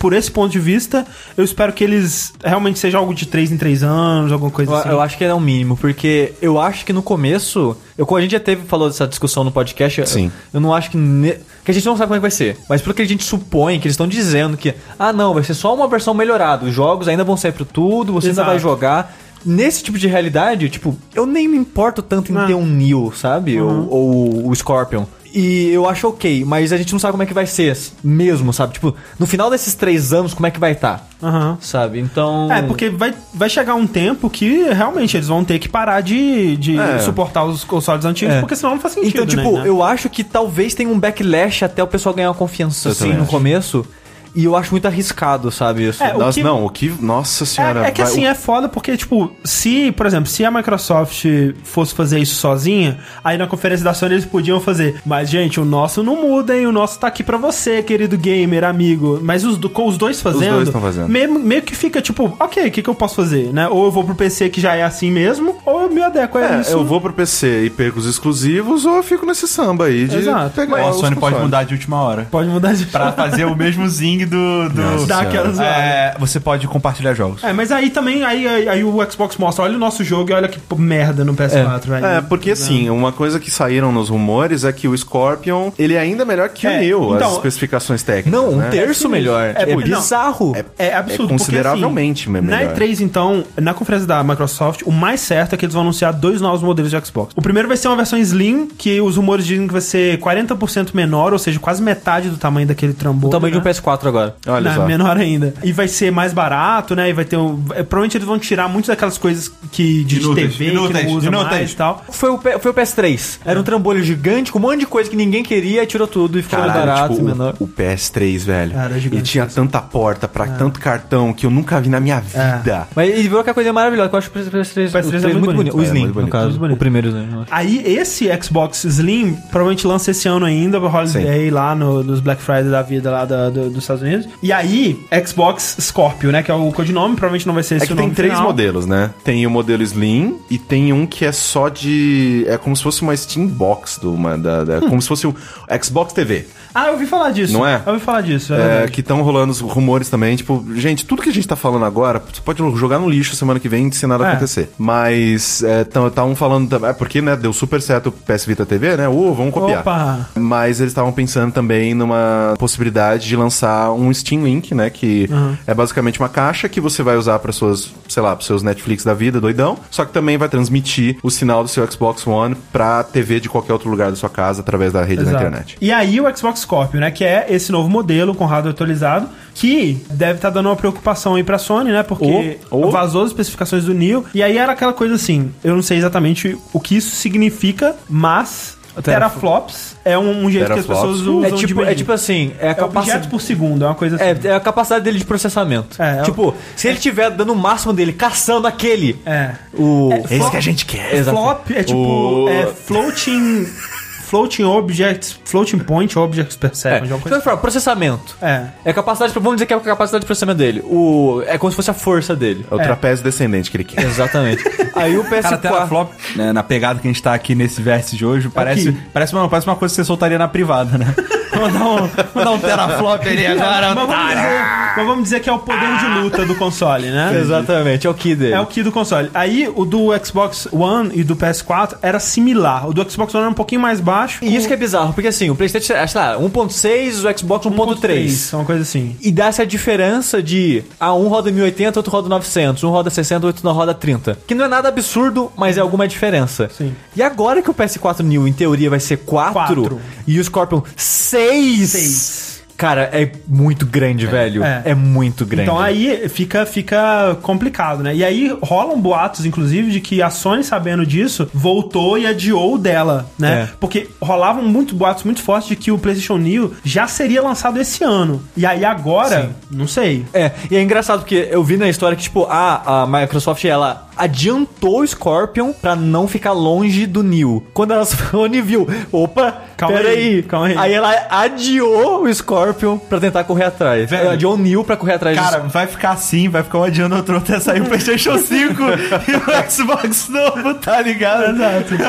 por esse ponto de vista. Eu espero que eles realmente seja algo de 3 em 3 anos, alguma coisa Eu, assim. eu acho que é o mínimo, porque eu acho que no começo. Eu, a gente já teve, falou dessa discussão no podcast. eu- Eu, Sim. não acho que. ne- que a gente não sabe como é que vai ser. Mas pelo que a gente supõe, que eles estão dizendo que. Ah, não, vai ser só uma versão melhorada. Os jogos ainda vão sair pro tudo, você Exato. ainda vai jogar. Nesse tipo de realidade, tipo, eu nem me importo tanto em Ah. Uhum. ter um Neo, sabe? Ou, ou o Scorpion. E eu acho ok, mas a gente não sabe como é que vai ser mesmo, sabe? Tipo, no final desses três anos, como é que vai estar? Aham. Sabe? Então. Ah. Hum. É, porque vai, vai chegar um tempo que realmente eles vão ter que parar de, de É. suportar os consoles antigos, É. porque senão não faz sentido. Então, né, tipo, né? eu acho que talvez tenha um backlash até o pessoal ganhar uma confiança, assim, também no acho. começo. E eu acho muito arriscado, sabe, isso. É, o Nossa, que- Não, o que... Nossa senhora. É, é que vai- assim, o- é foda porque, tipo, se, por exemplo, se a Microsoft fosse fazer isso sozinha, aí na conferência da Sony eles podiam fazer. Mas, gente, o nosso não muda, hein? O nosso tá aqui pra você, querido gamer, amigo. Mas os, do- com os dois fazendo. dois tão fazendo. Meio, meio que fica, tipo, ok, o que, que eu posso fazer, né? Ou eu vou pro PC que já é assim mesmo, ou eu me adequo a é, isso. eu vou pro PC e perco os exclusivos ou eu fico nesse samba aí de Exato. pegar Ou a os Sony pode consoles. mudar de última hora. Pode mudar de Pra fazer o mesmo zing do. do- Nossa Dá aquela zoada. É, você pode compartilhar jogos. É, mas aí também, aí, aí, aí o Xbox mostra, olha o nosso jogo e olha que p- merda no PS4, velho. É, porque assim, uma coisa que saíram nos rumores é que o Scorpion, ele é ainda melhor que É, o Neo, então- as especificações técnicas. Não, um né? terço melhor. É, É, não. bizarro. É absurdo. É porque, consideravelmente assim, melhor. Na E3, então, na conferência da Microsoft, o mais certo é que eles vão anunciar dois novos modelos de Xbox. O primeiro vai ser uma versão Slim, que os rumores dizem que vai ser 40% menor, ou seja, quase metade do tamanho daquele trambolho. o tamanho né? de um PS4 agora. Olha Não, só. menor ainda. E vai ser mais barato, né? E vai ter um... é, Provavelmente eles vão tirar muitas daquelas coisas que de Inúteis, TV, que inúteis, não usa inúteis. mais e tal. Foi o, P- foi o PS3. Era um trambolho gigante com um monte de coisa que ninguém queria e tirou tudo e ficou mais Caralho, barato tipo, e menor. o, o PS3, velho. Cara, é gigante. É. ele tinha tanta porta pra tanto cartão que eu nunca vi na minha vida. Tá. Mas ele virou que a coisa é maravilhosa. que Eu acho que o PS3, PS3 é o três muito bonito. O É, Slim, muito bonito. no Muito caso. bonito. O primeiro Slim. eu acho. Aí, esse Xbox Slim provavelmente lança esse ano ainda, pro Holiday lá no- nos Black Friday da vida lá da- do- dos Estados Unidos. E aí, Xbox Scorpio, né? Que é o codinome, provavelmente não vai ser esse É que o tem nome três final. modelos, né? Tem o modelo Slim e tem um que é só de. É como se fosse uma Steam Box, do, uma, da, da- como se fosse o Xbox TV. Ah, eu ouvi falar disso. Não é? Eu ouvi falar disso, é, É, verdade. que estão rolando os rumores também. Tipo, gente, tudo que a gente tá falando agora, você pode jogar no lixo semana que vem se nada É. acontecer. Mas estavam falando também. É porque, né, deu super certo o PS Vita TV, né? Uh, vamos copiar. Opa! Mas eles estavam pensando também numa possibilidade de lançar um Steam Link, né? Que é basicamente uma caixa que você vai usar para suas, sei lá, pros seus Netflix da vida, doidão. Só que também vai transmitir o sinal do seu Xbox One pra TV de qualquer outro lugar da sua casa através da rede da Exato. internet. E aí o Xbox Scorpio, né, que é esse novo modelo com hardware atualizado, que deve estar dando uma preocupação aí pra Sony, né, porque Oh, oh. vazou as especificações do Neo, e aí era aquela coisa assim, eu não sei exatamente o que isso significa, mas teraflops é um, um jeito que as Teraflops. pessoas usam É de tipo, é medir. tipo assim, é a É objetos capacidade. por segundo, é uma coisa assim. É, é a capacidade dele de processamento. É, é o- tipo, se ele tiver dando o máximo dele, caçando aquele. É. O. É, flop- gente quer. Exato. Flop é tipo O- é floating Floating Objects, Floating Point Objects Perception. É. alguma Então, coisa eu falo, processamento. É. É a capacidade, vamos dizer que é a capacidade de processamento dele. O, é como se fosse a força dele. É o trapézio descendente que ele quer. Exatamente. Aí o PS4. Cara, teraflop, né, na pegada que a gente tá aqui nesse vértice de Tá hoje, parece, parece, uma, parece uma coisa que você soltaria na privada, né? Vamos dar um, vamos dar um teraflop ali agora, Mas vamos, otário. dizer, mas vamos dizer que é o poder de luta do console, né? Exatamente, é o que dele. É o que do console. Aí o do Xbox One e do PS4 era similar. O do Xbox One era um pouquinho mais baixo. E isso que é bizarro, porque assim, o PlayStation, acho lá, 1.6, o Xbox 1.3. Uma coisa assim. E dá essa diferença de ah, um roda 1080, outro roda 900, um roda 60, outro não roda 30. Que não é nada absurdo, mas é alguma diferença. Sim. E agora que o PS4 New, em teoria, vai ser 4, Quatro. e o Scorpion 6. Seis. Cara, é muito grande, velho. É. É. muito grande. Então aí fica, fica complicado, né? E aí rolam boatos, inclusive, de que a Sony, sabendo disso, voltou e adiou o dela, né? É. Porque rolavam muito boatos muito fortes de que o PlayStation Neo já seria lançado esse ano. E aí agora, não sei. É, e é engraçado porque eu vi na história que, tipo, a, a Microsoft, ela adiantou o Scorpion pra não ficar longe do Neo. Quando a Sony viu, opa, Calma peraí. aí, calma aí. ela adiou o Scorpion pra tentar correr atrás. Velho. Ela adiou o Neo pra correr atrás Cara, vai ficar assim, vai ficar um adiando outro até sair o PlayStation 5 e o Xbox novo, tá ligado?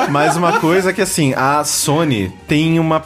Mas uma coisa é que, assim, a Sony tem uma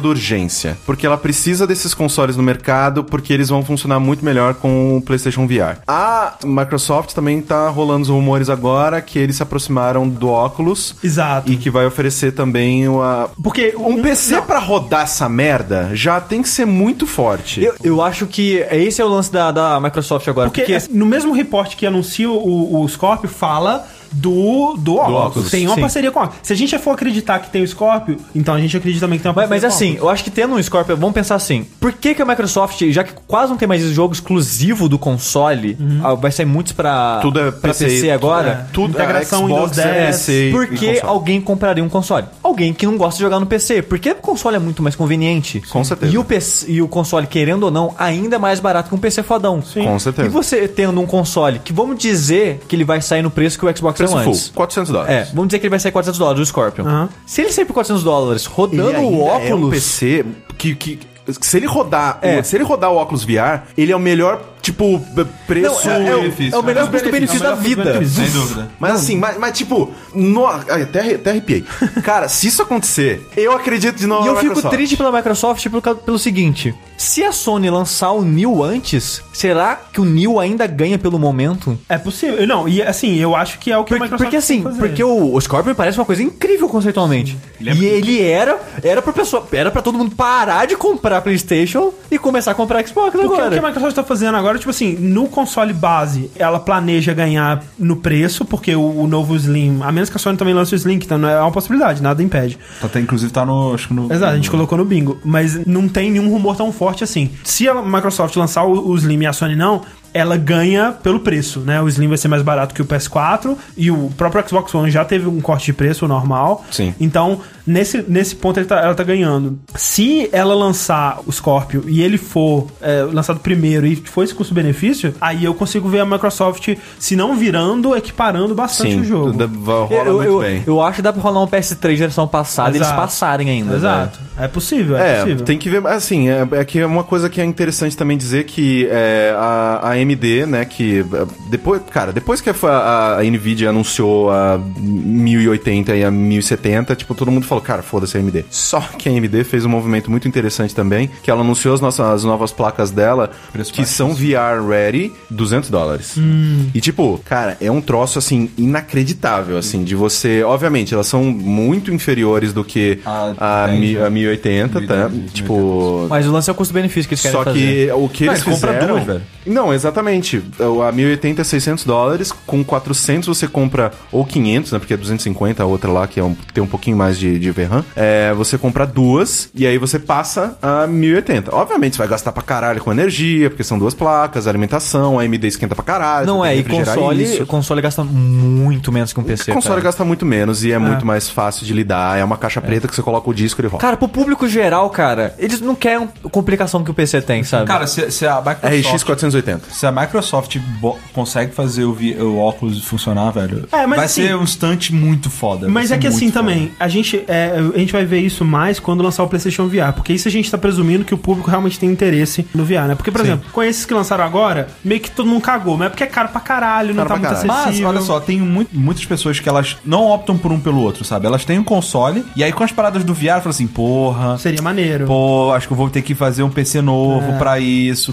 pseudo-urgência. Porque ela precisa desses consoles no mercado, porque eles vão funcionar muito melhor com o PlayStation VR. A Microsoft também tá rolando os rumores agora que eles se aproximaram do óculos. Exato. E que vai oferecer também uma... Porque Um PC não. pra rodar essa merda já tem que ser muito forte. Eu, eu acho que esse é o lance da, da Microsoft agora. Porque assim, no mesmo reporte que anuncia o, o Scorpio, fala do, do Oculus. Oculus, Tem uma sim. parceria com o Oculus. Se a gente for acreditar que tem o Scorpio, então a gente acredita também que tem uma Mas, parceria mas assim, eu acho que tendo um Scorpio, vamos pensar assim: por que, que a Microsoft, já que quase não tem mais esse jogo exclusivo do console, ah, vai sair muitos pra, Tudo é pra PC, PC, agora? Uhum. É, Tudo Integração a Xbox Windows 10, PC, Por e que console. alguém compraria um console? Alguém que não gosta de jogar no PC. Porque o console é muito mais conveniente. Com certeza. E o, PC, e o console, querendo ou não, ainda é mais barato que um PC fodão. Sim. Com certeza. E você tendo um console que vamos dizer que ele vai sair no preço que o Xbox Preço One full, antes. 400 dólares. É, vamos dizer que ele vai sair 400 dólares, o Scorpion. Aham. Se ele sair por 400 dólares Ele rodando ainda o É um óculos... PC que, que- que se ele rodar, É. o- se ele rodar o óculos VR, ele é o melhor tipo b- preço. Não, é- é o- benefício. é o melhor custo-benefício da vida. Sem dúvida. Mas assim, mas, mas, tipo, no- ai, até, arre- até arrepiei. Cara, se isso acontecer, eu acredito de novo E eu na fico Microsoft. triste pela Microsoft pelo, ca- pelo seguinte: se a Sony lançar o New antes, será que o New ainda ganha pelo momento? É possível. Não, e assim, eu acho que é o que a Porque, Microsoft porque tem assim, que fazer. porque o, o Scorpion parece uma coisa incrível conceitualmente. e ele era, era pra pessoa, era pra todo mundo parar de comprar Playstation e começar a comprar Xbox Porque o que a agora. Microsoft tá fazendo agora, tipo assim, no console base, ela planeja ganhar no preço, porque o, o novo Slim, a menos que a Sony também lance o Slim, que tá- não é uma possibilidade, nada impede. Tá, tá, inclusive tá no. Acho que no Exato, a gente colocou no bingo. Mas não tem nenhum rumor tão forte assim. Se a Microsoft lançar o, o Slim e a Sony não, ela ganha pelo preço, né? O Slim vai ser mais barato que o PS4 e o próprio Xbox One já teve um corte de preço normal. Sim. Então, nesse, nesse ponto ele tá- ela tá ganhando. Se ela lançar o Scorpio e ele for é, lançado primeiro e for esse custo-benefício, aí eu consigo ver a Microsoft, se não virando, equiparando bastante Sim, o jogo. da- va- rola Eu, muito eu, bem. eu acho que dá pra rolar um PS3 geração passada e eles Exato. passarem ainda. né? Exato. É possível, é, É, possível. tem que ver, assim, é, é que é uma coisa que é interessante também dizer que é, a, a AMD, né, que é, depois, cara, depois que a, a- a Nvidia anunciou a 1080 e a 1070, tipo, todo mundo falou, cara, foda-se a AMD. Só que a AMD fez um movimento muito interessante também, que ela anunciou as nossas as novas placas dela, Preço que baixo. são VR ready, 200 dólares. Hum. E tipo, cara, é um troço assim inacreditável assim, de você, obviamente, elas são muito inferiores do que A a, mi- 10, a 1080, tá? 1080. Tipo, Mas o lance é o custo-benefício que eles querem só fazer. que o que Mas eles compra fizeram... duas, velho. Não, exatamente. A 1080 é 600 dólares, com 400 você compra, ou 500, né, porque é 250 a outra lá, que é um- tem um pouquinho mais de, de VRAM. É, você compra duas, e aí você passa a 1080. Obviamente, você vai gastar pra caralho com energia, porque são duas placas, alimentação, a AMD esquenta pra caralho. Não você é, tem e que refrigerar console, isso. console gasta muito menos que um PC. console cara. É. gasta muito menos e é, muito mais fácil de lidar. É uma caixa é preta que você coloca o disco e ele roda. Cara, pro, pro público geral, cara, eles não querem complicação que o PC tem, sabe? Cara, se, se a É, Microsoft... RX 480. se a Microsoft bo- consegue fazer o, vi- o óculos funcionar, velho, É, mas vai assim- ser um stunt muito foda. vai Mas ser é que assim muito foda. também, a gente, é, a gente vai ver isso mais quando lançar o PlayStation VR, porque isso a gente tá presumindo que o público realmente tem interesse no VR, né? Porque, por exemplo, com esses que lançaram agora, meio que todo mundo cagou, mas é porque é caro pra caralho, não Caro tá muito pra caralho. Mas, acessível. olha só, tem mu- muitas pessoas que elas não optam por um pelo outro, sabe? Elas têm um console, e aí com as paradas do VR, falam assim, porra, Seria maneiro. Pô, acho que eu vou ter que fazer um PC novo pra isso,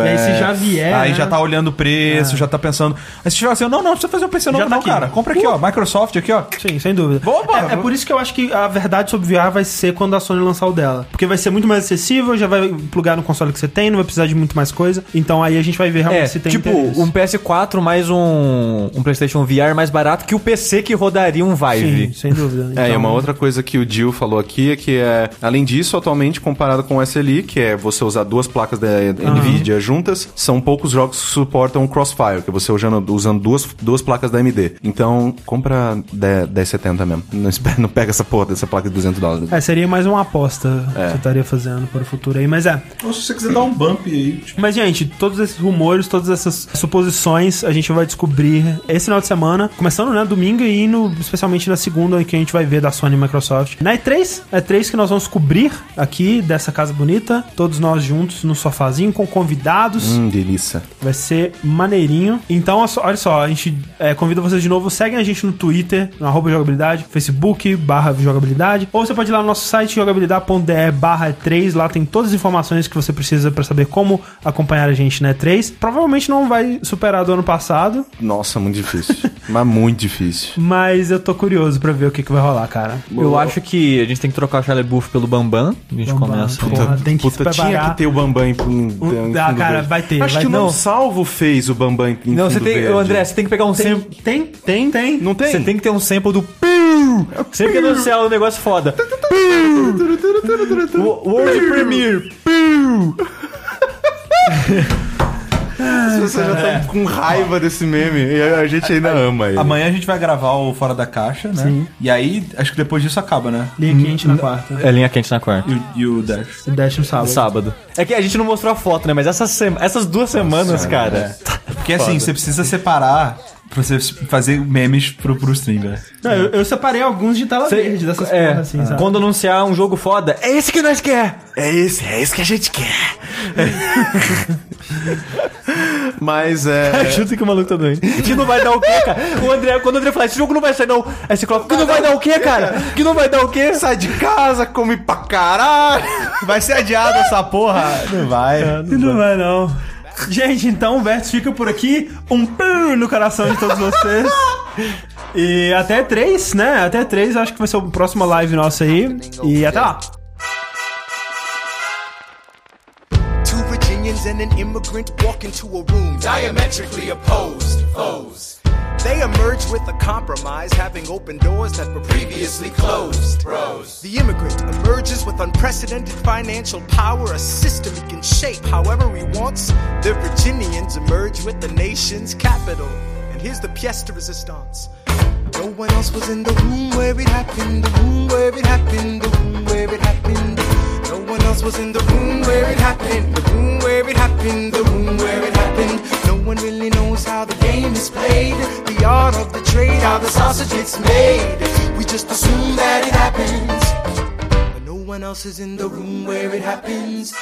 É. E aí é. se já vier, né? Aí É. já tá olhando o preço, já tá pensando. Aí você chega assim, não, não, não precisa fazer um PC novo, tá não, aqui. cara. Compra aqui, ó. Microsoft aqui, ó. Sim, sem dúvida. Opa! é, é por isso que eu acho que a verdade sobre VR vai ser quando a Sony lançar o dela. Porque vai ser muito mais acessível, já vai plugar no console que você tem, não vai precisar de muito mais coisa. Então aí a gente vai ver realmente É, se tem tipo, interesse. um PS4 mais um, um PlayStation VR mais barato que o PC que rodaria um Vive. Sim, sem dúvida. Então, É, e uma outra coisa que o Jill falou aqui é que, é, além disso, atualmente, comparado com o SLI, que é você usar duas placas da NVIDIA juntas, são poucos jogos que suportam o Crossfire, que é você usando, usando duas, duas placas da AMD. Então, compra 10, 1070 mesmo. Não, espera- não pega essa porra dessa placa de 200 dólares. É, seria mais uma aposta que você estaria fazendo para o futuro aí, mas é. Ou se você quiser dar um bump aí, tipo. Mas, gente, todos esses rumores, todas essas suposições, a gente vai descobrir esse final de semana, começando, né, domingo e indo, especialmente na segunda, que a gente vai ver da Sony e Microsoft. Na E3, é três que nós vamos cobrir aqui dessa casa bonita, todos nós juntos no sofazinho, com convidados. Hum, delícia. Vai ser maneirinho. Então, olha só, a gente é, convida vocês de novo. Seguem a gente no Twitter, no arroba jogabilidade, Facebook, barra jogabilidade. Ou você pode ir lá no nosso site, jogabilidade.de barra 3. Lá tem todas as informações que você precisa pra saber como acompanhar a gente na E3. Provavelmente não vai superar do ano passado, Nossa, muito difícil. Mas muito difícil. mas eu tô curioso pra ver o que, que vai rolar, cara. Eu acho que a gente tem que trocar o Charlie Buff pelo Bambam. A gente Bambam, começa. então. porra, tem que se Puta, tinha preparar. que ter o Bambam em fundo. Um- ah, cara, vai ter, Acho vai que o ter. não. Salvo fez o Bambam em fundo Não, você tem. verde. ô, André, você tem que pegar um Tem, sample. tem, tem, tem. Não tem? Você tem que ter um sample do Piu! Sempre que anunciar um negócio foda. Piu! Wo- World Premiere! Vocês já estão com raiva desse meme. E a gente ainda ama ele. Amanhã a gente vai gravar o Fora da Caixa, né? E aí, acho que depois disso acaba, né? Linha quente na quarta. É linha quente na quarta. E, o- e o Dash. Se desce no sábado. Sábado. É que a gente não mostrou a foto, né? Mas essas, sema- essas duas é. semanas, cara. Porque assim, você precisa separar pra você fazer memes pro, pro stream, velho. Não, eu, eu separei alguns de tela Cê- verde dessas é, porra, assim, sabe? Quando anunciar um jogo foda, é esse que nós quer! É esse, é esse que a gente quer. Mas é. Chuta que o maluco tá doente. Que não vai dar o quê, cara? O André, quando o André fala, esse jogo não vai sair, não. Aí você coloca, que não vai dar o quê, cara? Que não vai dar o quê? Sai de casa, come pra caralho. Vai ser adiado essa porra? Não vai. Não vai não. Gente, então o Verso fica por aqui. Um pum no coração de todos vocês. E até três, né? Até três, acho que vai ser o próximo live nosso aí. E até lá. Two Virginians and an immigrant walk into a room, diametrically opposed foes. They emerge with a compromise, having opened doors that were previously closed. Bros. The immigrant emerges with unprecedented financial power, a system he can shape however he wants. The Virginians emerge with the nation's capital. And here's the pièce de resistance. No one else was in the room where it happened, the room where it happened, the room where it happened. No one else was in the room where it happened, the room where it happened, the room where it happened. No one really knows how the game is played, the art of the trade, how the sausage gets made. We just assume that it happens, but no one else is in the room where it happens.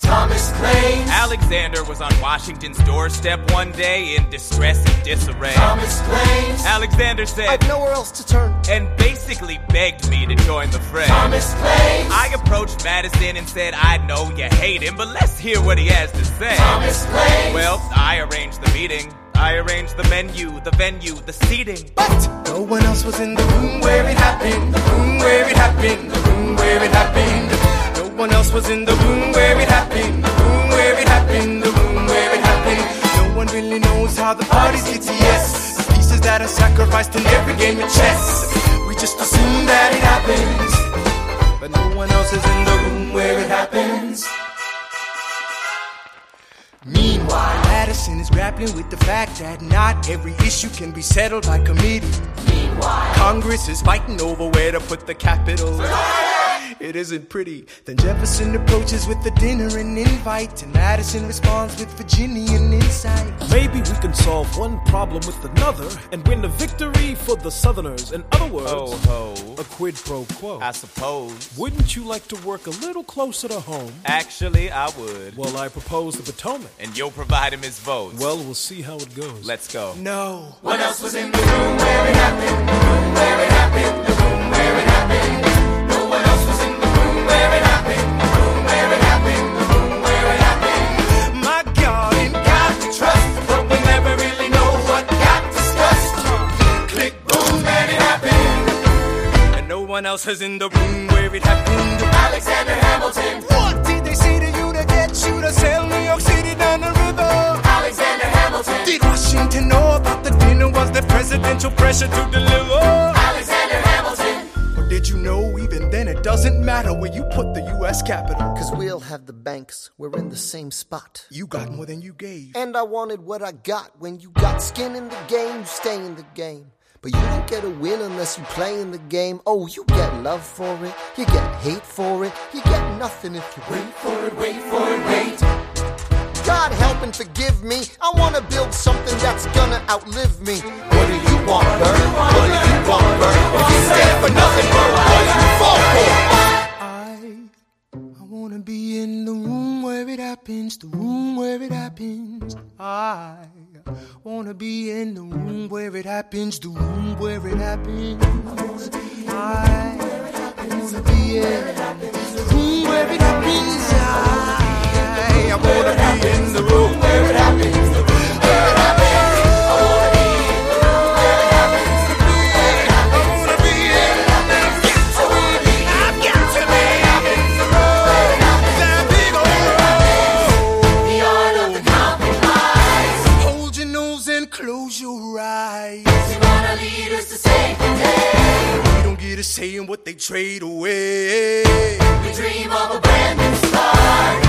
Thomas claims. Alexander was on Washington's doorstep one day in distress and disarray. Thomas claims. Alexander said, I've nowhere else to turn. and basically begged me to join the fray. Thomas claims. I approached Madison and said, I know you hate him, but let's hear what he has to say. Thomas claims. Well, I arranged the meeting. I arranged the menu, the venue, the seating. But no one else was in the room where it happened. The room where it happened. The room where it happened. No one else was in the room where it happened. The room where it happened. The room where it happened. No one really knows how the parties get to yes. The pieces that are sacrificed in every game of chess. We just assume that it happens. But no one else is in the room where it happens. Meanwhile, at a lesson is grappling with the fact that not every issue can be settled by committee. Congress is fighting over where to put the capital. It isn't pretty. Then Jefferson approaches with a dinner and invite, and Madison responds with Virginian insight. Maybe we can solve one problem with another and win the victory for the Southerners. In other words, Ho, ho. a quid pro quo. I suppose. Wouldn't you like to work a little closer to home? Actually, I would. Well, I propose the Potomac. And you'll provide him his votes. Well, we'll see how it goes. let's go. No. My God, in God we trust, but we never really know what got discussed. Click, boom, and it happened. And no one else is in the room where it happened. Alexander Hamilton. What did they say to you to get you to sail New York City down the river? Alexander Hamilton. Did Washington know about the dinner? Was there presidential pressure to deliver? Alexander Hamilton. Or did you know even then it doesn't matter where you put the U.S. capital? Cause we'll have the banks, we're in the same spot. You got more than you gave. And I wanted what I got. When you got skin in the game, you stay in the game. But you don't get a win unless you play in the game. Oh, you get love for it, you get hate for it, you get nothing if you wait for it, wait for it, wait. God help and forgive me. I wanna build something that's gonna outlive me. What do you want, Bert? What do you want, Bert? If you stand for nothing, Bert, what do you fall for? I I wanna be in the room where it happens, the room where it happens. I wanna be in the room where it happens, the room where it happens. I wanna be in the room where it happens. I I wanna be in the room where it happens. the room where it happens. I wanna be in the room where it happens, the room where it happens. I wanna be in the room where it happens. I wanna be I've got to be in the room where it happens. That big old road. The art of the compromise. Hold your nose and close your eyes. We don't get a say in what they trade away. dream of a brand new start. Oh,